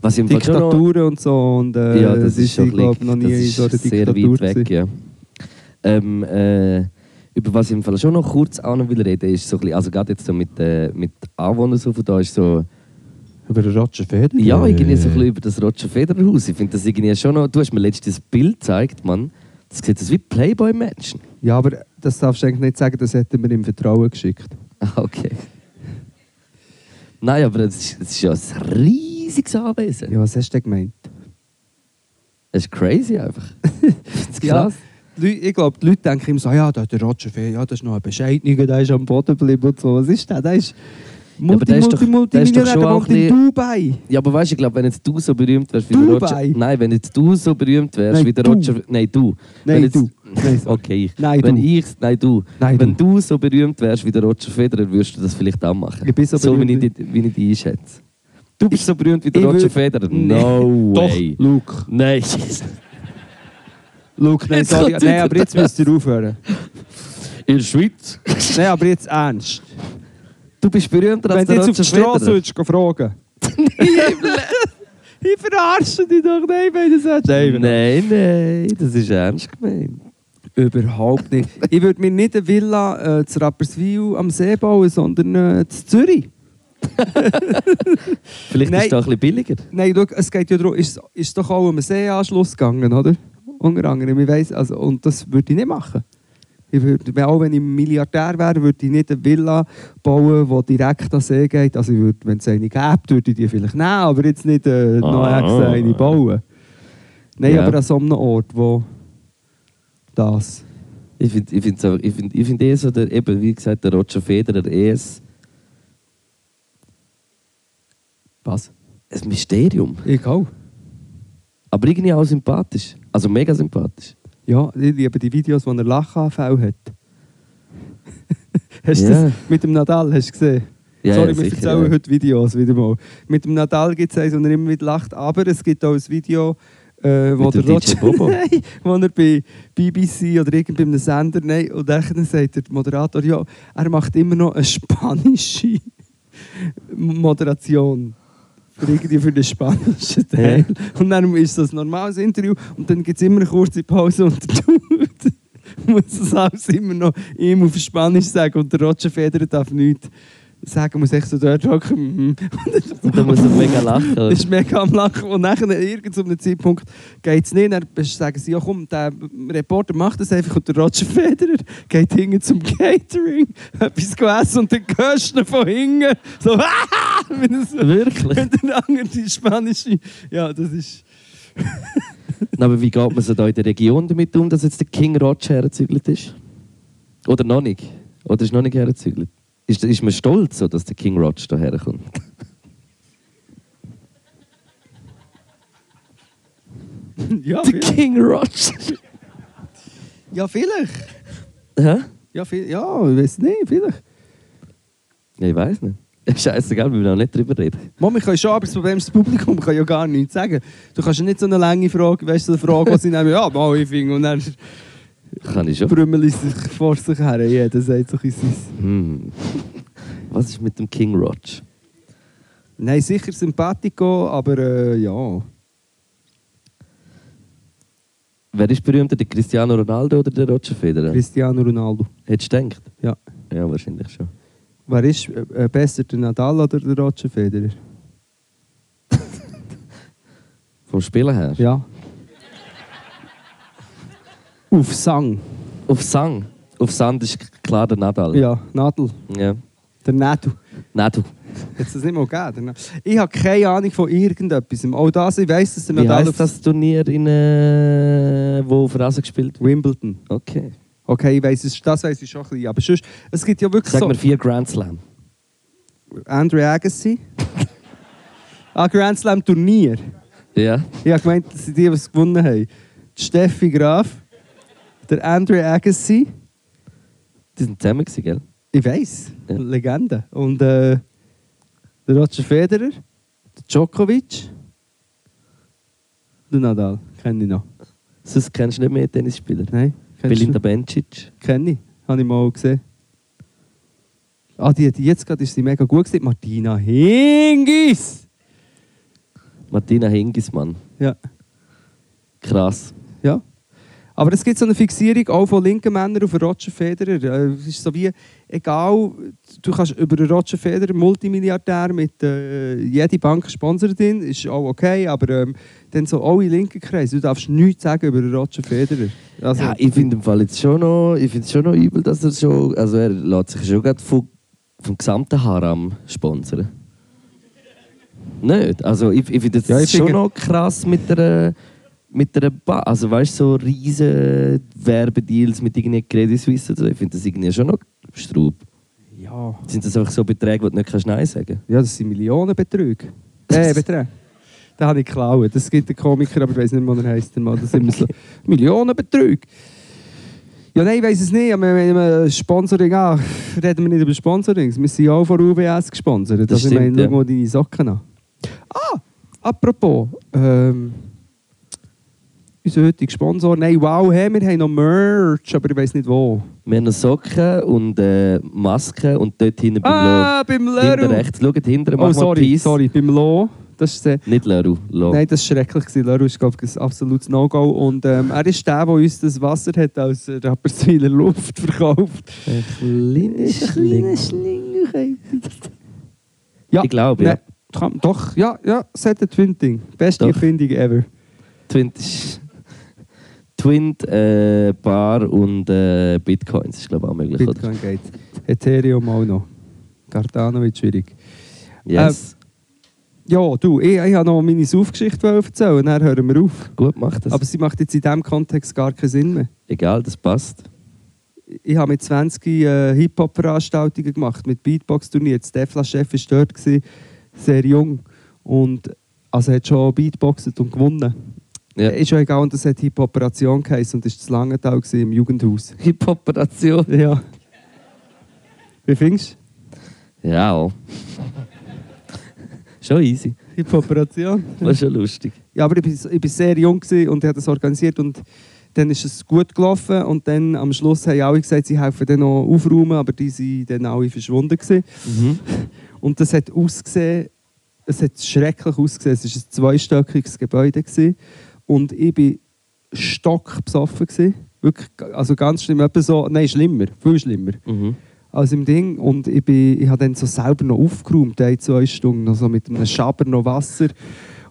S3: Was ich im Fall schon noch-
S2: Diktaturen und so. Und, äh,
S3: ja, das ist schon
S2: ich glaube noch nie
S3: das
S2: in
S3: ist
S2: so einer
S3: sehr
S2: Diktatur
S3: weit weg,
S2: gewesen.
S3: ja. Ähm, äh, über was ich im Fall schon noch kurz auch noch will reden, ist so ein bisschen, also gerade jetzt so mit, äh, mit Anwohnern so von da ist so,
S2: Über den Roger Federer? Äh.
S3: ja, irgendwie so ein bisschen über das Roger Federer Haus. Ich finde das irgendwie schon noch, du hast mir letztes Bild gezeigt, Mann, das sieht aus wie Playboy Mansion.
S2: Ja, aber das darfst du eigentlich nicht sagen, das hätten wir ihm Vertrauen geschickt.
S3: Ah, okay. Nein, aber es ist, es ist ja ein riesiges Anwesen.
S2: Ja, was hast du denn gemeint?
S3: Das ist crazy einfach. das ist
S2: Ja,
S3: krass.
S2: die Leu- ich glaube, die Leute denken immer so, ja, da der Roger Federer, ja, das ist noch ein Bescheidniger, der ist am Boden geblieben und so. Was ist der? Der ist
S3: aber
S2: multi,
S3: der ist
S2: multi,
S3: doch-
S2: multi,
S3: der ist doch
S2: Millionär,
S3: schon
S2: der
S3: auch
S2: wohnt in
S3: ein
S2: Dubai.
S3: Ja, aber weißt du, ich glaube, wenn jetzt du so berühmt wärst wie der
S2: Dubai?
S3: Roger. Nein, wenn jetzt du so berühmt wärst
S2: Nein,
S3: wie der
S2: du.
S3: Roger. Nein, du.
S2: Nein,
S3: wenn jetzt,
S2: du. Nein, sorry.
S3: okay, ich.
S2: Nein,
S3: wenn
S2: du.
S3: ich. Nein, du.
S2: Nein,
S3: wenn du. so berühmt wärst wie der Roger Federer, würdest du das vielleicht auch machen.
S2: Ich bin so
S3: so wie ich,
S2: berühmt
S3: dich- wie ich dich einschätze. Du bist so berühmt wie der
S2: ich
S3: Roger
S2: würd-
S3: Federer.
S2: Nein.
S3: No
S2: Doch,
S3: way.
S2: Luke.
S3: Nein.
S2: Luke, nein,
S3: Jetzt
S2: sorry.
S3: kommt
S2: Nein,
S3: wieder
S2: aber jetzt müsst ihr aufhören.
S3: In der Schweiz.
S2: nein, aber jetzt ernst.
S3: Du bist berühmter als
S2: Wenn du
S3: der
S2: jetzt auf
S3: Roger
S2: die Straße
S3: Federer.
S2: würdest, geh fragen. ich verarsche dich doch, nein, wenn du das sagst.
S3: Nein, nein, das ist ernst gemeint.
S2: Überhaupt nicht. Ich würde mir nicht eine Villa äh, zu Rapperswil am See bauen, sondern äh, zu Zürich.
S3: Vielleicht
S2: Nein.
S3: ist das auch ein bisschen billiger.
S2: Nein, schau, es geht ja darum, ist es doch auch um einen Seeanschluss gegangen, oder? Unter anderem, ich weiss, also, und das würde ich nicht machen. Ich würd, auch wenn ich Milliardär wäre, würde ich nicht eine Villa bauen, die direkt an den See geht. Also ich würd, wenn es eine gäbe, würde ich die vielleicht nehmen, aber jetzt nicht äh, noch
S3: Ah.
S2: extra eine bauen. Nein,
S3: Ja.
S2: aber an so einem Ort, wo das...
S3: Ich finde ich find's einfach- ich find, ich find eh so, der, eben, wie gesagt, der Roger Federer eh es-
S2: Was?
S3: ein Mysterium.
S2: Ich auch.
S3: Aber irgendwie auch sympathisch. Also mega sympathisch.
S2: Ja, ich liebe die Videos, wo er Lachanfälle hat. hast du
S3: Ja.
S2: das mit dem Nadal hast du gesehen?
S3: Ja,
S2: Sorry,
S3: ja,
S2: wir
S3: sicher,
S2: erzählen
S3: ja.
S2: heute Videos wieder mal. Mit dem Nadal gibt es eins, wo er immer wieder lacht, aber es gibt auch ein Video, äh, wo
S3: Mit
S2: der
S3: dem DJ
S2: Roger,
S3: Bobo?
S2: nein, wo er bei BBC oder irgendeinem Sender, nein, und dann sagt der Moderator, ja, er macht immer noch eine spanische Moderation. Für irgendwie für den spanischen Teil. Und dann ist das ein normales Interview und dann gibt es immer eine kurze Pause und der Dude muss das alles immer noch ihm auf Spanisch sagen und der Roger Federer darf nichts sagen, muss echt so dort hocken. mhm.
S3: Und da muss er mega lachen.
S2: Das
S3: oder?
S2: ist mega am Lachen. Und nachher, irgend zu einem Zeitpunkt, geht es nicht. Dann sagen sie, ja komm, der Reporter macht das einfach. Und der Roger Federer geht hinten zum Catering, etwas zu essen und dann hörst du ihn von hinten. So, ah! Wenn er so-
S3: Wirklich?
S2: wenn der andere die spanische. Ja, das ist.
S3: Na, Aber wie geht man so da in der Region damit um, dass jetzt der King Roger hergezügelt ist? Oder noch nicht? Oder ist noch nicht hergezügelt? Ist, ist man stolz, so, dass der King Roger da herkommt?
S2: Ja,
S3: Der
S2: vielleicht.
S3: King Roger!
S2: Ja, vielleicht.
S3: Hä?
S2: Ja, viel, ja ich weiß nicht, vielleicht.
S3: Ja, ich weiß nicht. Scheißegal, wir wollen auch nicht drüber reden.
S2: Mom, ich kann schon, aber das Problem ist, das Publikum kann ja gar nichts sagen. Du kannst ja nicht so eine lange Frage, weißt du, so eine Frage, die sie nehmen, ja, mal ich finde, und dann
S3: Kann ich schon.
S2: brümmeln sie sich vor sich her. Jeder sagt so ein bisschen-
S3: Hm. Was ist mit dem King Roger?
S2: Nein, sicher Sympathico, aber äh, ja.
S3: Wer ist berühmter, der Cristiano Ronaldo oder der Roger Federer?
S2: Cristiano Ronaldo.
S3: Hättest du gedacht?
S2: Ja.
S3: Ja, wahrscheinlich schon.
S2: Wer ist äh, äh, besser, der Nadal oder der Roger Federer?
S3: Vom Spielen her?
S2: Ja. Auf Sang.
S3: Auf Sang. Auf Sand ist k- klar der Nadal.
S2: Ja, Nadel.
S3: ja.
S2: Der Nadel.
S3: Nadel.
S2: Jetzt das nicht mal gegeben. Ich habe keine Ahnung von irgendetwas. Auch das, ich weiss, dass der
S3: Wie
S2: Nadal auf
S3: heisst das Turnier, in, äh, wo auf Rasen gespielt wird?
S2: Wimbledon.
S3: Okay.
S2: Okay, ich weiss, es- das weiss ich schon ein bisschen. Aber sonst, es gibt ja wirklich
S3: Sag
S2: so...
S3: mir vier Grand Slam.
S2: Andre Agassi. Ein Grand Slam Turnier.
S3: Ja.
S2: Ich habe gemeint, das sind die, die es gewonnen haben. Die Steffi Graf, der Andre Agassi,
S3: Die sind zusammen, gewesen, gell?
S2: Ich weiß,
S3: Ja.
S2: Legende. Und äh, der Roger Federer, der Djokovic, der Nadal, kenne ich noch.
S3: Sonst kennst du nicht mehr Tennisspieler.
S2: Nein, kennst
S3: Belinda
S2: du?
S3: Bencic.
S2: Kenne ich, habe ich mal gesehen. Ah, die, die jetzt gerade ist sie mega gut gewesen. Martina Hingis!
S3: Martina Hingismann.
S2: Ja,
S3: Krass.
S2: ja. Aber es gibt so eine Fixierung auch von linken Männern auf Roger Federer. Äh, Es ist so wie, egal, du kannst über den Roger Federer, Multimilliardär, mit äh, jede Bank sponsert ihn, ist auch okay, aber ähm, dann so alle linken Kreise, du darfst nichts sagen über den Roger Federer. Also,
S3: ja, ich finde im Fall jetzt schon noch, ich find's schon noch übel, dass er schon, also er lässt sich schon gerade vom, vom gesamten Haram sponsern. Nicht? Also ich, ich finde das
S2: Ja, ich
S3: schon
S2: finde-
S3: noch krass mit der mit der ba also weißt so riesen Werbedeals mit irgendwie Credit Suisse oder so. Also, Ich finde das irgendwie schon noch Straub.
S2: ja.
S3: Sind das einfach so Beträge, die du nicht kannst Nein sagen?
S2: Ja, das sind Millionenbetrüge. Äh, Beträge. Da habe ich geklaut. Das gibt einen Komiker, aber ich weiß nicht, wie er heißt. Das sind immer so Millionenbetrüge. Ja, nein, ich weiß es nicht. Aber wenn wir Sponsoring an, reden wir nicht über Sponsorings. Wir sind auch von UBS gesponsert. Das
S3: Das
S2: also, ich meine,
S3: stimmt,
S2: schau
S3: ja.
S2: mal deine Socken an. Ah, apropos. Ähm, unser heutiger Sponsor. Nein, wow, hey, wir haben noch Merch, aber ich weiß nicht wo.
S3: Wir haben noch Socken und äh, Masken und dort hinten beim
S2: Ah, beim
S3: Lo. Hinten
S2: Leru.
S3: rechts, schaut hinten, mach
S2: Oh,
S3: mal
S2: sorry,
S3: Peace.
S2: sorry, beim Lo. Das ist der
S3: Nicht Leru, Lo.
S2: Nein, das war schrecklich. Laro ist, glaube ich, ein absolutes No-Go. Und ähm, er ist der, der uns das Wasser hat aus äh, Rapperswiler Luft verkauft.
S3: Ein kleiner Schling.
S2: Ja,
S3: Ich glaube, ja.
S2: Nein, kann- Doch, ja, ja, seit der Twin-Ding. Beste
S3: Doch.
S2: Erfindung ever.
S3: Twint, ist- Twint äh, Bar und äh, Bitcoins ist, glaube ich, auch möglich.
S2: Bitcoin geht. Ethereum auch noch. Cardano wird schwierig.
S3: Oder? Yes.
S2: Ähm, Ja, du, ich, ich habe noch meine Saufgeschichte erzählen, dann hören wir auf.
S3: Gut, mach das.
S2: Aber sie macht jetzt in diesem Kontext gar keinen Sinn mehr.
S3: Egal, das passt.
S2: ich habe mit 20 äh, Hip-Hop-Veranstaltungen gemacht, mit Beatbox-Turnieren. Der Defla-Chef war dort, gewesen, sehr jung. Und also hat schon Beatboxet und gewonnen. Äh,
S3: Ja.
S2: Ist ja egal, und das hat Hip-Operation geheißen und ist das Langenthal gewesen, im Jugendhaus.
S3: Hip-Operation.
S2: Ja. Wie findest
S3: Ja. auch. schon easy.
S2: du? Hip-Operation?
S3: War schon lustig.
S2: Ja, aber ich war ich bin sehr jung gewesen und ich habe das organisiert und dann ist es gut gelaufen und dann am Schluss haben alle gesagt, sie helfen dann noch aufräumen, aber die sind dann alle verschwunden gewesen. Und das hat ausgesehen, es hat schrecklich ausgesehen, es war ein zweistöckiges Gebäude gewesen. und ich bin stockbesoffen gewesen. Wirklich, also ganz schlimm, etwa so, nein, schlimmer, viel schlimmer
S3: Mhm.
S2: als im Ding. Und ich, bin, ich habe dann so selber noch aufgeräumt, eine, zwei Stunden, noch so mit einem Schaber noch Wasser.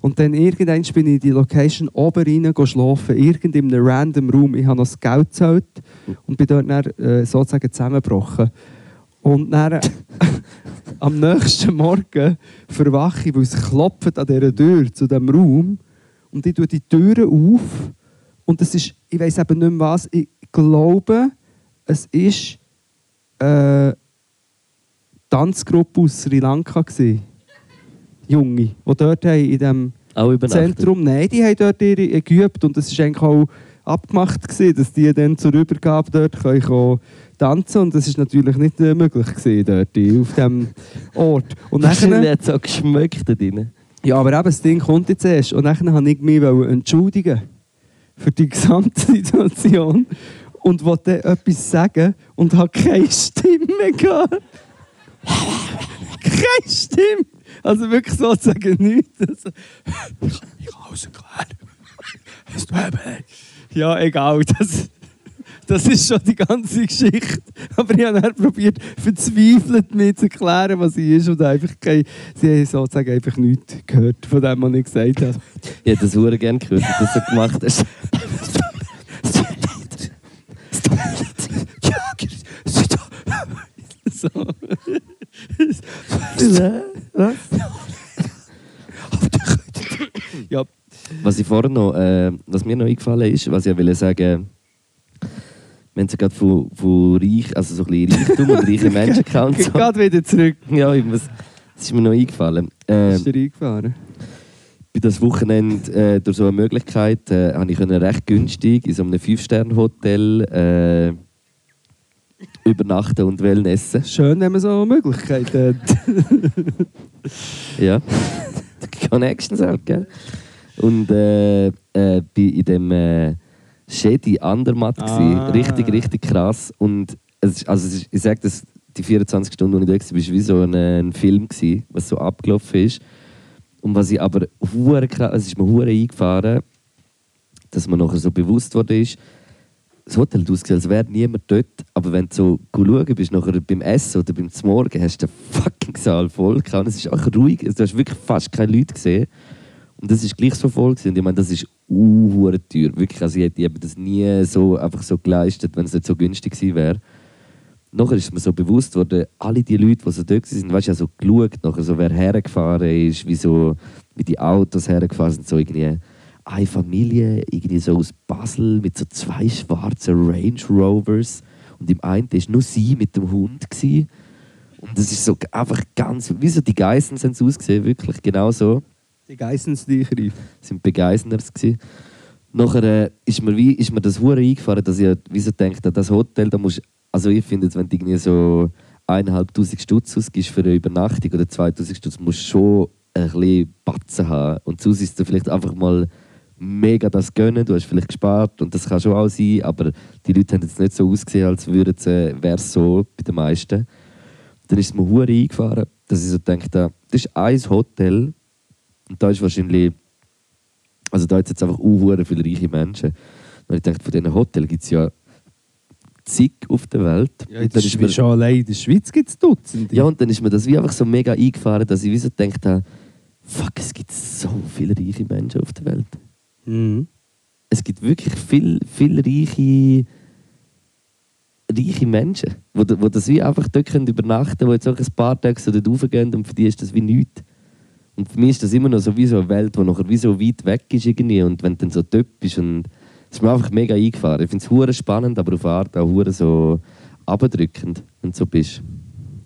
S2: Und dann irgendwann bin ich in die Location oben rein go schlafen, irgend in einem random Raum. Ich habe noch das Geld gezahlt und bin dort dann, äh, sozusagen zusammengebrochen. Und dann äh, am nächsten Morgen verwache ich, weil es klopft an dieser Tür zu diesem Raum. Und ich tue die Türen auf. Und das ist, ich weiß eben nicht mehr was, ich glaube, es ist äh, Tanzgruppe aus Sri Lanka gsi. Junge, die dort haben in dem
S3: Auch übernachtet.
S2: Zentrum, nein, die haben dort ihre geübt und das war eigentlich auch abgemacht, gsi, dass die dann zur Übergabe dort können kommen tanzen und das ist natürlich nicht äh, möglich gsi dort äh, auf dem Ort. Und
S3: Wahrscheinlich
S2: nachher,
S3: hat es auch geschmeckt da drin.
S2: ja, aber eben, das Ding kommt jetzt erst und nachher wollte ich mich entschuldigen für die gesamte Situation und wollte dann etwas sagen und habe keine Stimme gehabt. keine Stimme. Also wirklich sozusagen nichts. Also, ich kann ich kann alles erklären. Es tut mir leid. Ja, egal. Das, das ist schon die ganze Geschichte. Aber ich habe dann probiert, verzweifelt mir zu erklären, was sie ist. Und einfach keine, sie haben sozusagen einfach nichts gehört von dem, was ich gesagt habe.
S3: Ich hätte das sehr gerne gehört, dass du das so gemacht hast.
S2: So. Ja,
S3: Was, ich vorher noch, äh, was mir noch eingefallen ist, was ich will sagen wir haben es ja gerade von, von Reich, also so ein bisschen Reichtum und reichen Menschen gehabt. und
S2: geht
S3: So.
S2: gerade wieder zurück.
S3: Ja, ich muss, das ist mir noch eingefallen. Äh,
S2: Ist dir eingefahren?
S3: bei das Wochenende äh, durch so eine Möglichkeit äh, habe ich können recht günstig in so einem 5-Sterne-Hotel äh, Übernachten und Wellnessen.
S2: Schön, wenn man so Möglichkeiten hat.
S3: Ja. Die Connections halt, gell? Und äh, äh, bin in dem äh, Shady Andermatt
S2: Ah.
S3: ah. Richtig, richtig krass. Und es ist, also es ist, ich sage das, die 24 Stunden, die ich da war, war wie so ein, äh, ein Film, gewesen, was so abgelaufen ist. Und was ich aber hure krass, es ist mir hure eingefahren, dass mir nachher so bewusst wurde ist, das Hotel hat ausgesehen, als wäre niemand dort, aber wenn du so schauen bist, nachher beim Essen oder beim Zmorgen, hast du den fucking Saal voll gehabt. Und Es ist auch ruhig, also du hast wirklich fast keine Leute gesehen. Und das ist gleich so voll gewesen. Und ich meine, das ist unhure teuer. Wirklich, also ich hätte ich habe das nie so einfach so geleistet, wenn es nicht so günstig gewesen wäre. Nachher ist mir so bewusst worden, alle die Leute, die so dort waren, weißt du, ich habe so geschaut, nachher so, wer hergefahren ist, wie, so, wie die Autos hergefahren sind, so irgendwie eine Familie, irgendwie so aus Basel, mit so zwei schwarzen Range Rovers und im einen war nur sie mit dem Hund. Gewesen. Und das ist so g- einfach ganz, wie so die Geißen sind ausgesehen, wirklich genau so
S2: Die Geissensleicherei.
S3: sind begeistert gsi. Nachher äh, ist, mir wie, ist mir das hure eingefahren, dass ich halt wie so denke, das Hotel, da musst also ich finde, jetzt, wenn du irgendwie so 1'500 Stutz ausgibst für eine Übernachtung oder 2'000 Stutz, musst du schon äh, ein bisschen Batzen haben. Und sonst ist dir vielleicht einfach mal mega das gönnen, du hast vielleicht gespart und das kann schon auch sein, aber die Leute haben jetzt nicht so ausgesehen, als wäre es äh, so bei den meisten. Dann ist es mir hure eingefahren, dass ich so denke, das ist ein Hotel und da ist wahrscheinlich also da hat es jetzt einfach unhure viele reiche Menschen. Und ich dachte, von diesen Hotels gibt es ja zig auf der Welt. und dann ist mir,
S2: schon allein in der Schweiz gibt es Dutzende.
S3: ja, und dann ist mir das wie einfach so mega eingefahren, dass ich wie so gedacht habe, fuck, es gibt so viele reiche Menschen auf der Welt.
S2: Mhm.
S3: Es gibt wirklich viel, viel reiche, reiche Menschen, wo, da- wo das wie einfach dort können übernachten können, die jetzt auch ein paar Tage so dort raufgehen und für die ist das wie nichts. Und für mich ist das immer noch so wie so eine Welt, die nachher wie so weit weg ist irgendwie und wenn du dann so dort bist und es ist mir einfach mega eingefahren. Ich finde es hure spannend, aber auf eine Art auch hure so abdrückend, wenn du so bist.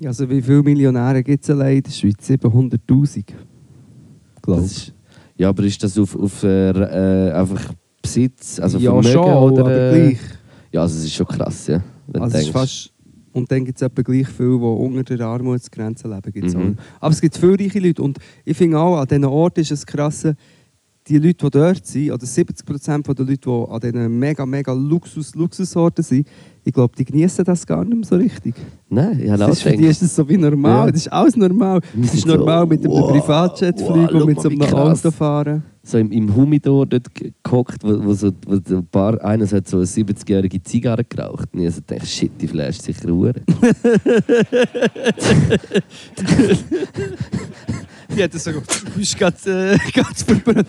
S2: Also wie viele Millionäre gibt es allein in der Schweiz? 700'000. Glaube
S3: Das ist, ja, aber ist das auf, auf äh, äh, einfach Besitz, also
S2: ja,
S3: Vermögen
S2: schon,
S3: oder?
S2: aber
S3: äh,
S2: gleich.
S3: Ja, also es ist schon krass, ja. Wenn
S2: Also
S3: du
S2: es ist
S3: denkst.
S2: fast, und dann gibt es etwa gleich viele, die unter der Armutsgrenze leben. Gibt's
S3: Mhm.
S2: auch. Aber es gibt viele reiche Leute. Und ich finde auch, an diesen Orten ist es krass, die Leute, die dort sind, oder 70% der Leute, die an diesen mega, mega Luxus, Luxusorten sind, ich glaube, die genießen das gar nicht mehr so richtig.
S3: Nein, ich habe
S2: Das
S3: auch
S2: ist, für die
S3: gedacht.
S2: ist das so wie normal.
S3: Ja.
S2: Das ist alles normal. Das ist
S3: So,
S2: normal mit einem
S3: wow,
S2: Privatjet
S3: wow,
S2: fliegen
S3: schau
S2: und mit
S3: mal,
S2: so
S3: wie
S2: einem
S3: krass.
S2: Auto fahren.
S3: So im, im Humidor dort ge- gehockt, wo, wo, so, wo so ein paar, einer hat so eine 70-jährige Zigarre geraucht. Und ich so dachte, shit, die flasht sicher Ruhe.
S2: Die hat das so ist ganz, äh, ganz verbrannt.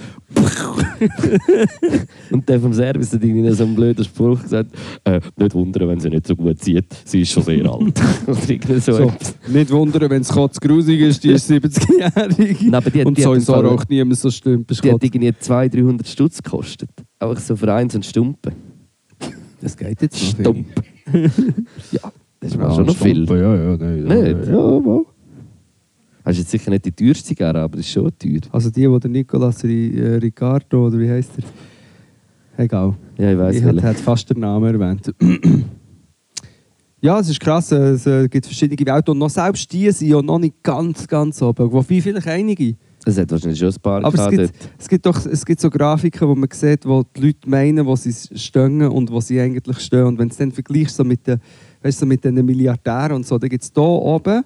S3: Und der vom Service hat irgendwie noch so einen blöden Spruch gesagt: äh, Nicht wundern, wenn sie nicht so gut zieht, sie ist schon sehr alt. Oder irgendwie so.
S2: So, nicht wundern, wenn es kotzgrusig ist, die ist 70-jährig.
S3: Nein, aber die hat-
S2: Und
S3: die hat im
S2: sowieso
S3: Fall-
S2: raucht niemand so stümpisch
S3: Die hat irgendwie 200, 300 Stutz gekostet. Einfach so für eins und Stumpen.
S2: Das geht jetzt
S3: Stump. ja, das war schon noch viel.
S2: Ja, ja, nein.
S3: Nicht?
S2: Ja, mal.
S3: Hast jetzt sicher nicht die teuerste Zigarre, aber es ist schon teuer.
S2: Also die, die der Nicolas Ri- äh, Ricardo, oder wie heißt er? Egal.
S3: Ja, ich weiß
S2: Ich hätte halt hätte fast den Namen erwähnt. Ja, es ist krass, äh, es äh, gibt verschiedene Welten und noch selbst die sind ja noch nicht ganz, ganz oben, wobei vielleicht einige.
S3: Es hat wahrscheinlich schon ein paar
S2: Aber es
S3: gehabt
S2: gibt,
S3: dort.
S2: es gibt doch es gibt so Grafiken, wo man sieht, wo die Leute meinen, wo sie stehen und wo sie eigentlich stehen. Und wenn du es dann vergleichst so mit, den, weißt, so mit den Milliardären und so, dann gibt es hier oben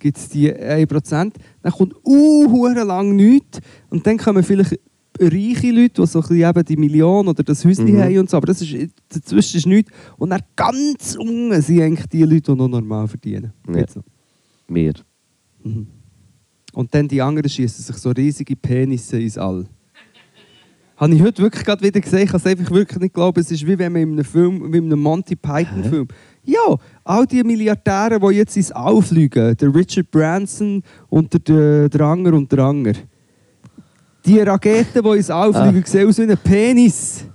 S2: gibt's die 1%, dann kommt uh, lang nichts und dann kommen vielleicht reiche Leute, die so ein bisschen eben die Million oder das Häuschen
S3: Mhm.
S2: haben und so, aber das ist, dazwischen ist nichts. Und dann ganz unten sind eigentlich die Leute, die noch normal verdienen.
S3: Ja.
S2: Jetzt noch.
S3: Mehr.
S2: Mhm. Und dann die anderen schießen sich so riesige Penisse ins All. Habe ich heute wirklich gerade wieder gesehen, ich kann es einfach wirklich nicht glauben. Es ist wie wenn man in einem Film, wie in einem Monty Python-Film. Ja, all die Milliardäre, die jetzt ins All fliegen, der Richard Branson und der, der Dranger und Dranger. Die Raketen, die ins All fliegen, sehen aus wie ein Penis.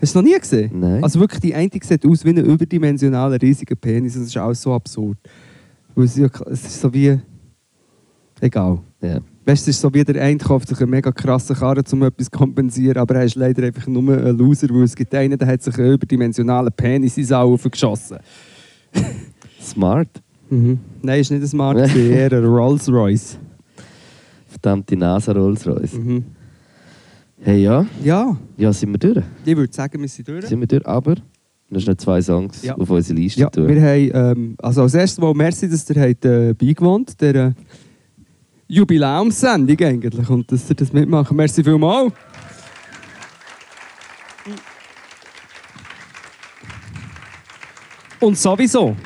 S2: Hast du noch nie gesehen?
S3: Nein.
S2: Also wirklich, die eine sieht aus wie ein überdimensionaler, riesiger Penis. Das ist alles so absurd. Weil es, ja, es ist so wie... Egal.
S3: Ja.
S2: Weißt du, es ist so wie der eine kauft sich einen mega krassen Karren, um etwas zu kompensieren, aber er ist leider einfach nur ein Loser, weil es gibt einen, der hat sich einen überdimensionalen Penis ins Auge geschossen.
S3: Smart.
S2: Mhm. Nein, ist nicht ein Smart, gewesen, eher ein Rolls Royce.
S3: Verdammte NASA Rolls Royce.
S2: Mhm.
S3: Hey, ja.
S2: Ja,
S3: Ja, sind wir durch.
S2: ich würde sagen, wir sind durch.
S3: Sind wir durch, aber das sind noch zwei Songs
S2: Ja.
S3: auf unsere Liste.
S2: Ja,
S3: tun.
S2: wir haben, ähm, also als erstes mal merci, dass ihr habt, äh, beigewohnt der äh, Jubiläumssendung eigentlich und dass ihr das mitmacht. Merci vielmals. Und sowieso.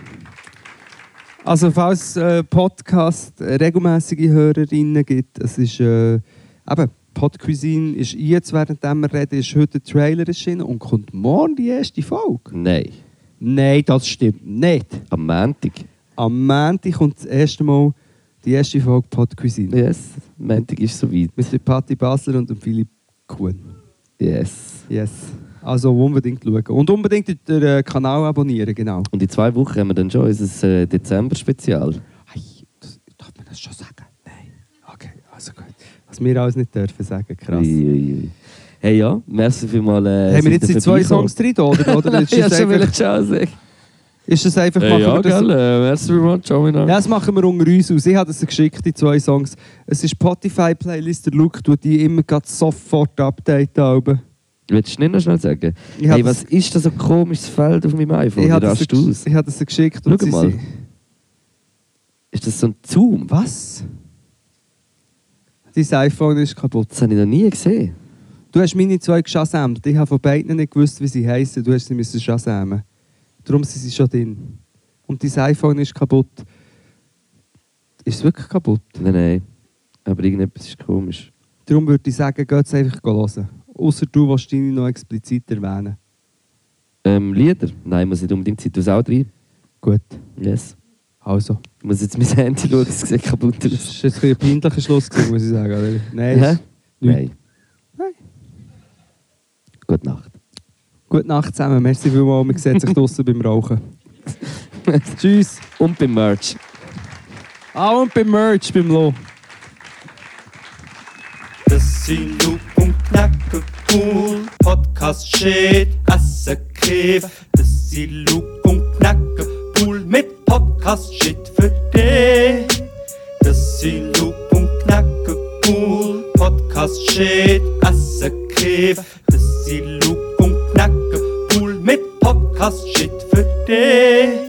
S2: Also falls äh, Podcast regelmäßige Hörerinnen gibt, es ist äh, eben Podcuisine ist jetzt während wir reden, ist heute der Trailer erschienen und kommt morgen die erste Folge.
S3: Nein.
S2: Nein, das stimmt nicht.
S3: Am Montag.
S2: Am Montag kommt das erste Mal die erste Folge Pod Cuisine.
S3: Yes. Montag ist soweit.
S2: Mit der Patti Basler und dem Philipp Kuhn.
S3: Yes.
S2: Yes. Also unbedingt schauen. Und unbedingt den äh, Kanal abonnieren, genau.
S3: Und in zwei Wochen haben wir dann schon unser äh, Dezember-Spezial.
S2: Hey, das, darf man das schon sagen? Nein. Okay, also gut. Was wir alles nicht dürfen sagen, krass.
S3: Ui, ui, ui. Hey ja, merci vielmals. Äh,
S2: Haben wir
S3: seid
S2: jetzt
S3: ihr
S2: in zwei
S3: vorbeigekommen.
S2: Songs drin, oder? oder ist,
S3: ja,
S2: das
S3: schon will ich
S2: einfach,
S3: schon sagen.
S2: ist das einfach,
S3: Hey,
S2: machen
S3: ja,
S2: wir das
S3: gell? Äh, merci vielmals, ciao miteinander.
S2: Ja, das machen wir unter uns aus. Ich habe das geschickt, die zwei Songs. Es ist Spotify-Playlist, der Luke tut die immer grad sofort updaten. Alben.
S3: Willst du nicht noch schnell sagen?
S2: Ich hab
S3: hey,
S2: das-
S3: was ist das so ein komisches Feld auf meinem iPhone?
S2: Ich habe
S3: Da
S2: das,
S3: rast du aus.
S2: ich habe das geschickt
S3: Schau
S2: und sie
S3: mal.
S2: sind...
S3: Ist das so ein Zoom?
S2: Was? Dein iPhone ist kaputt.
S3: Das habe ich noch nie gesehen.
S2: Du hast meine zwei geschasamt. Ich habe von beiden nicht gewusst, wie sie heißen. Du hast sie müssen schasamen. Darum sind sie schon drin. Und dein iPhone ist kaputt. Ist es wirklich kaputt?
S3: Nein, nein. Aber irgendetwas ist komisch.
S2: Darum würde ich sagen, geht es einfach hören. Außer du willst deine noch explizit erwähnen.
S3: Ähm, Lieder? Nein, muss nicht unbedingt sein. Du es auch rein?
S2: Gut.
S3: Yes.
S2: Also.
S3: Ich muss jetzt mein Handy schauen, es sieht kaputt
S2: Das
S3: aus.
S2: ist jetzt ein, bisschen ein peinlicher Schluss, gewesen, muss ich sagen. Oder? Nein. ist
S3: Hä?
S2: nichts.
S3: Nein.
S2: Nein.
S3: Gute Nacht.
S2: Gute Nacht zusammen. Merci vielmals. Wir sehen sich draußen beim Rauchen. Tschüss.
S3: Und beim Merch.
S2: Ah, und beim Merch, beim Lo.
S1: Das sind Luke und Knacke cool. Podcast shit, essen Kiff. Das sind Luke und Knacke cool mit Podcast shit für dich. Das sind Luke und Knacke cool. Podcast shit, essen Kiff. Das sind Luke und Knacke cool mit Podcast shit für dich.